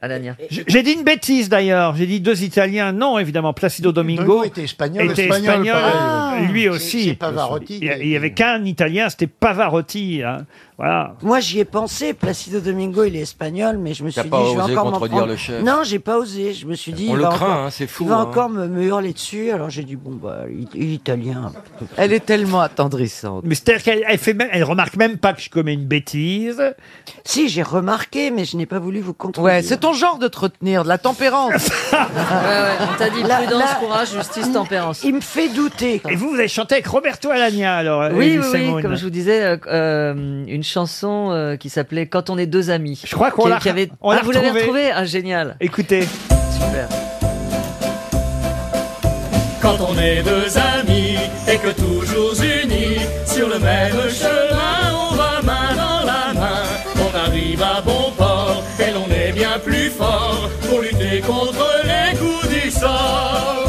Alania.
J- J'ai dit une bêtise d'ailleurs. J'ai dit deux Italiens. Non, évidemment, Placido Domingo.
Domingo était espagnol.
était
Espagnol,
espagnol,
pareil.
euh,
Ah,
lui
c'est-
aussi.
c'est Pavarotti
Il y a- Il n'y avait qu'un Italien, c'était Pavarotti. hein. Voilà.
Moi, j'y ai pensé. Placido Domingo, il est espagnol, mais je me
T'as
suis dit,
pas
je vais
osé
encore m'en
contredire
prendre.
le chef.
Non, j'ai pas osé. Je me suis dit,
On
il
le
va
craint,
encore,
hein, c'est fou,
Il va
hein.
encore me, me hurler dessus. Alors j'ai dit, bon bah, il, il est italien.
Elle est tellement attendrissante.
Mais c'est-à-dire qu'elle elle fait même, elle remarque même pas que je commets une bêtise.
Si, j'ai remarqué, mais je n'ai pas voulu vous contredire.
Ouais, c'est ton genre de te retenir, de la tempérance.
Ouais, Ah ouais, on t'a dit
Là-
prudence,
là-
courage, justice, tempérance.
Il me fait douter.
Et vous, vous avez chanté avec Roberto Alagna, alors.
Oui,
Elie
oui, oui,
Semoun.
comme je vous disais, euh, euh, une chanson euh, qui s'appelait Quand on est deux amis. Je
crois qu'on l'a-
Avait...
on l'a
Ah, vous l'avez
retrouvée.
retrouvée Ah, génial.
Écoutez.
Super.
Quand on est deux amis et que toujours unis sur le même chemin, on va main dans la main. On arrive à bon port et l'on est bien plus fort pour lutter contre les coups du sort.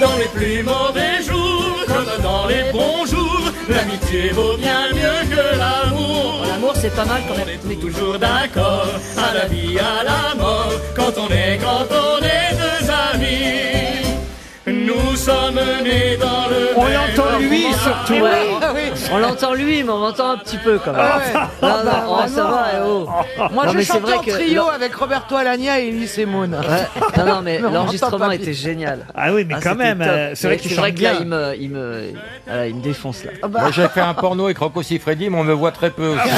Dans les plus mauvais jours comme dans les bons jours, l'amitié vaut bien mieux que l'amour.
L'amour, c'est pas mal quand même.
On est toujours d'accord à la vie, à la mort, quand on est, quand on est deux amis. Nous sommes nés dans le
On
même
l'entend, lui,
endroit.
surtout. Ah
Ouais. Ah On l'entend lui, mais on l'entend un petit peu quand même. Non,
Ah
non,
bah,
oh, ça va, eh oh.
Moi,
Non,
je
mais c'est
chantais
vrai
en
que
trio
l'en-
avec Roberto Alagna et Elie Semoun.
Ouais. Non, non, mais
Mais on l'entend
l'enregistrement
pas
était
bien.
génial.
Ah oui, mais quand
c'était
même,
top.
euh, c'est vrai
Mais
qu'il
c'est vrai
chante
que là,
bien.
il me, il me, voilà, Ah, il me défonce là.
Ah bah.
Moi, j'ai fait un porno avec Rocco Siffredi, mais on me voit très peu aussi.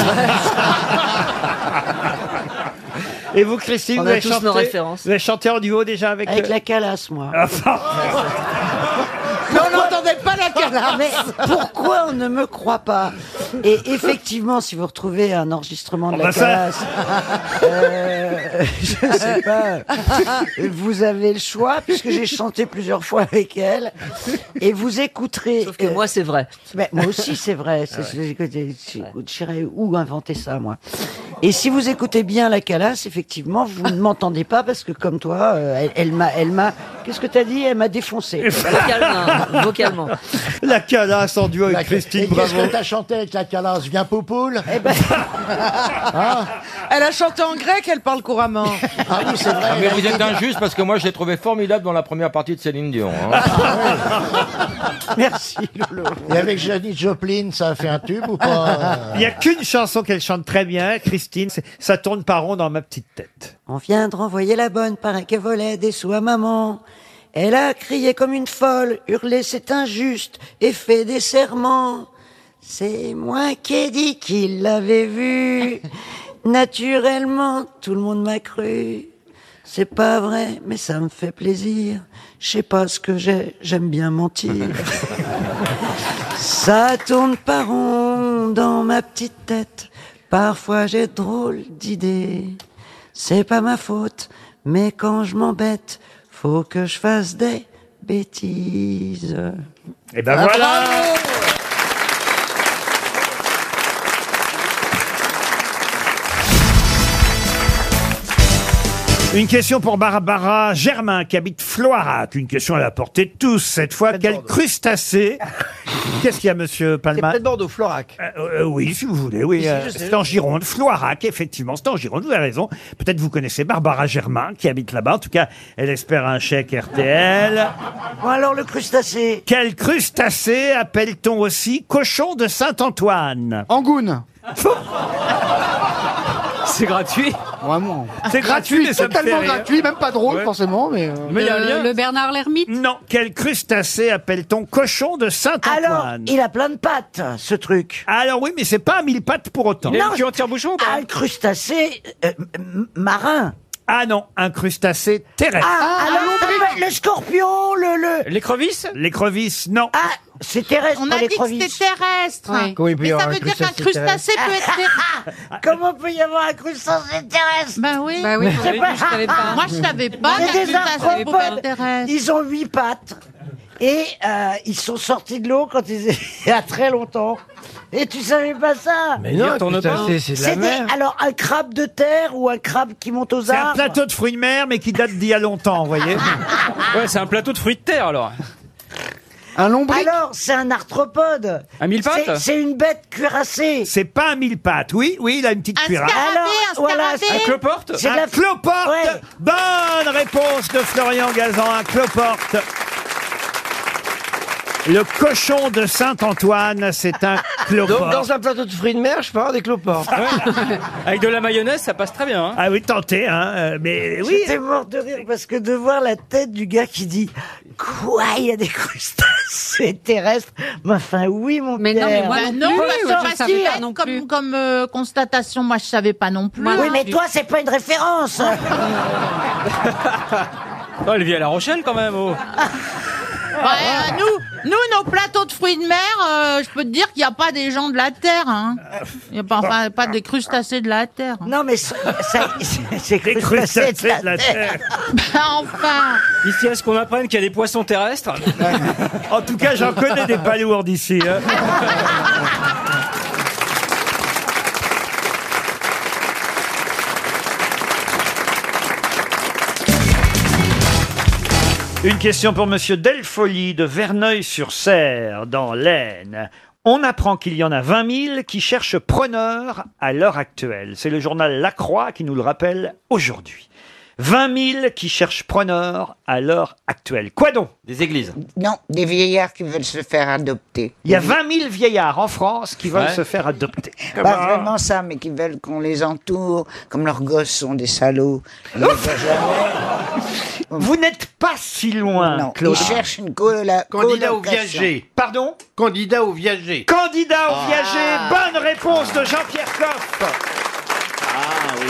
Et vous, Christine,
On
vous
a
avez,
tous
chanté,
nos références.
vous avez chanté en duo déjà avec.
Avec
euh,
la calasse, moi.
enfin,
Mais on n'entendait pas la calasse. Ah, pourquoi on ne me croit pas Et effectivement, si vous retrouvez un enregistrement de
Oh, bah
la
ça-
calasse, euh, je sais pas, vous avez le choix puisque j'ai chanté plusieurs fois avec elle et vous écouterez. Sauf que
moi, c'est vrai. Ah
moi aussi, c'est vrai. C'est- j'ai écouté- j'ai- J'irais où inventer ça, moi. Et si vous écoutez bien la calasse, effectivement, vous ne m'entendez pas parce que comme toi, euh, elle- elle m'a, elle m'a Qu'est-ce que t'as dit Elle m'a défoncé.
Vocalement, vocalement.
La canasse en duo
avec
Et qu'est-ce que t'as chanté avec la calasse Viens Hein Popoule
Eh ben, Ah,
Elle a chanté en grec, elle parle couramment.
Ah oui, c'est vrai.
Ah, mais vous êtes injuste parce que moi, je l'ai trouvé formidable dans la première partie de Céline Dion. hein.
Ah, Merci Lolo. Et avec Janis Joplin, ça a fait un tube ou pas
Il n'y a qu'une chanson qu'elle chante très bien, Christine, c'est « Ça tourne par rond dans ma petite tête
On vient de renvoyer la bonne, paraît qu'elle volait des sous à maman. Elle a crié comme une folle, hurlé c'est injuste, et fait des serments. C'est moi qui ai dit qu'il l'avait vu. Naturellement, tout le monde m'a cru. C'est pas vrai, mais ça me fait plaisir. Je sais pas ce que j'ai, j'aime bien mentir. Ça tourne par rond dans ma petite tête. Parfois j'ai drôle d'idées. C'est pas ma faute, mais quand je m'embête, faut que je fasse des bêtises.
Et ben voilà Une question pour Barbara Germain qui habite Floirac. Une question à la portée de tous cette fois. Quel crustacé Qu'est-ce qu'il y a, monsieur Palma
peut-être Bordeaux, Florac.
Euh, oui, si vous voulez, oui.
Si,
euh,
je sais.
c'est en Gironde, Floirac, effectivement. C'est en Gironde, vous avez raison. Peut-être vous connaissez Barbara Germain, qui habite là-bas. En tout cas, elle espère un chèque RTL.
Bon, alors le crustacé.
Quel crustacé appelle-t-on aussi cochon de Saint-Antoine Angoune.
C'est gratuit
Vraiment.
C'est gratuit, mais ça me fait
totalement
rire.
gratuit, même pas drôle
Ouais.
forcément, mais. euh,
le, le Bernard l'ermite
Non. Quel crustacé appelle-t-on cochon de Saint-Antoine
Alors, il a plein de pattes, ce truc.
Alors oui, mais c'est pas à mille pattes pour autant.
Non, je-
tire-bouchon
ah, le crustacé euh, m- marin.
Ah non, un crustacé terrestre.
Ah, alors, le scorpion, le... le...
L'écrevisse
L'écrevisse, non.
Ah, c'est terrestre,
On
pas
a dit que
l'écrevisse.
c'était terrestre.
Comment il peut y
Mais ça
avoir un
veut dire qu'un
crustacé
crustacé peut être terrestre.
Comment peut y avoir un crustacé terrestre
Ben oui.
Bah oui,
C'est pas-
je savais pas.
Moi, je savais pas qu'un
C'est des
crustacé pouvait être
arthropodes.
terrestre.
Ils ont huit pattes. Et euh, ils sont sortis de l'eau quand ils il y a très longtemps. Et tu savais pas ça
Mais non, putain, c'est c'est de la
C'est des-
merde.
alors un crabe de terre ou un crabe qui monte aux
C'est un
arbres
plateau de fruits de mer, mais qui date d'il y a longtemps, vous voyez.
Ouais, c'est un plateau de fruits de terre alors.
Un lombric
Alors c'est un arthropode.
Un mille pattes
C'est- C'est une bête cuirassée.
C'est pas à mille pattes. Oui, oui, il a une petite
Un
cuirasse.
scarabée,
Alors,
un
voilà,
scarabée.
Un cloporte
C'est
un
de la-
cloporte
Ouais.
Bonne réponse de Florian Gazan, un cloporte le cochon de Saint-Antoine, c'est un cloporte.
Donc dans un plateau de fruits de mer, je peux avoir des cloportes.
Avec de la mayonnaise, ça passe très bien.
Ah oui, tenté, hein, euh, mais oui.
J'étais mort de rire parce que de voir la tête du gars qui dit Quoi, il y a des crustacés terrestres Mais enfin, oui, mon
Mais non,
Pierre.
mais moi
Bah
non,
non, bah,
plus, je
c'est
savais pas
facile.
non plus.
Comme, comme euh, constatation, moi, je savais pas non plus.
Voilà.
Oui, mais toi, c'est pas une référence.
Oh, elle vit à La Rochelle quand même. oh.
Ouais, euh, nous, nous, nos plateaux de fruits de mer, euh, je peux te dire qu'il n'y a pas des gens de la terre. Hein. Il n'y a pas, enfin, pas des crustacés de la terre.
non, mais ça, ça- c'est
Des
crustacés de la terre.
Bah, enfin
Ici, à ce qu'on apprenne qu'il y a des poissons terrestres.
En tout cas, j'en connais des palourdes ici. hein. Une question pour Monsieur Delfolie de Verneuil-sur-Serre, dans l'Aisne. On apprend qu'il y en a 20 000 qui cherchent preneur à l'heure actuelle. C'est le journal La Croix qui nous le rappelle aujourd'hui. 20 000 qui cherchent preneur à l'heure actuelle. Quoi donc
Des églises.
Non, des vieillards qui veulent se faire adopter.
Il y a 20 000 vieillards en France qui veulent
Ouais.
se faire adopter.
Bah,
Pas vraiment ça, mais qui veulent qu'on les entoure, comme leurs gosses sont des salauds. Ils les voient jamais.
Vous n'êtes pas si loin,
Non,
Claude.
ils cherchent une colla-
Candidat au
colocation.
viager.
Pardon
Oh, Candidat au viager.
Candidat au
Ah.
viager, bonne réponse de Jean-Pierre Coff.
Ah oui.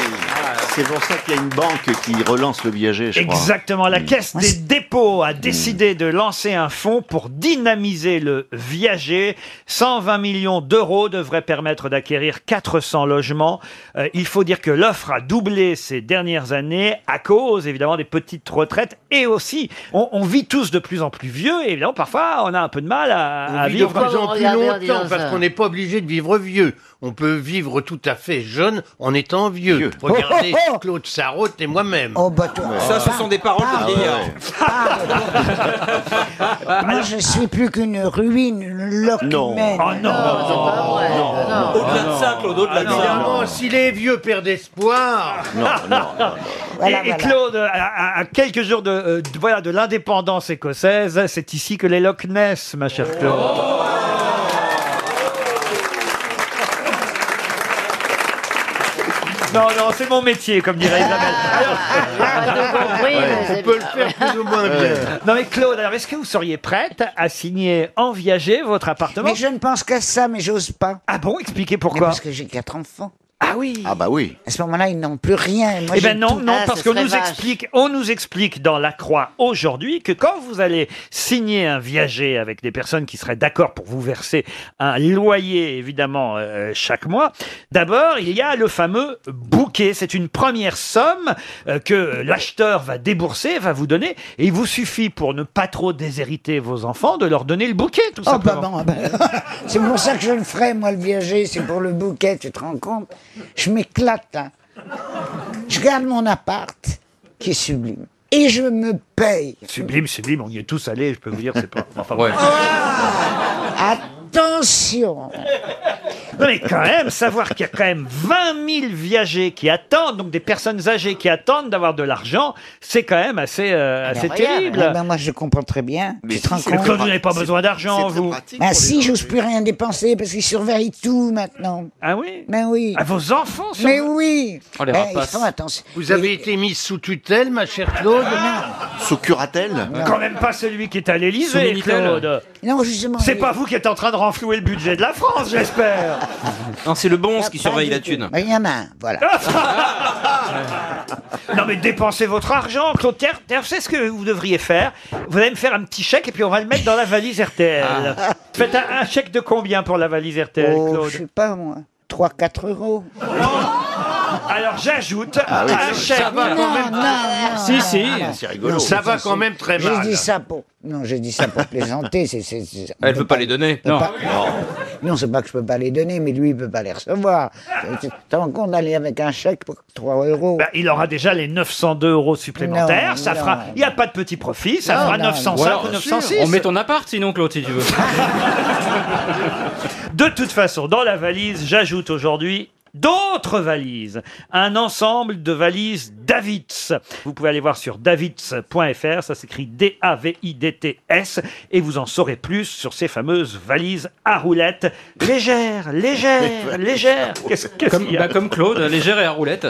C'est pour ça qu'il y a une banque qui relance le viager, je crois. Hmm.
Exactement, la Caisse des dépôts a décidé de lancer un fonds pour dynamiser le viager. 120 millions d'euros devraient permettre d'acquérir 400 logements. Euh, il faut dire que l'offre a doublé ces dernières années à cause évidemment des petites retraites et aussi on, on vit tous de plus en plus vieux et évidemment parfois on a un peu de mal à, à
On vit de
vivre.
plus
Oh,
en plus
Regardez, regardez
longtemps
ça.
parce qu'on n'est pas obligé de vivre vieux. On peut vivre tout à fait jeune en étant
sent vieux. Regardez Claude Sarraute et moi-même.
Oh, bah toi.
Ça, ce sont des paroles
Ah,
de vieillard.
Moi, je suis plus qu'une ruine, une loque humaine.
Ah,
Au-delà de ça, Claude, au-delà
Ah
de Évidemment,
s'il est vieux père d'espoir.
Ah.
Voilà,
et, et
voilà.
Claude, à, à- à quelques jours de, euh, de- voilà, de l'indépendance écossaise, c'est ici que les Loch Ness, ma chère
Oh.
Claude. Non, non, c'est mon métier, comme dirait Isabelle.
Ah,
on peut le faire plus ou moins bien.
Non mais Claude, alors est-ce que vous seriez prête à signer en viager votre appartement
Mais je ne pense qu'à ça, mais j'ose pas.
Ah bon Expliquez
pourquoi. parce que j'ai quatre enfants.
Ah oui
Ah bah oui. À ce moment-là, ils n'ont plus rien. Et moi,
eh ben
j'ai
non,
tout.
non,
Ah,
parce
ce
qu'on
serait
nous
vache.
explique, on nous explique dans la Croix aujourd'hui que quand vous allez signer un viager avec des personnes qui seraient d'accord pour vous verser un loyer évidemment euh, chaque mois, d'abord il y a le fameux bouquet. C'est une première somme euh, que l'acheteur va débourser, va vous donner, et il vous suffit pour ne pas trop déshériter vos enfants de leur donner le bouquet tout
Oh, bah
simplement.
bon, ah bah, c'est pour ça que je le ferai, moi, le viager, c'est pour le bouquet, tu te rends compte Je m'éclate. hein. Je garde mon appart, qui est sublime. Et je me paye.
Sublime, sublime, on y est tous allés, je peux vous dire, c'est pas. enfin, bon.
Attention
Non mais quand même, savoir qu'il y a quand même 20 000 viagers qui attendent, donc des personnes âgées qui attendent d'avoir de l'argent, c'est quand même assez, euh, assez
Alors, regarde,
terrible.
ouais, Ah ben, moi, je comprends très bien.
Mais
tu te rends
c'est-
compte
Claude, vous n'avez pas besoin d'argent, vous.
Ben si, j'ose plus rien dépenser parce qu'ils surveillent tout maintenant.
Ah oui
Ben oui.
Ah, vos enfants sont-
Mais oui
Oh, les
Ben, Ils
rapaces.
font attention.
Vous
Et- Ah,
avez été mis sous tutelle, ma chère Claude
Sous curatelle Quand même pas celui qui est à
Sous
l'Élysée,
Minitel.
Claude.
Non, justement.
C'est
il-
pas vous qui êtes en train de renflouer le budget de la France, j'espère.
Non, c'est le bon
qui surveille la thune.
Ben, Il y en a un, voilà.
Non mais dépensez votre argent, Claude Terre. Terre, c'est ce que vous devriez faire. Vous allez me faire un petit chèque et puis on va le mettre dans la valise RTL.
Ah.
Faites un, un chèque de combien pour la valise RTL,
Oh,
Claude
je sais pas, moi. 3-4 euros.
Alors j'ajoute
Ah oui,
un
ça
chèque.
va
Non, non, non, non, non, non.
rigolo. Ça va quand même très mal.
J'ai dit ça pour... Non, j'ai dit ça pour plaisanter. c'est- c'est- c'est-
Ah, Elle peut pas les donner.
Non. Non, c'est pas que je peux pas les donner, mais lui, il peut pas les recevoir. Tu te rends compte d'aller avec un chèque pour 3 euros
Bah, il aura déjà les 902 euros supplémentaires.
Non,
ça
non.
fera. Il n'y a pas de petit profit. Ça
Non,
fera
non,
905
non.
ou
Bien sûr.
906.
On met
ton appart sinon, Claude, si tu veux. de toute façon, dans la valise, j'ajoute aujourd'hui. D'autres valises, un ensemble de valises Davids. Vous pouvez aller voir sur davids.fr, ça s'écrit D-A-V-I-D-T-S, et vous en saurez plus sur ces fameuses valises à roulettes, légères, légères, légères. Qu'est-ce qu'est-ce
Comme,
qu'il y a
bah, comme Claude, légère et à roulette.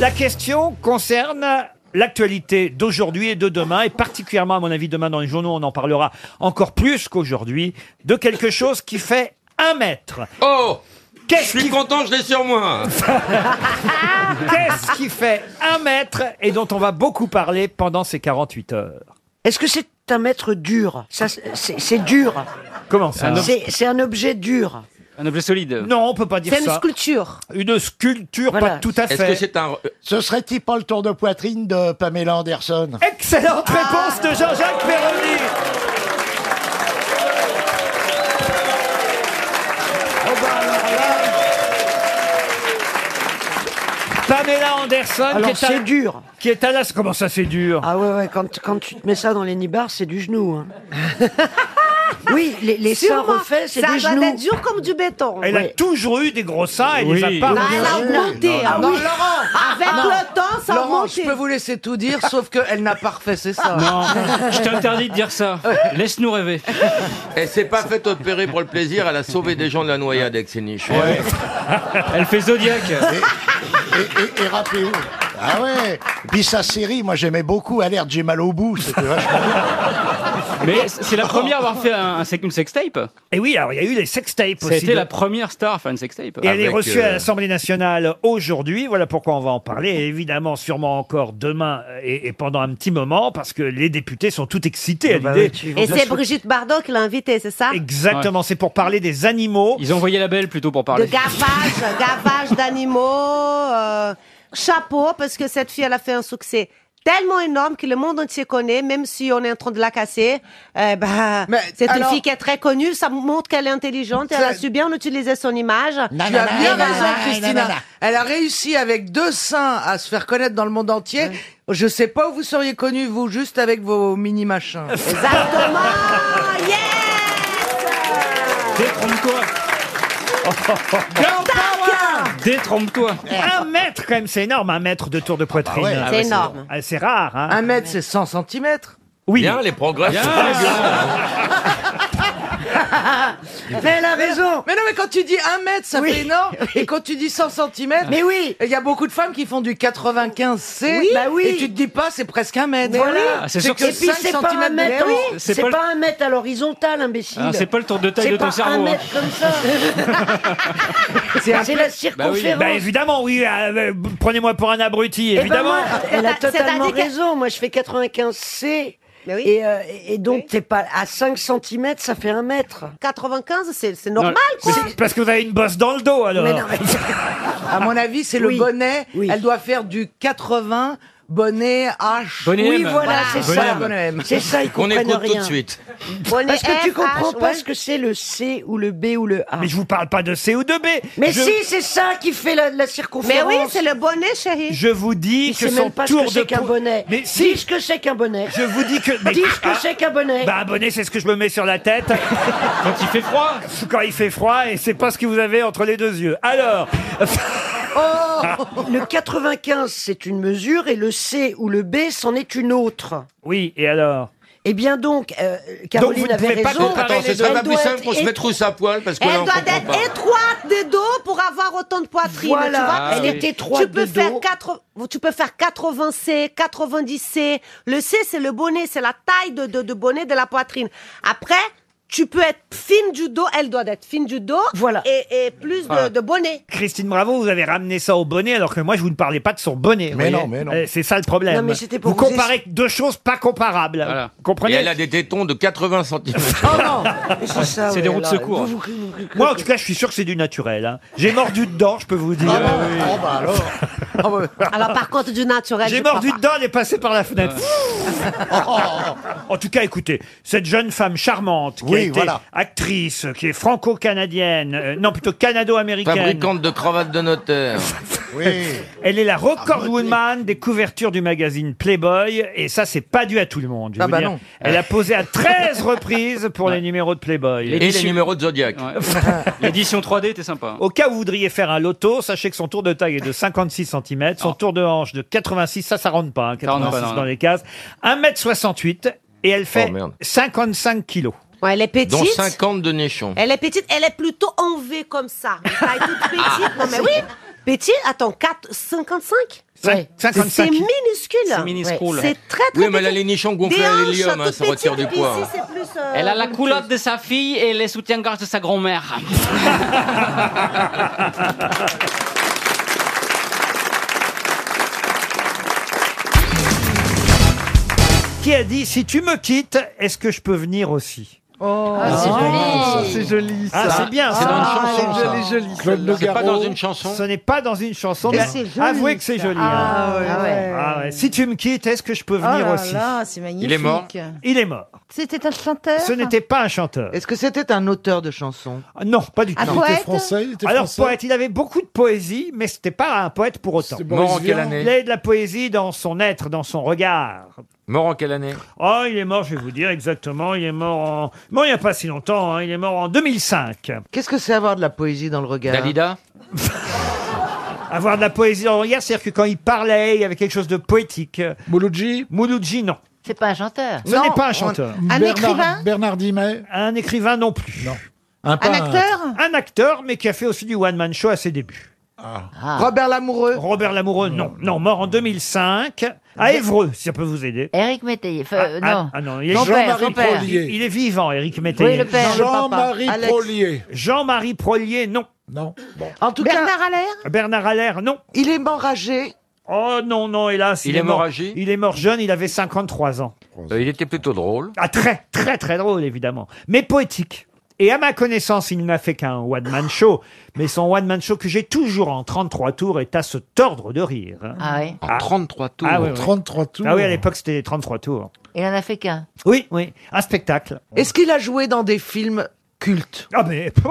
La question concerne l'actualité d'aujourd'hui et de demain, et particulièrement, à mon avis, demain dans les journaux, on en parlera encore plus qu'aujourd'hui, de quelque chose qui fait un mètre.
Oh
Je suis
content, je l'ai sur moi
Qu'est-ce qui fait un mètre et dont on va beaucoup parler pendant ces 48 heures
Est-ce que c'est un mètre dur Ça, c'est c'est dur.
Comment ça
C'est c'est un objet dur.
Un objet solide Non, on peut pas dire ça.
C'est une sculpture.
Une sculpture, pas tout à fait.
un...
Ce serait-il pas le tour de poitrine de Pamela Anderson
Excellente
Ah.
réponse de Jean-Jacques Perroni Oh ben, Pamela Anderson,
Alors,
qui est à-
c'est dur.
Qui est à la... Comment ça, c'est dur
Ah ouais, ouais, quand, quand tu te mets ça dans les nibards, c'est du genou. hein. oui, les, les seins
Sûrement.
refaits, c'est
Ça
du
va
genou.
être dur comme du béton.
Elle a toujours eu des gros seins, elle les a pas
Ah, elle a augmenté, hein.
Non, Ah
Oui. Avec
Non.
le temps, ça
Laurent,
monte.
je peux vous laisser tout dire, sauf qu'elle n'a pas refait, c'est ça.
Non, je t'interdis de dire ça. Laisse-nous rêver.
Elle s'est Eh, pas faite opérer pour le plaisir, elle a sauvé des gens de la noyade avec ses niches.
Elle fait Zodiac.
Et, et- et rappelez-vous. Ah ouais Et Puis sa série, moi j'aimais beaucoup, Alerte, j'ai mal au bout, c'était vachement bien.
Mais c'est la première à avoir fait un, un sec- une sextape.
Et Eh oui, alors il y a eu les sextapes aussi.
C'était
de-
la première star à faire une sextape.
Et elle est reçue
euh,
euh,
à l'Assemblée nationale aujourd'hui. Voilà pourquoi on va en parler. Et évidemment, sûrement encore demain et, et pendant un petit moment, parce que les députés sont tout excités
Ah bah
à l'idée.
Et c'est Brigitte Bardot qui l'a invitée, c'est ça
Exactement, c'est pour parler des animaux.
Ils ont envoyé la belle plutôt pour
De
parler.
gavage, gavage d'animaux. euh, chapeau, parce que cette fille, elle a fait un succès tellement énorme que le monde entier connaît, même si on est en train de la casser. Euh, bah, c'est une
alors-
fille qui est très connue, ça montre qu'elle est intelligente, elle a su bien utiliser son image.
Tu as bien raison, Christina. Elle a réussi avec deux seins à se faire connaître dans le monde entier. Je sais pas où vous seriez connu, vous, juste avec vos mini machins.
Détrompe-toi. Détrompe-toi. Un mètre, quand même, c'est énorme, un mètre de tour de poitrine.
ouais. Ah ouais, C'est c'est énorme.
Ah, C'est rare. Hein.
Un mètre, c'est 100 cm.
Oui.
Bien, les progrès.
Bien.
sont très bien.
mais elle a raison. Mais non, mais quand tu dis 1 mètre, ça
Oui.
fait énorme. Et quand tu dis 100 cm,
Mais oui.
il y a beaucoup de femmes qui font du 95C.
Oui. Bah oui.
Et tu te dis pas, c'est presque 1 mètre.
Mais
voilà.
oui.
Ah, C'est que
Et puis
5
Ah, c'est pas un
cm
mètre,
de
en- c'est pas, un mètre à l'horizontale, imbécile.
Ah, c'est pas le tour de taille
C'est
de ton
pas
cerveau,
Un
hein.
mètre comme ça. C'est un peu-
peu-
la circonférence.
Bah évidemment, oui. euh, euh, prenez-moi pour un abruti,
Eh ben,
évidemment.
moi, elle a totalement raison. Moi, je fais 95C. Et, euh, et- et donc, t'es pas à 5 cm, ça fait 1 mètre.
95, c'est c'est
Non,
normal,
mais
quoi.
c'est Parce que vous avez une bosse dans le dos, alors.
Mais non, À mon avis, c'est le
Ah. Oui.
bonnet. Elle doit faire du 80 bonnet H.
Bonnet Oui, M. voilà, c'est Bonnet ça. M. C'est ça, ils Qu'on comprennent écoute tout de rien. suite. Parce que
Ah,
tu comprends pas ce que c'est le C ou le B ou le A.
Mais je vous parle pas de C ou de B.
Mais
Je-
si, c'est ça qui fait la, la
Mais
circonférence.
oui, c'est le bonnet, chérie.
Je vous dis
Il
que
sait
son
même pas ce
tour
que c'est
de
qu'un
po-
bonnet.
Mais si.
Dis ce que c'est qu'un bonnet.
Je vous dis que. mais-
Dis ce que
Ah.
c'est qu'un bonnet.
Bah un bonnet, c'est ce que je me mets sur la tête. Quand il fait froid. Quand il fait froid, et c'est pas ce que vous avez entre les deux yeux. Alors.
Oh. le 95, c'est une mesure et le C ou le B, c'en est une autre.
Oui, et alors
Eh bien donc, euh, Caroline
vous ne
avait
pouvez pas
raison.
comparer
Attends, ce serait
Elle
pas plus
doit
simple
être
qu'on se mette tous à poil parce que là,
Elle
on
doit
comprend
être
pas.
étroite de dos pour avoir autant de poitrine.
Voilà.
tu vois, parce
Elle
que
est étroite
tu peux
de
faire
dos.
quatre- tu peux faire 80 C, 90 C. Le C, c'est le bonnet, c'est la taille de, de- de bonnet de la poitrine. Après, tu peux être fine du dos, elle doit être fine du dos.
Voilà.
Et, et plus de,
Ah.
de bonnet.
Christine Bravo, vous avez ramené ça au bonnet, alors que moi, je vous ne parlais pas de son bonnet. vous voyez.
non, mais non.
Euh, C'est ça le problème.
Non, mais c'était pour
vous,
vous
comparez deux choses pas comparables. Vous
Et
comprenez Oh,
elle a des tétons de 80 cm.
C'est ça,
C'est
ouais,
des routes de
alors,
secours. hein.
vous- vous- vous-
Moi, en tout cas, je suis sûr que c'est du naturel. hein. J'ai mordu dedans, je peux vous
Ah
dire.
bah,
Alors par contre, du naturel.
J'ai
Ah, je crois
mordu
pas.
dedans, elle est passée par la fenêtre. Oh, en tout cas, écoutez, cette jeune femme charmante qui
Oui,
a été
voilà.
actrice, qui est franco-canadienne, euh, non plutôt canado-américaine,
Fabricante Ah, de cravates de notaire.
elle est la record woman des couvertures du magazine Playboy, et ça, c'est pas dû à tout le monde. je vais
Ah
vous
bah
dire.
non.
Elle a posé à 13 reprises pour les numéros de Playboy.
Et les numéros de Zodiac.
L'édition 3D était sympa.
Au cas où vous voudriez faire un loto, sachez que son tour de taille est de 56 cm, son tour de hanche de 86, ça, ça rentre pas, hein,
Oh. rentre pas,
86
non,
dans
non.
les cases, 1m68, et elle fait
Oh, merde.
55 kilos.
Ouais, elle est petite.
Dont 50 de nichons.
Elle est petite, elle est plutôt en V comme ça. Une taille toute
Ah.
petite. Non mais oui. Petite, attends, 4, 55
Cin- 55.
C'est minuscule.
C'est minuscule.
C'est très très
Oui, mais elle a
petit.
les nichons gonflés à
Des hanches,
l'hélium, hein,
toute
ça retire
petite,
du
et puis
poids.
ici, c'est plus, euh,
Elle a la
voluptueuse.
culotte de sa fille et les soutiens-gorge de sa grand-mère.
Qui a dit si tu me quittes, est-ce que je peux venir aussi Oh.
Ah, c'est
joli. Ah,
ça.
c'est bien.
C'est
ça.
dans une Ah, chanson, elle est ça. jolie, jolie, Claude celle-là.
C'est pas dans une chanson
Ce n'est pas dans une chanson,
Et
mais
c'est joli,
avouez que c'est
ça.
joli.
Ah,
hein.
ouais. Ah ouais.
Ah ouais. Si tu me quittes, est-ce que je peux
Oh
venir
là
aussi
là, c'est magnifique.
Il est mort. Il est mort.
C'était un chanteur
Ce n'était pas un chanteur.
Est-ce que c'était un auteur de chansons
Ah Non, pas du tout.
Un Il était poète français,
il était
Alors,
français
poète, il avait beaucoup de poésie, mais c'était pas un poète pour autant.
Boris Mort en quelle Vian. année
Il avait de la poésie dans son être, dans son regard.
Mort en quelle année
Oh, il est mort, je vais vous dire exactement. Il est mort en. Bon, il n'y a pas si longtemps, hein, il est mort en 2005.
Qu'est-ce que c'est avoir de la poésie dans le regard
Dalida Avoir de la poésie dans le regard, c'est-à-dire que quand il parlait, il y avait quelque chose de poétique. Mouloudji Mouloudji, non.
C'est pas un chanteur.
Ce n'est pas un chanteur. Bernard Dimet Un écrivain non plus. Un,
peintre. acteur
Un acteur, mais qui a fait aussi du one-man show à ses débuts. Ah.
Ah.
Robert Lamoureux
Robert Lamoureux, non. Non, mort en 2005, à Évreux, si ça peut vous aider.
Eric Métayer. Enfin, euh,
Ah,
non.
ah non, il est
Son père, son père.
Il, il est vivant, Éric Métayer.
Oui, le père, le papa. Jean-Marie Alex.
Prolier. Jean-Marie Prolier, non. Non.
En tout Bernard Allaire
Bernard Allaire, non.
Il est enragé.
Oh non, non, hélas.
Il est mort âgé
Il est mort jeune, il avait 53 ans.
Euh, Il était plutôt drôle.
Ah, très, très, très drôle, évidemment. Mais poétique. Et à ma connaissance, il n'a fait qu'un one-man show, mais son one-man show que j'ai toujours en 33 tours est à se tordre de rire.
Ah oui.
En 33
tours.
Ah oui, oui.
33 tours.
Ah oui, à l'époque, c'était les 33 tours.
Il en a fait qu'un.
Oui, oui, un spectacle.
Est-ce qu'il a joué dans des films cultes
Ah mais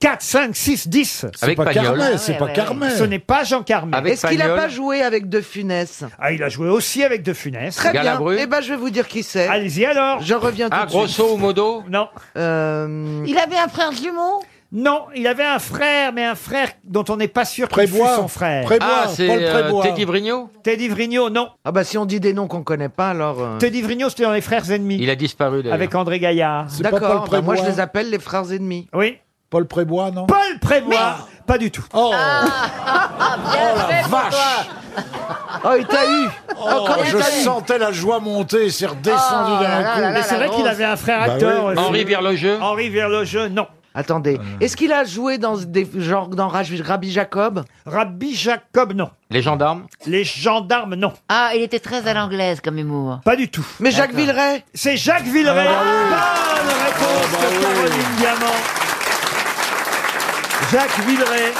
4, 5, 6, 10
C'est Avec pas Pagnol. Carmet, Ah ouais, c'est pas ouais, Carmet. ouais.
Ce n'est pas Jean Carmet.
Est-ce qu'il n'a pas joué avec De Funès
Ah, il a joué aussi avec De Funès.
Très bien. Eh ben, je vais vous dire qui c'est.
Allez-y alors.
Je reviens tout
Ah,
de suite. Euh,
grosso modo Non.
Il avait un frère jumeau
Non, il avait un frère, mais un frère dont on n'est pas sûr qu'il fût
Prébois.
son frère.
Prébois, Ah, c'est, Paul euh, Prébois. Teddy Vrigno
Teddy Vrigno, non.
Ah bah si on dit des noms qu'on connaît pas, alors... euh,
Teddy Vrigno, c'était dans Les Frères Ennemis.
Il a disparu d'ailleurs.
Avec André Gaillard.
D'accord, bah moi je les appelle les frères ennemis.
Oui.
Paul Prébois, non
Paul Prébois Pas du tout.
Oh,
la
vache
Oh, il t'a eu
Oh, comment
Je
il t'a eu
sentais la joie monter, c'est redescendu
Oh
d'un
là là
coup.
là là, Mais c'est la vrai qu'il grosse. Bah avait un frère acteur aussi. Henri
Verlogeux
Henri Euh. Verlogeux, Euh, non.
Attendez, est-ce qu'il a joué dans des genre dans Raj- Rabbi Jacob
Rabbi Jacob, non.
Les gendarmes
Les gendarmes, non.
Ah, il était très à l'anglaise comme humour.
Pas du tout.
Mais Jacques Villeray
C'est Jacques Villeray
Ah, bah
Bonne réponse de Caroline Diamant Jacques Villeray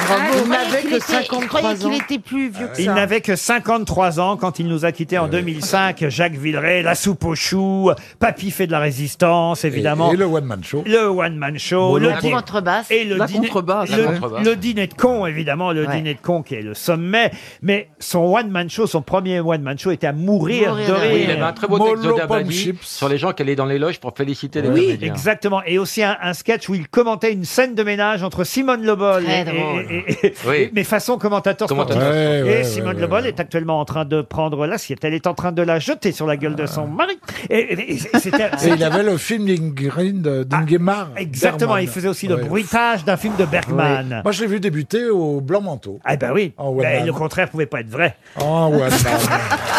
je croyais Ah, qu'il était- je croyais qu'il était plus vieux que ça.
Il n'avait que 53 ans quand il nous a quittés en 2005. Jacques Villeray, La Soupe aux Choux, Papy fait de la Résistance, évidemment.
Et- et le One Man Show.
Le One Man Show.
Bon,
le
la
dîner-
contrebasse.
Et le
La
dîner,
contrebasse.
Le,
La contrebasse.
le dîner de con, évidemment. Le dîner de con qui est le sommet. Mais son One Man Show, son premier One Man Show était à mourir, de rire.
Oui, il avait un très beau texte de Dabadi sur les gens qui allaient dans les loges pour féliciter les
Oui,
comédiens.
exactement. Et aussi un, un sketch où il commentait une scène de ménage entre Simone Lebol
Très
et,
drôle.
et- et- et-
Oui.
mais façon commentateur sportif.
Commentateur sportif.
et
Ouais, ouais,
Simone
ouais,
Lebol est actuellement en train de prendre l'assiette. Elle est en train de la jeter sur la gueule de son mari. Et, et- et c'était- Ah,
Et il avait le film d'Ingrid euh, d'Ingemar.
Exactement,
Bergman.
il faisait aussi le
Ouais.
bruitage d'un film de Bergman.
Moi, je l'ai vu débuter au Blanc Manteau.
Ah ben oui,
En one
Ben,
man.
Ah,
le contraire pouvait pas être vrai.
En one man.